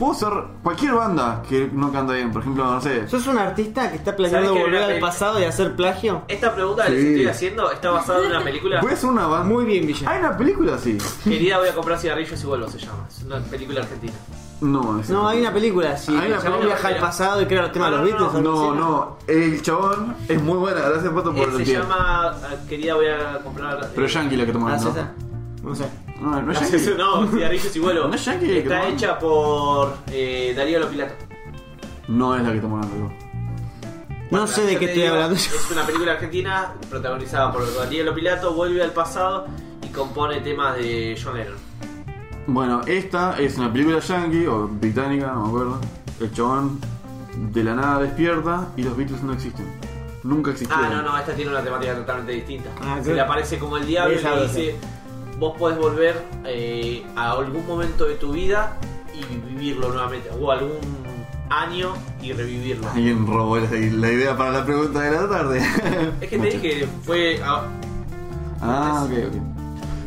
Speaker 3: Puedo ser cualquier banda que no canta bien, por ejemplo, no sé.
Speaker 4: ¿Sos un artista que está planeando
Speaker 2: ¿Sabés qué
Speaker 4: volver
Speaker 2: era
Speaker 4: al
Speaker 2: el-
Speaker 4: pasado y hacer plagio?
Speaker 2: Esta pregunta que les
Speaker 3: Sí.
Speaker 2: estoy haciendo está basada en una película.
Speaker 3: Voy a hacer Pues una banda.
Speaker 4: Muy bien, Villa.
Speaker 3: Hay una película así.
Speaker 2: Querida, voy a comprar cigarrillos y vuelvo, se llama. Es una película argentina.
Speaker 3: No, es-
Speaker 4: No, hay una película, sí.
Speaker 3: Hay una
Speaker 4: El chabón
Speaker 2: película.
Speaker 4: viaja al pasado y crea los temas de
Speaker 2: No,
Speaker 4: los Beatles.
Speaker 2: no,
Speaker 3: No,
Speaker 4: algo así.
Speaker 3: no. El chabón es muy buena. Gracias, Pato, por
Speaker 2: Eh,
Speaker 3: el
Speaker 2: se
Speaker 3: tiempo.
Speaker 2: llama eh, Querida, voy a comprar. eh,
Speaker 3: Pero es Yankee la que
Speaker 4: Ah,
Speaker 3: tomamos,
Speaker 4: sí,
Speaker 3: ¿no?
Speaker 4: está. No sé.
Speaker 3: No, no es
Speaker 2: Haces
Speaker 3: Yankee.
Speaker 2: eso, no, cigarrillos y vuelo.
Speaker 3: No es yankee, que
Speaker 2: Está
Speaker 3: no.
Speaker 2: hecha por eh, Darío Lopilato.
Speaker 3: No es la que tomamos, amigo.
Speaker 4: No sé de qué estoy hablando yo.
Speaker 2: Es una película argentina protagonizada por Darío Lopilato, vuelve al pasado y compone temas de John Lennon.
Speaker 3: Bueno, esta es una película yankee o británica, no me acuerdo. El chabón de la nada despierta y los Beatles no existen. Nunca existieron.
Speaker 2: Ah, no, no, esta tiene una temática totalmente distinta.
Speaker 4: Ah,
Speaker 2: Se
Speaker 4: claro.
Speaker 2: le aparece como el diablo y
Speaker 4: Esa
Speaker 2: le
Speaker 4: cosa.
Speaker 2: dice: Vos podés volver eh, a algún momento de tu vida y vivirlo nuevamente, o algún año y revivirlo.
Speaker 3: Alguien robó la, la idea para la pregunta de la tarde.
Speaker 2: Es que te
Speaker 3: Mucho.
Speaker 2: dije, fue. ah,
Speaker 3: Ah, ok, ok.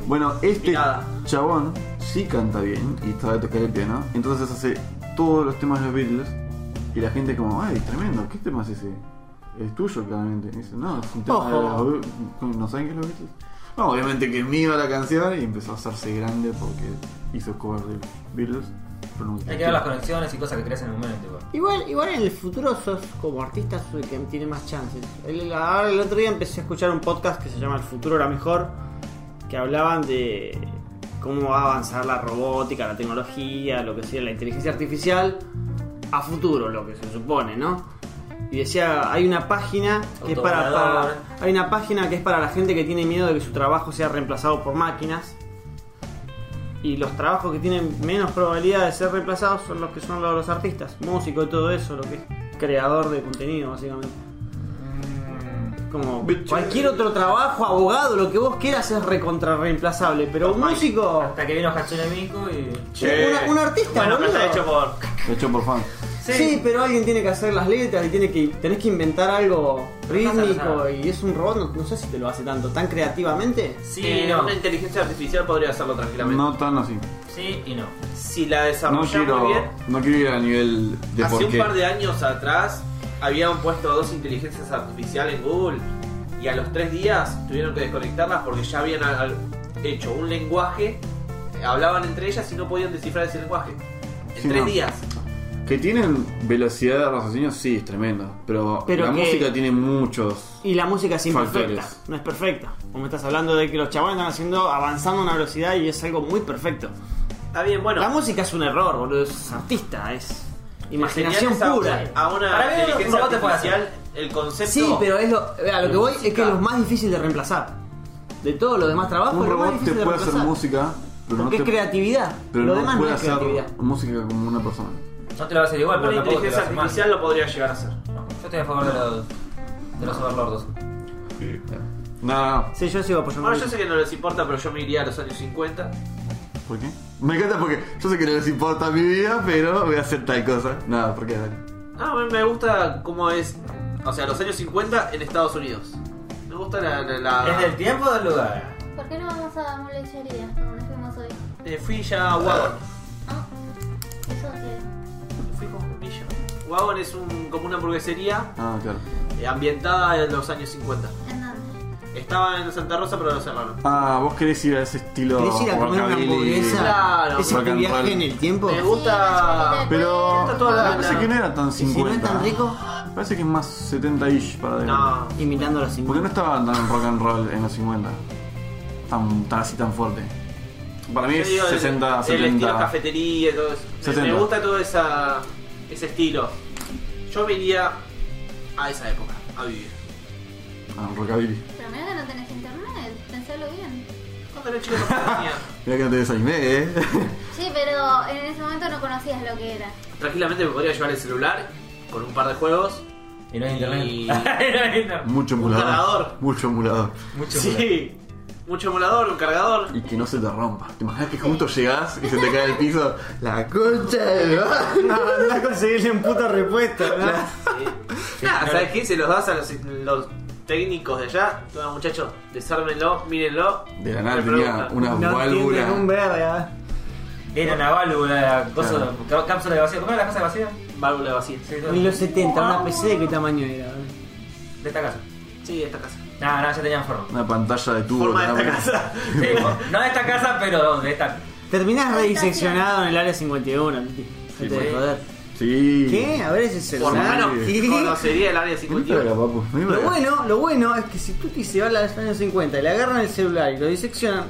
Speaker 3: Bueno, este
Speaker 2: Mirada.
Speaker 3: chabón sí canta bien y sabe tocar el piano. Entonces hace todos los temas de los Beatles. Y la gente como, ay, tremendo, ¿qué tema es ese? Es tuyo, claramente. Y dice, no, es un tema de los Beatles. ¿No saben qué es los Beatles? No, obviamente que es mío la canción y empezó a hacerse grande porque hizo cover de Beatles. pero nunca
Speaker 1: Hay que ver las conexiones y cosas que creas en el momento. igual.
Speaker 4: Igual, igual en el futuro sos como artista sos el que tiene más chances. El, ahora el otro día empecé a escuchar un podcast que se llama El futuro era mejor, que hablaban de cómo va a avanzar la robótica, la tecnología, lo que sea, la inteligencia artificial a futuro, lo que se supone, ¿no? Y decía, hay una página que es para,
Speaker 1: Autovolador.
Speaker 4: para- hay una página que es para la gente que tiene miedo de que su trabajo sea reemplazado por máquinas. Y los trabajos que tienen menos probabilidad de ser reemplazados son los que son los, los artistas, músicos y todo eso, lo que es creador de contenido, básicamente. Como cualquier otro trabajo, abogado, lo que vos quieras es recontra reemplazable, pero un músico,
Speaker 1: Hasta que vino Hatsune Miku y.
Speaker 4: una- un artista,
Speaker 2: Bueno, pero
Speaker 4: boludo.
Speaker 2: está hecho por.
Speaker 3: Hecho por fan.
Speaker 4: Sí. pero alguien tiene que hacer las letras y tiene que tenés que inventar algo rítmico y es un robot, no, no sé si te lo hace tanto, tan creativamente.
Speaker 1: Sí,
Speaker 2: Eh,
Speaker 1: no.
Speaker 2: Una inteligencia artificial podría hacerlo tranquilamente.
Speaker 3: No tan así.
Speaker 1: Sí y no.
Speaker 2: Si la
Speaker 3: No
Speaker 2: desarrollamos
Speaker 3: quiero,
Speaker 2: bien.
Speaker 3: no quiero ir a nivel de
Speaker 2: Hace
Speaker 3: por
Speaker 2: un
Speaker 3: qué.
Speaker 2: par de años atrás habían puesto dos inteligencias artificiales en Google y a los tres días tuvieron que desconectarlas porque ya habían al- al- hecho un lenguaje, eh, hablaban entre ellas y no podían descifrar ese lenguaje. En
Speaker 3: Sí,
Speaker 2: tres
Speaker 3: no.
Speaker 2: días.
Speaker 3: Que tienen velocidad de raciocinio, sí, es tremendo. Pero,
Speaker 4: Pero
Speaker 3: la
Speaker 4: que-
Speaker 3: música tiene muchos.
Speaker 4: Y la música es imperfecta,
Speaker 3: Factores.
Speaker 4: no es perfecta. Como estás hablando de que los chavales están haciendo, avanzando a una velocidad y es algo muy perfecto.
Speaker 2: Está bien, bueno.
Speaker 4: La música es un error, boludo, es artista, es imaginación
Speaker 2: genial es a-
Speaker 4: pura.
Speaker 2: A una
Speaker 1: Para mí, un
Speaker 2: inteligencia
Speaker 1: robot te puede
Speaker 2: artificial, el concepto.
Speaker 4: Sí, pero es lo, a lo que voy es que
Speaker 2: música.
Speaker 4: es lo más difícil de reemplazar. De todos los demás trabajos,
Speaker 3: Un
Speaker 4: es lo más
Speaker 3: robot te
Speaker 4: difícil de
Speaker 3: puede hacer
Speaker 4: reemplazar.
Speaker 3: música, pero no
Speaker 4: Porque
Speaker 3: te
Speaker 4: es creatividad,
Speaker 3: pero
Speaker 4: lo
Speaker 3: no
Speaker 4: demás no
Speaker 3: puede
Speaker 4: es
Speaker 3: hacer
Speaker 4: creatividad.
Speaker 3: música como una persona.
Speaker 1: No te lo va a hacer igual,
Speaker 2: una
Speaker 1: pero tampoco te lo va
Speaker 2: inteligencia
Speaker 1: a hacer mal.
Speaker 2: artificial lo podría llegar a hacer.
Speaker 1: No, yo estoy a favor de los. de los overlordos.
Speaker 3: No, no, no.
Speaker 4: Sí, yo sigo apoyando.
Speaker 2: Bueno, yo sé que no les importa, pero yo me iría a los años 50.
Speaker 3: ¿Por qué? Me encanta porque yo sé que no les importa mi vida, pero voy a hacer tal cosa. Nada, ¿por qué? Dale.
Speaker 2: Ah, a mí me gusta cómo es. O sea, los años 50 en Estados Unidos. Me gusta la. la- la-
Speaker 1: ¿Es del tiempo o del lugar?
Speaker 5: ¿Por qué no vamos a molecherías como nos fuimos hoy?
Speaker 2: Eh, fui ya a Wagon.
Speaker 5: Ah, eso eh, que.
Speaker 2: Fui con Millo. Wagon es un, como una hamburguesería
Speaker 3: Ah, claro.
Speaker 2: eh, ambientada en los años 50.
Speaker 5: ¿En dónde?
Speaker 2: Estaba en Santa Rosa, pero lo cerraron.
Speaker 3: Ah, vos querés ir a ese estilo.
Speaker 4: ¿Querés ir a comer una
Speaker 3: rockabilly?
Speaker 4: hamburguesa?
Speaker 2: Claro.
Speaker 4: ¿Ese
Speaker 3: Rock and
Speaker 4: tu
Speaker 3: roll.
Speaker 4: viaje en el tiempo?
Speaker 2: Me gusta.
Speaker 3: Pero.
Speaker 2: Está toda la-
Speaker 3: me parece
Speaker 2: la-
Speaker 3: que no era tan
Speaker 4: ¿Y si
Speaker 3: 50.
Speaker 4: no es tan rico?
Speaker 3: Me Parece que es más 70-ish para adelante.
Speaker 2: No.
Speaker 4: Imitando a los
Speaker 3: ¿Por qué no
Speaker 4: Simpsons.
Speaker 3: estaba tan rock and roll en los 50? Tan, tan así tan fuerte. Para mí
Speaker 2: Yo
Speaker 3: es
Speaker 2: digo, el-
Speaker 3: 60,
Speaker 2: el,
Speaker 3: 70.
Speaker 2: estilo cafetería y todo eso. Me-
Speaker 3: 70.
Speaker 2: Me gusta todo esa, ese estilo. Yo me iría a esa época, a vivir.
Speaker 3: Ah, rockabilly.
Speaker 5: Pero mira que no tenés internet, pensalo bien.
Speaker 2: Cuando era chico no tenía.
Speaker 3: Mira que no te desanimé, eh.
Speaker 5: Sí, pero en ese momento no conocías lo que era.
Speaker 2: Tranquilamente me podría llevar el celular con un par de juegos.
Speaker 1: Y no hay internet.
Speaker 2: Y-
Speaker 1: Y no hay internet.
Speaker 3: Mucho
Speaker 2: Un
Speaker 3: emulador.
Speaker 2: cargador.
Speaker 3: Mucho emulador.
Speaker 1: Mucho lugar.
Speaker 2: Sí. Mucho emulador, un cargador.
Speaker 3: Y que no se te rompa. ¿Te imaginas que justo llegás y se te cae el piso? La concha del
Speaker 4: No,
Speaker 3: bar.
Speaker 4: andá a conseguirle un puto repuesto, ¿verdad?
Speaker 2: Nah, ¿sabes qué? Se los das a los, los técnicos de allá. Toma, muchachos, desármenlo, mírenlo.
Speaker 3: De la nada tenía
Speaker 2: Reproductan.
Speaker 3: una
Speaker 4: No
Speaker 3: válvula.
Speaker 4: entiendes un verga.
Speaker 1: Era una válvula, la cosa,
Speaker 3: Claro.
Speaker 1: ca- cápsula de vacío. ¿Cómo era la casa vacía?
Speaker 2: Válvula vacía.
Speaker 1: Sí, todo.
Speaker 4: En los 70, una PC de qué tamaño era.
Speaker 1: De esta casa.
Speaker 2: Sí, esta casa.
Speaker 1: Nada, nada, ya tenían forma.
Speaker 3: Una pantalla de tubo.
Speaker 2: Forma de esta
Speaker 3: ¿no?
Speaker 2: casa.
Speaker 1: Sí, no de esta casa, pero de esta.
Speaker 4: Terminás rediseccionado en el área 51, Titi.
Speaker 3: Sí,
Speaker 4: No te
Speaker 3: pues.
Speaker 4: dejo joder.
Speaker 3: Sí.
Speaker 4: ¿Qué? A ver ese
Speaker 2: Por lo
Speaker 4: celular.
Speaker 2: menos
Speaker 4: Sí.
Speaker 2: conocería el área
Speaker 3: Vení para
Speaker 2: 51.
Speaker 3: acá, papu. Vení para
Speaker 4: Lo
Speaker 3: acá.
Speaker 4: bueno, lo bueno es que si Tuti se va a los años 50 y le agarran el celular y lo diseccionan,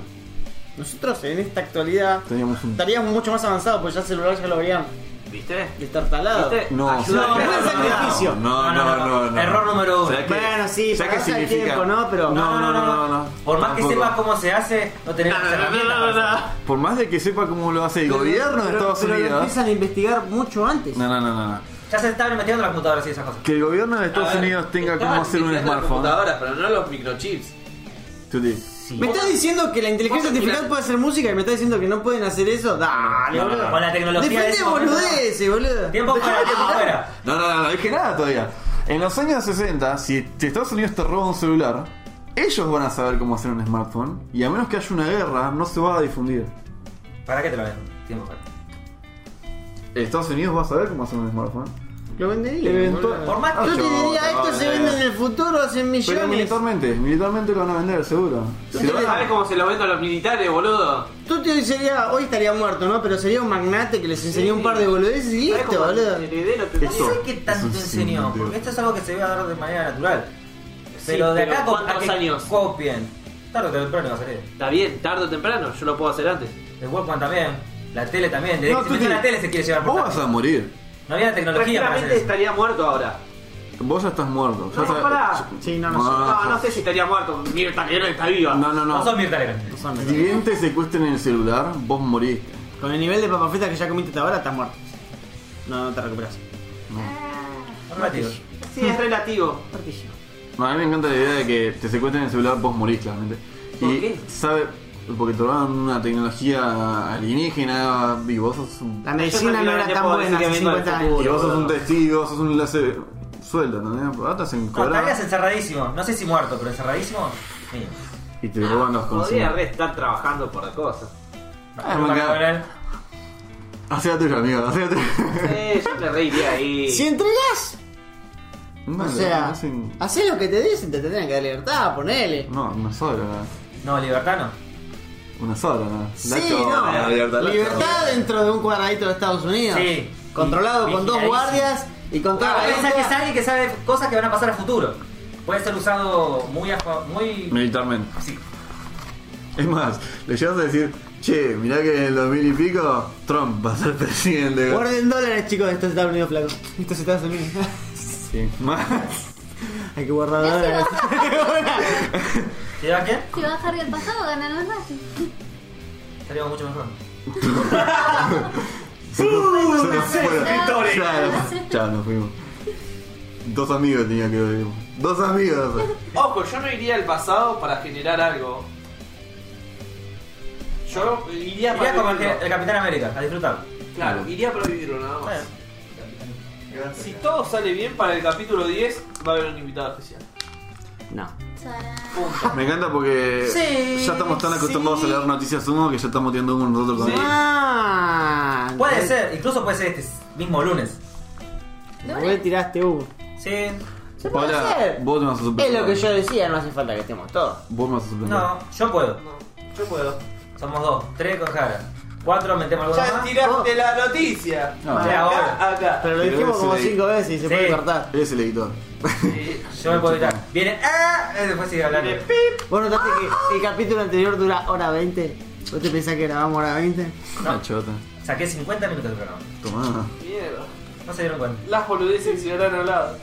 Speaker 4: nosotros en esta actualidad
Speaker 3: Teníamos un.
Speaker 4: estaríamos mucho más avanzados porque ya el celular ya lo habrían
Speaker 2: ¿Viste?
Speaker 4: destartalado.
Speaker 1: Este,
Speaker 2: ¿Viste?
Speaker 3: No,
Speaker 2: Ayuda
Speaker 4: No,
Speaker 2: a
Speaker 4: no,
Speaker 2: crear-
Speaker 4: no, sacrificio.
Speaker 3: No, no, no, no, no.
Speaker 1: Error número uno.
Speaker 3: ¿Será que-
Speaker 4: Bueno, sí,
Speaker 3: ¿será
Speaker 4: para
Speaker 3: que
Speaker 4: hacer
Speaker 3: significa?
Speaker 4: tiempo, ¿no? Pero-
Speaker 3: No, no, no, no, no.
Speaker 1: Por más que
Speaker 3: Tampoco.
Speaker 1: sepas cómo se hace, no tenés las herramientas. para hacerlo.
Speaker 3: Por más de que sepa cómo lo hace el gobierno de
Speaker 4: Pero-
Speaker 3: Estados
Speaker 4: pero lo
Speaker 3: Unidos.
Speaker 4: empiezan a investigar mucho antes.
Speaker 3: No, no, no, no. no.
Speaker 1: Ya se están metiendo las computadoras y esas cosas.
Speaker 3: Que el gobierno de Estados
Speaker 2: A ver,
Speaker 3: Unidos tenga
Speaker 2: está
Speaker 3: cómo hacer un
Speaker 2: diciendo las
Speaker 3: smartphone.
Speaker 2: computadoras, pero no los microchips.
Speaker 3: Tuti.
Speaker 4: ¿Me estás diciendo que la inteligencia
Speaker 2: Vos-
Speaker 4: artificial puede hacer música y me estás diciendo que no pueden hacer eso? Dale,
Speaker 1: No, no,
Speaker 4: boludo.
Speaker 1: no. Con la tecnología de
Speaker 4: Depende
Speaker 1: ese momento-
Speaker 4: boludeces, boludo.
Speaker 1: Tiempo para tiempo fuera.
Speaker 3: No, no, no, no dije nada todavía. En los años 60, si te- Estados Unidos te roba un celular, ellos van a saber cómo hacer un smartphone. Y a menos que haya una guerra, no se va a difundir.
Speaker 1: ¿Para qué te lo venden? Tiempo fuera.
Speaker 3: Estados Unidos va a saber cómo hacer un smartphone.
Speaker 4: Lo vendería.
Speaker 3: Eventu-
Speaker 4: boludo.
Speaker 1: Por más
Speaker 4: Yo
Speaker 1: que
Speaker 4: te diría, esto se vende en el futuro, hacen
Speaker 3: Pero
Speaker 4: millones.
Speaker 3: militarmente, militarmente lo van a vender, seguro. Si lo
Speaker 2: ¿Sabes
Speaker 3: van a-
Speaker 2: cómo se lo venden a los militares, boludo?
Speaker 4: Tú te sería, hoy estaría muerto, ¿no? Pero sería un magnate que les enseñó un par de boludeces y
Speaker 2: ¿Sabés
Speaker 4: listo,
Speaker 2: cómo
Speaker 4: boludo.
Speaker 2: el heredero te-
Speaker 1: no sé qué tanto
Speaker 3: Eso sí,
Speaker 1: enseñó,
Speaker 3: tío.
Speaker 1: porque esto es algo que se va a dar de manera natural. Pero de
Speaker 2: pero
Speaker 1: acá co- a
Speaker 2: ¿cuántos
Speaker 1: que
Speaker 2: años?
Speaker 1: copien. Tarde o temprano va a salir.
Speaker 2: Está bien, tarde o temprano, yo lo puedo hacer antes.
Speaker 1: El Walkman también. La tele también. Desde que
Speaker 3: No,
Speaker 1: se
Speaker 3: Tuti,
Speaker 1: metió la tele se quiere llevar por
Speaker 3: Vos
Speaker 1: acá.
Speaker 3: vas a morir.
Speaker 1: No había la tecnología para hacer
Speaker 2: Tranquilamente
Speaker 1: eso.
Speaker 2: estaría muerto ahora.
Speaker 3: Vos ya estás muerto. Ya
Speaker 2: No,
Speaker 3: sabes-
Speaker 2: pará.
Speaker 4: Sí, no, no sé.
Speaker 2: No,
Speaker 3: Ah,
Speaker 2: no sé si estaría muerto. Mirta Legrand está viva.
Speaker 3: No, no,
Speaker 1: No
Speaker 3: no.
Speaker 1: son mirtaleros.
Speaker 3: Si bien te secuestren el celular, vos moriste.
Speaker 4: Con el nivel de papas fritas que ya comiste hasta ahora, estás muerto. No, no te recuperas.
Speaker 1: Relativo.
Speaker 2: Sí, es relativo.
Speaker 3: No, a mí me encanta la idea de que te secuestren el celular, vos morís claramente.
Speaker 2: ¿Por
Speaker 3: y
Speaker 2: qué?
Speaker 3: sabe, porque robaron una tecnología alienígena y vos sos un,
Speaker 4: La medicina no era tan buena hace 50 años.
Speaker 3: y vos sos un testigo, sos un enlace sueldo, ¿entendés? Ahora te hacen
Speaker 1: No, estarías
Speaker 3: cobrar
Speaker 1: encerradísimo. No sé si muerto, pero encerradísimo. Sí.
Speaker 3: y te roban los
Speaker 2: Podría
Speaker 3: consumos.
Speaker 2: re estar trabajando por cosas.
Speaker 3: Ah,
Speaker 1: Nunca
Speaker 3: manga.
Speaker 1: me voy a leer.
Speaker 3: Hacé la tuya, amigo, hacé la tuya.
Speaker 2: Eh, yo me reiría ahí.
Speaker 4: Si entregas,
Speaker 3: No,
Speaker 4: o
Speaker 3: no,
Speaker 4: sea,
Speaker 3: no Mm. hacen-
Speaker 4: hacés lo que te dicen, te tendrían que dar libertad, ponele.
Speaker 3: No, una sola.
Speaker 1: No, libertano.
Speaker 3: Una sola. ¿no?
Speaker 4: Sí,
Speaker 3: Lacho,
Speaker 4: no.
Speaker 3: la eh, libertad, lacho.
Speaker 4: Libertad dentro de un cuadradito de Estados Unidos.
Speaker 1: Sí.
Speaker 4: Controlado con dos
Speaker 1: Vigiladísimo.
Speaker 4: guardias y con toda
Speaker 1: Ah,
Speaker 4: la
Speaker 1: piensa
Speaker 4: venta.
Speaker 1: que es alguien que sabe cosas que van a pasar a futuro. Puede ser usado muy a fa- muy
Speaker 3: Militarmente.
Speaker 1: sí.
Speaker 3: Es más, le llegas a decir, che, mirá que en el 2000 y pico Trump va a ser presidente.
Speaker 4: Guarden dólares, chicos, esto es Estados Unidos, flaco. Esto es Estados Unidos.
Speaker 3: Sí, más.
Speaker 4: Hay que guardar
Speaker 5: Ya
Speaker 4: dólares.
Speaker 1: ¿Te lleva quién?
Speaker 5: Si vas a cargar el pasado, ganan los nazis.
Speaker 1: Estaría mucho mejor.
Speaker 3: Se nos- se nos fueron.
Speaker 5: suscriptores.
Speaker 3: Chao, chao, nos fuimos. Dos amigos tenía que ver. Dos amigos.
Speaker 2: Ojo, yo no iría al pasado para generar algo. Yo iría para
Speaker 1: Iría como el,
Speaker 2: vivirlo.
Speaker 1: que- el Capitán América, a disfrutar.
Speaker 2: Claro, iría para vivirlo nada más.
Speaker 1: Bueno.
Speaker 2: Si todo sale bien para el capítulo 10, va a haber un invitado especial.
Speaker 4: No.
Speaker 5: Sarán.
Speaker 2: Punto.
Speaker 3: Me encanta porque ya estamos tan acostumbrados a leer noticias humo que ya estamos tirando humo nosotros
Speaker 2: Sí.
Speaker 3: también.
Speaker 4: Ah,
Speaker 1: Puede
Speaker 4: no,
Speaker 1: ser, incluso puede ser este mismo lunes.
Speaker 4: no le tiraste Hugo.
Speaker 1: Sí,
Speaker 4: Se puede
Speaker 3: Hola,
Speaker 4: hacer.
Speaker 3: vos me vas a sorprender.
Speaker 4: Es lo que yo decía, no hace falta que estemos todos.
Speaker 3: Vos me vas a sorprender.
Speaker 1: no, yo puedo.
Speaker 2: No, yo puedo.
Speaker 1: Somos dos, tres con Jara. Cuatro metemos alguna
Speaker 2: Ya
Speaker 1: más.
Speaker 2: tiraste la noticia.
Speaker 3: No.
Speaker 2: Acá,
Speaker 1: Ah, Ya, ahora.
Speaker 2: acá.
Speaker 4: Pero lo
Speaker 3: Pero
Speaker 4: dijimos
Speaker 3: ese
Speaker 4: como
Speaker 3: de-
Speaker 4: cinco veces y
Speaker 1: Sí.
Speaker 4: se puede cortar.
Speaker 3: Él es el editor.
Speaker 2: Sí.
Speaker 1: Yo me puedo evitar. Viene, ah, eh, después sigue hablando.
Speaker 2: Viene, pip.
Speaker 4: ¿Vos notaste que el capítulo anterior dura hora 20? ¿Vos te pensás que grabamos hora 20?
Speaker 3: Una Ah, chota.
Speaker 1: Saqué 50 minutos de programa.
Speaker 3: Tomá.
Speaker 2: Mierda.
Speaker 1: No se dieron cuenta.
Speaker 2: Las boludeces que se habrán hablado.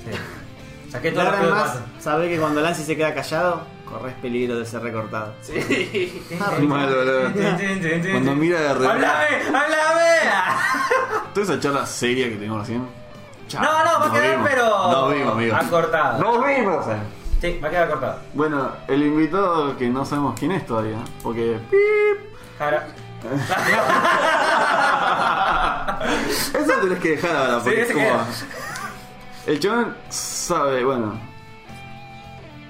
Speaker 1: Sí. Saqué todo
Speaker 4: La
Speaker 1: lo
Speaker 4: hora
Speaker 1: que
Speaker 4: más,
Speaker 1: pasa.
Speaker 4: sabés que cuando Lancy se queda callado, corres peligro de ser recortado.
Speaker 2: Sí.
Speaker 1: Ah,
Speaker 3: Mal, boludo. Cuando mira de re-
Speaker 1: ¡Háblame! ¡Háblame!
Speaker 3: Toda esa charla seria que teníamos recién. Chao.
Speaker 1: No, no, va a
Speaker 3: Nos
Speaker 1: quedar,
Speaker 3: vimos.
Speaker 1: pero.
Speaker 3: Nos vimos, amigos.
Speaker 1: Acortado.
Speaker 3: Nos vimos. eh.
Speaker 1: Sí, va a quedar cortado.
Speaker 3: Bueno, el invitado que no sabemos quién es todavía, porque
Speaker 1: Jara.
Speaker 3: eso tenés que dejar ahora, porque
Speaker 1: ese
Speaker 3: es como-
Speaker 1: queda.
Speaker 3: El chabón sabe, bueno,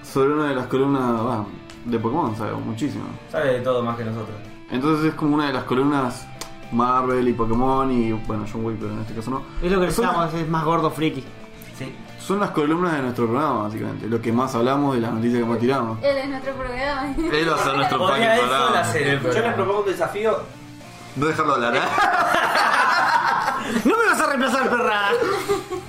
Speaker 3: sobre una de las columnas va, de Pokémon, sabe muchísimo.
Speaker 1: Sabe de todo más que nosotros.
Speaker 3: Entonces es como una de las columnas Marvel y Pokémon y, bueno, John Wick, pero en este caso no.
Speaker 4: Es lo que
Speaker 3: Son-
Speaker 4: necesitamos, es más gordo friki.
Speaker 1: Sí.
Speaker 3: Son las columnas de nuestro programa, básicamente, lo que más hablamos y las noticias que más tiramos.
Speaker 5: Él es nuestro programa.
Speaker 3: Él va a ser nuestro
Speaker 1: Podría
Speaker 3: fucking
Speaker 1: él solo
Speaker 3: programa.
Speaker 1: hacer el
Speaker 2: Yo les
Speaker 1: programa.
Speaker 2: propongo un desafío.
Speaker 3: No dejarlo hablar, ¿eh?
Speaker 4: ¡No me vas a reemplazar, perra!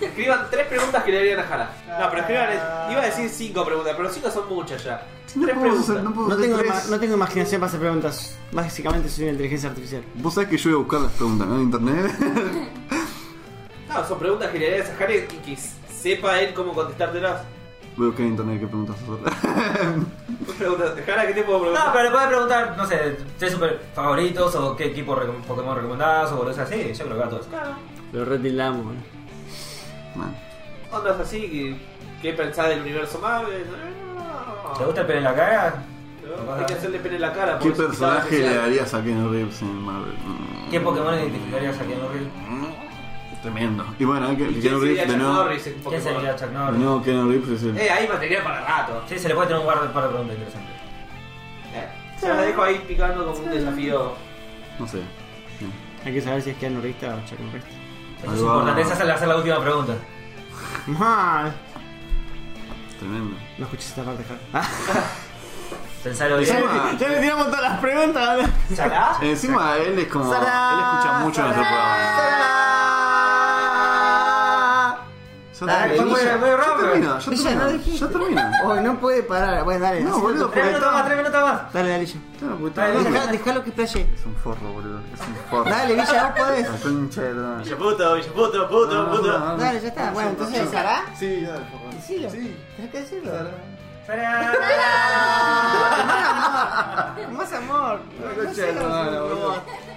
Speaker 2: Escriban tres preguntas que le harían a Jara. No, pero escriban. Iba a decir cinco preguntas, pero cinco son muchas ya.
Speaker 3: Ah. No
Speaker 2: Tres
Speaker 3: puedo,
Speaker 2: preguntas.
Speaker 3: hacer- no puedo
Speaker 4: No
Speaker 3: hacer
Speaker 4: tengo,
Speaker 3: tres.
Speaker 4: ima- no tengo imaginación para hacer preguntas. Básicamente soy una inteligencia artificial.
Speaker 3: Vos sabés que yo voy a buscar las preguntas ¿no? en internet.
Speaker 2: No, son preguntas que le harías a Jara y que sepa él cómo contestártelas.
Speaker 3: voy a buscar en internet qué preguntas hacer.
Speaker 2: Preguntas, Jara, ¿qué te puedo preguntar?
Speaker 1: No, pero le puedes preguntar, no sé, tres super favoritos o qué equipo recom- Pokémon recomendás o cosas así. Yo creo que va a todos.
Speaker 8: Lo retildamos, boludo.
Speaker 3: Man.
Speaker 2: Ondas así que. ¿Qué pensás del universo Marvel? Ah,
Speaker 1: ¿Te gusta el pelo en la cara?
Speaker 2: no, Hay que hacerle pene en la cara.
Speaker 3: ¿Qué
Speaker 2: pobrecita,
Speaker 3: personaje
Speaker 2: Pues, que sea-
Speaker 3: le darías a Ken Reeves en Marvel? Mm,
Speaker 1: ¿Qué Pokémon identificarías a Keanu Reeves?
Speaker 3: Tremendo. Y bueno, que-
Speaker 2: ¿Y
Speaker 3: Keanu
Speaker 2: quién sería
Speaker 3: Reeves de
Speaker 2: Chuck
Speaker 3: nuevo.
Speaker 2: Norris en
Speaker 1: ¿Quién
Speaker 2: Pokémon?
Speaker 1: sería Chuck
Speaker 3: De
Speaker 1: Norris?
Speaker 3: nuevo Keanu Reeves es el.
Speaker 2: Eh, ahí material para rato.
Speaker 1: Sí, se le puede tener un par de, par de preguntas interesantes.
Speaker 2: Eh, Se la dejo ahí picando como un desafío.
Speaker 3: No sé.
Speaker 4: Hay que saber si es que Norista o
Speaker 1: Eso
Speaker 4: Chacorista.
Speaker 3: Ahí
Speaker 1: es
Speaker 3: va.
Speaker 1: importante, esa es la, esa es la última pregunta.
Speaker 4: No
Speaker 3: Tremendo.
Speaker 4: escuché esta parte, Javi.
Speaker 1: Pensalo bien.
Speaker 3: Encima,
Speaker 4: Ya le tiramos todas las preguntas.
Speaker 1: ¿Sara?
Speaker 3: encima él es como.
Speaker 4: Sara,
Speaker 3: él escucha mucho nuestro programa. Ya
Speaker 4: Dale,
Speaker 3: termino,
Speaker 4: Guille.
Speaker 3: ya-
Speaker 1: Muy
Speaker 3: ya
Speaker 1: rápido.
Speaker 3: termino, ya
Speaker 4: Guille, no
Speaker 3: termino.
Speaker 4: dijiste.
Speaker 3: Ya termino.
Speaker 4: Hoy no puede parar. Bueno, dale.
Speaker 3: No,
Speaker 4: así
Speaker 3: boludo,
Speaker 4: te-
Speaker 1: Tres
Speaker 3: porque
Speaker 1: minutos más,
Speaker 3: está.
Speaker 1: tres minutos más.
Speaker 4: Dale, dale, yo.
Speaker 3: Claro, porque está
Speaker 1: Dale,
Speaker 3: duro.
Speaker 1: Guille.
Speaker 4: Dejá- Dejalo que estalle.
Speaker 3: Es un forro, boludo. Es un forro.
Speaker 4: Dale, Villa, vos podés.
Speaker 3: La concha de la-
Speaker 2: Puto, puto, puto,
Speaker 3: Ah,
Speaker 2: puto.
Speaker 4: Dale, ya está. Bueno, entonces, ¿Sará?
Speaker 3: Sí, dale, forro.
Speaker 4: Decilo.
Speaker 3: Sí.
Speaker 4: Tenés que decirlo.
Speaker 1: ¡Sara!
Speaker 4: Más amor. No sé,
Speaker 3: de la
Speaker 4: no sé,
Speaker 3: madre,
Speaker 4: no sé.
Speaker 3: boludo.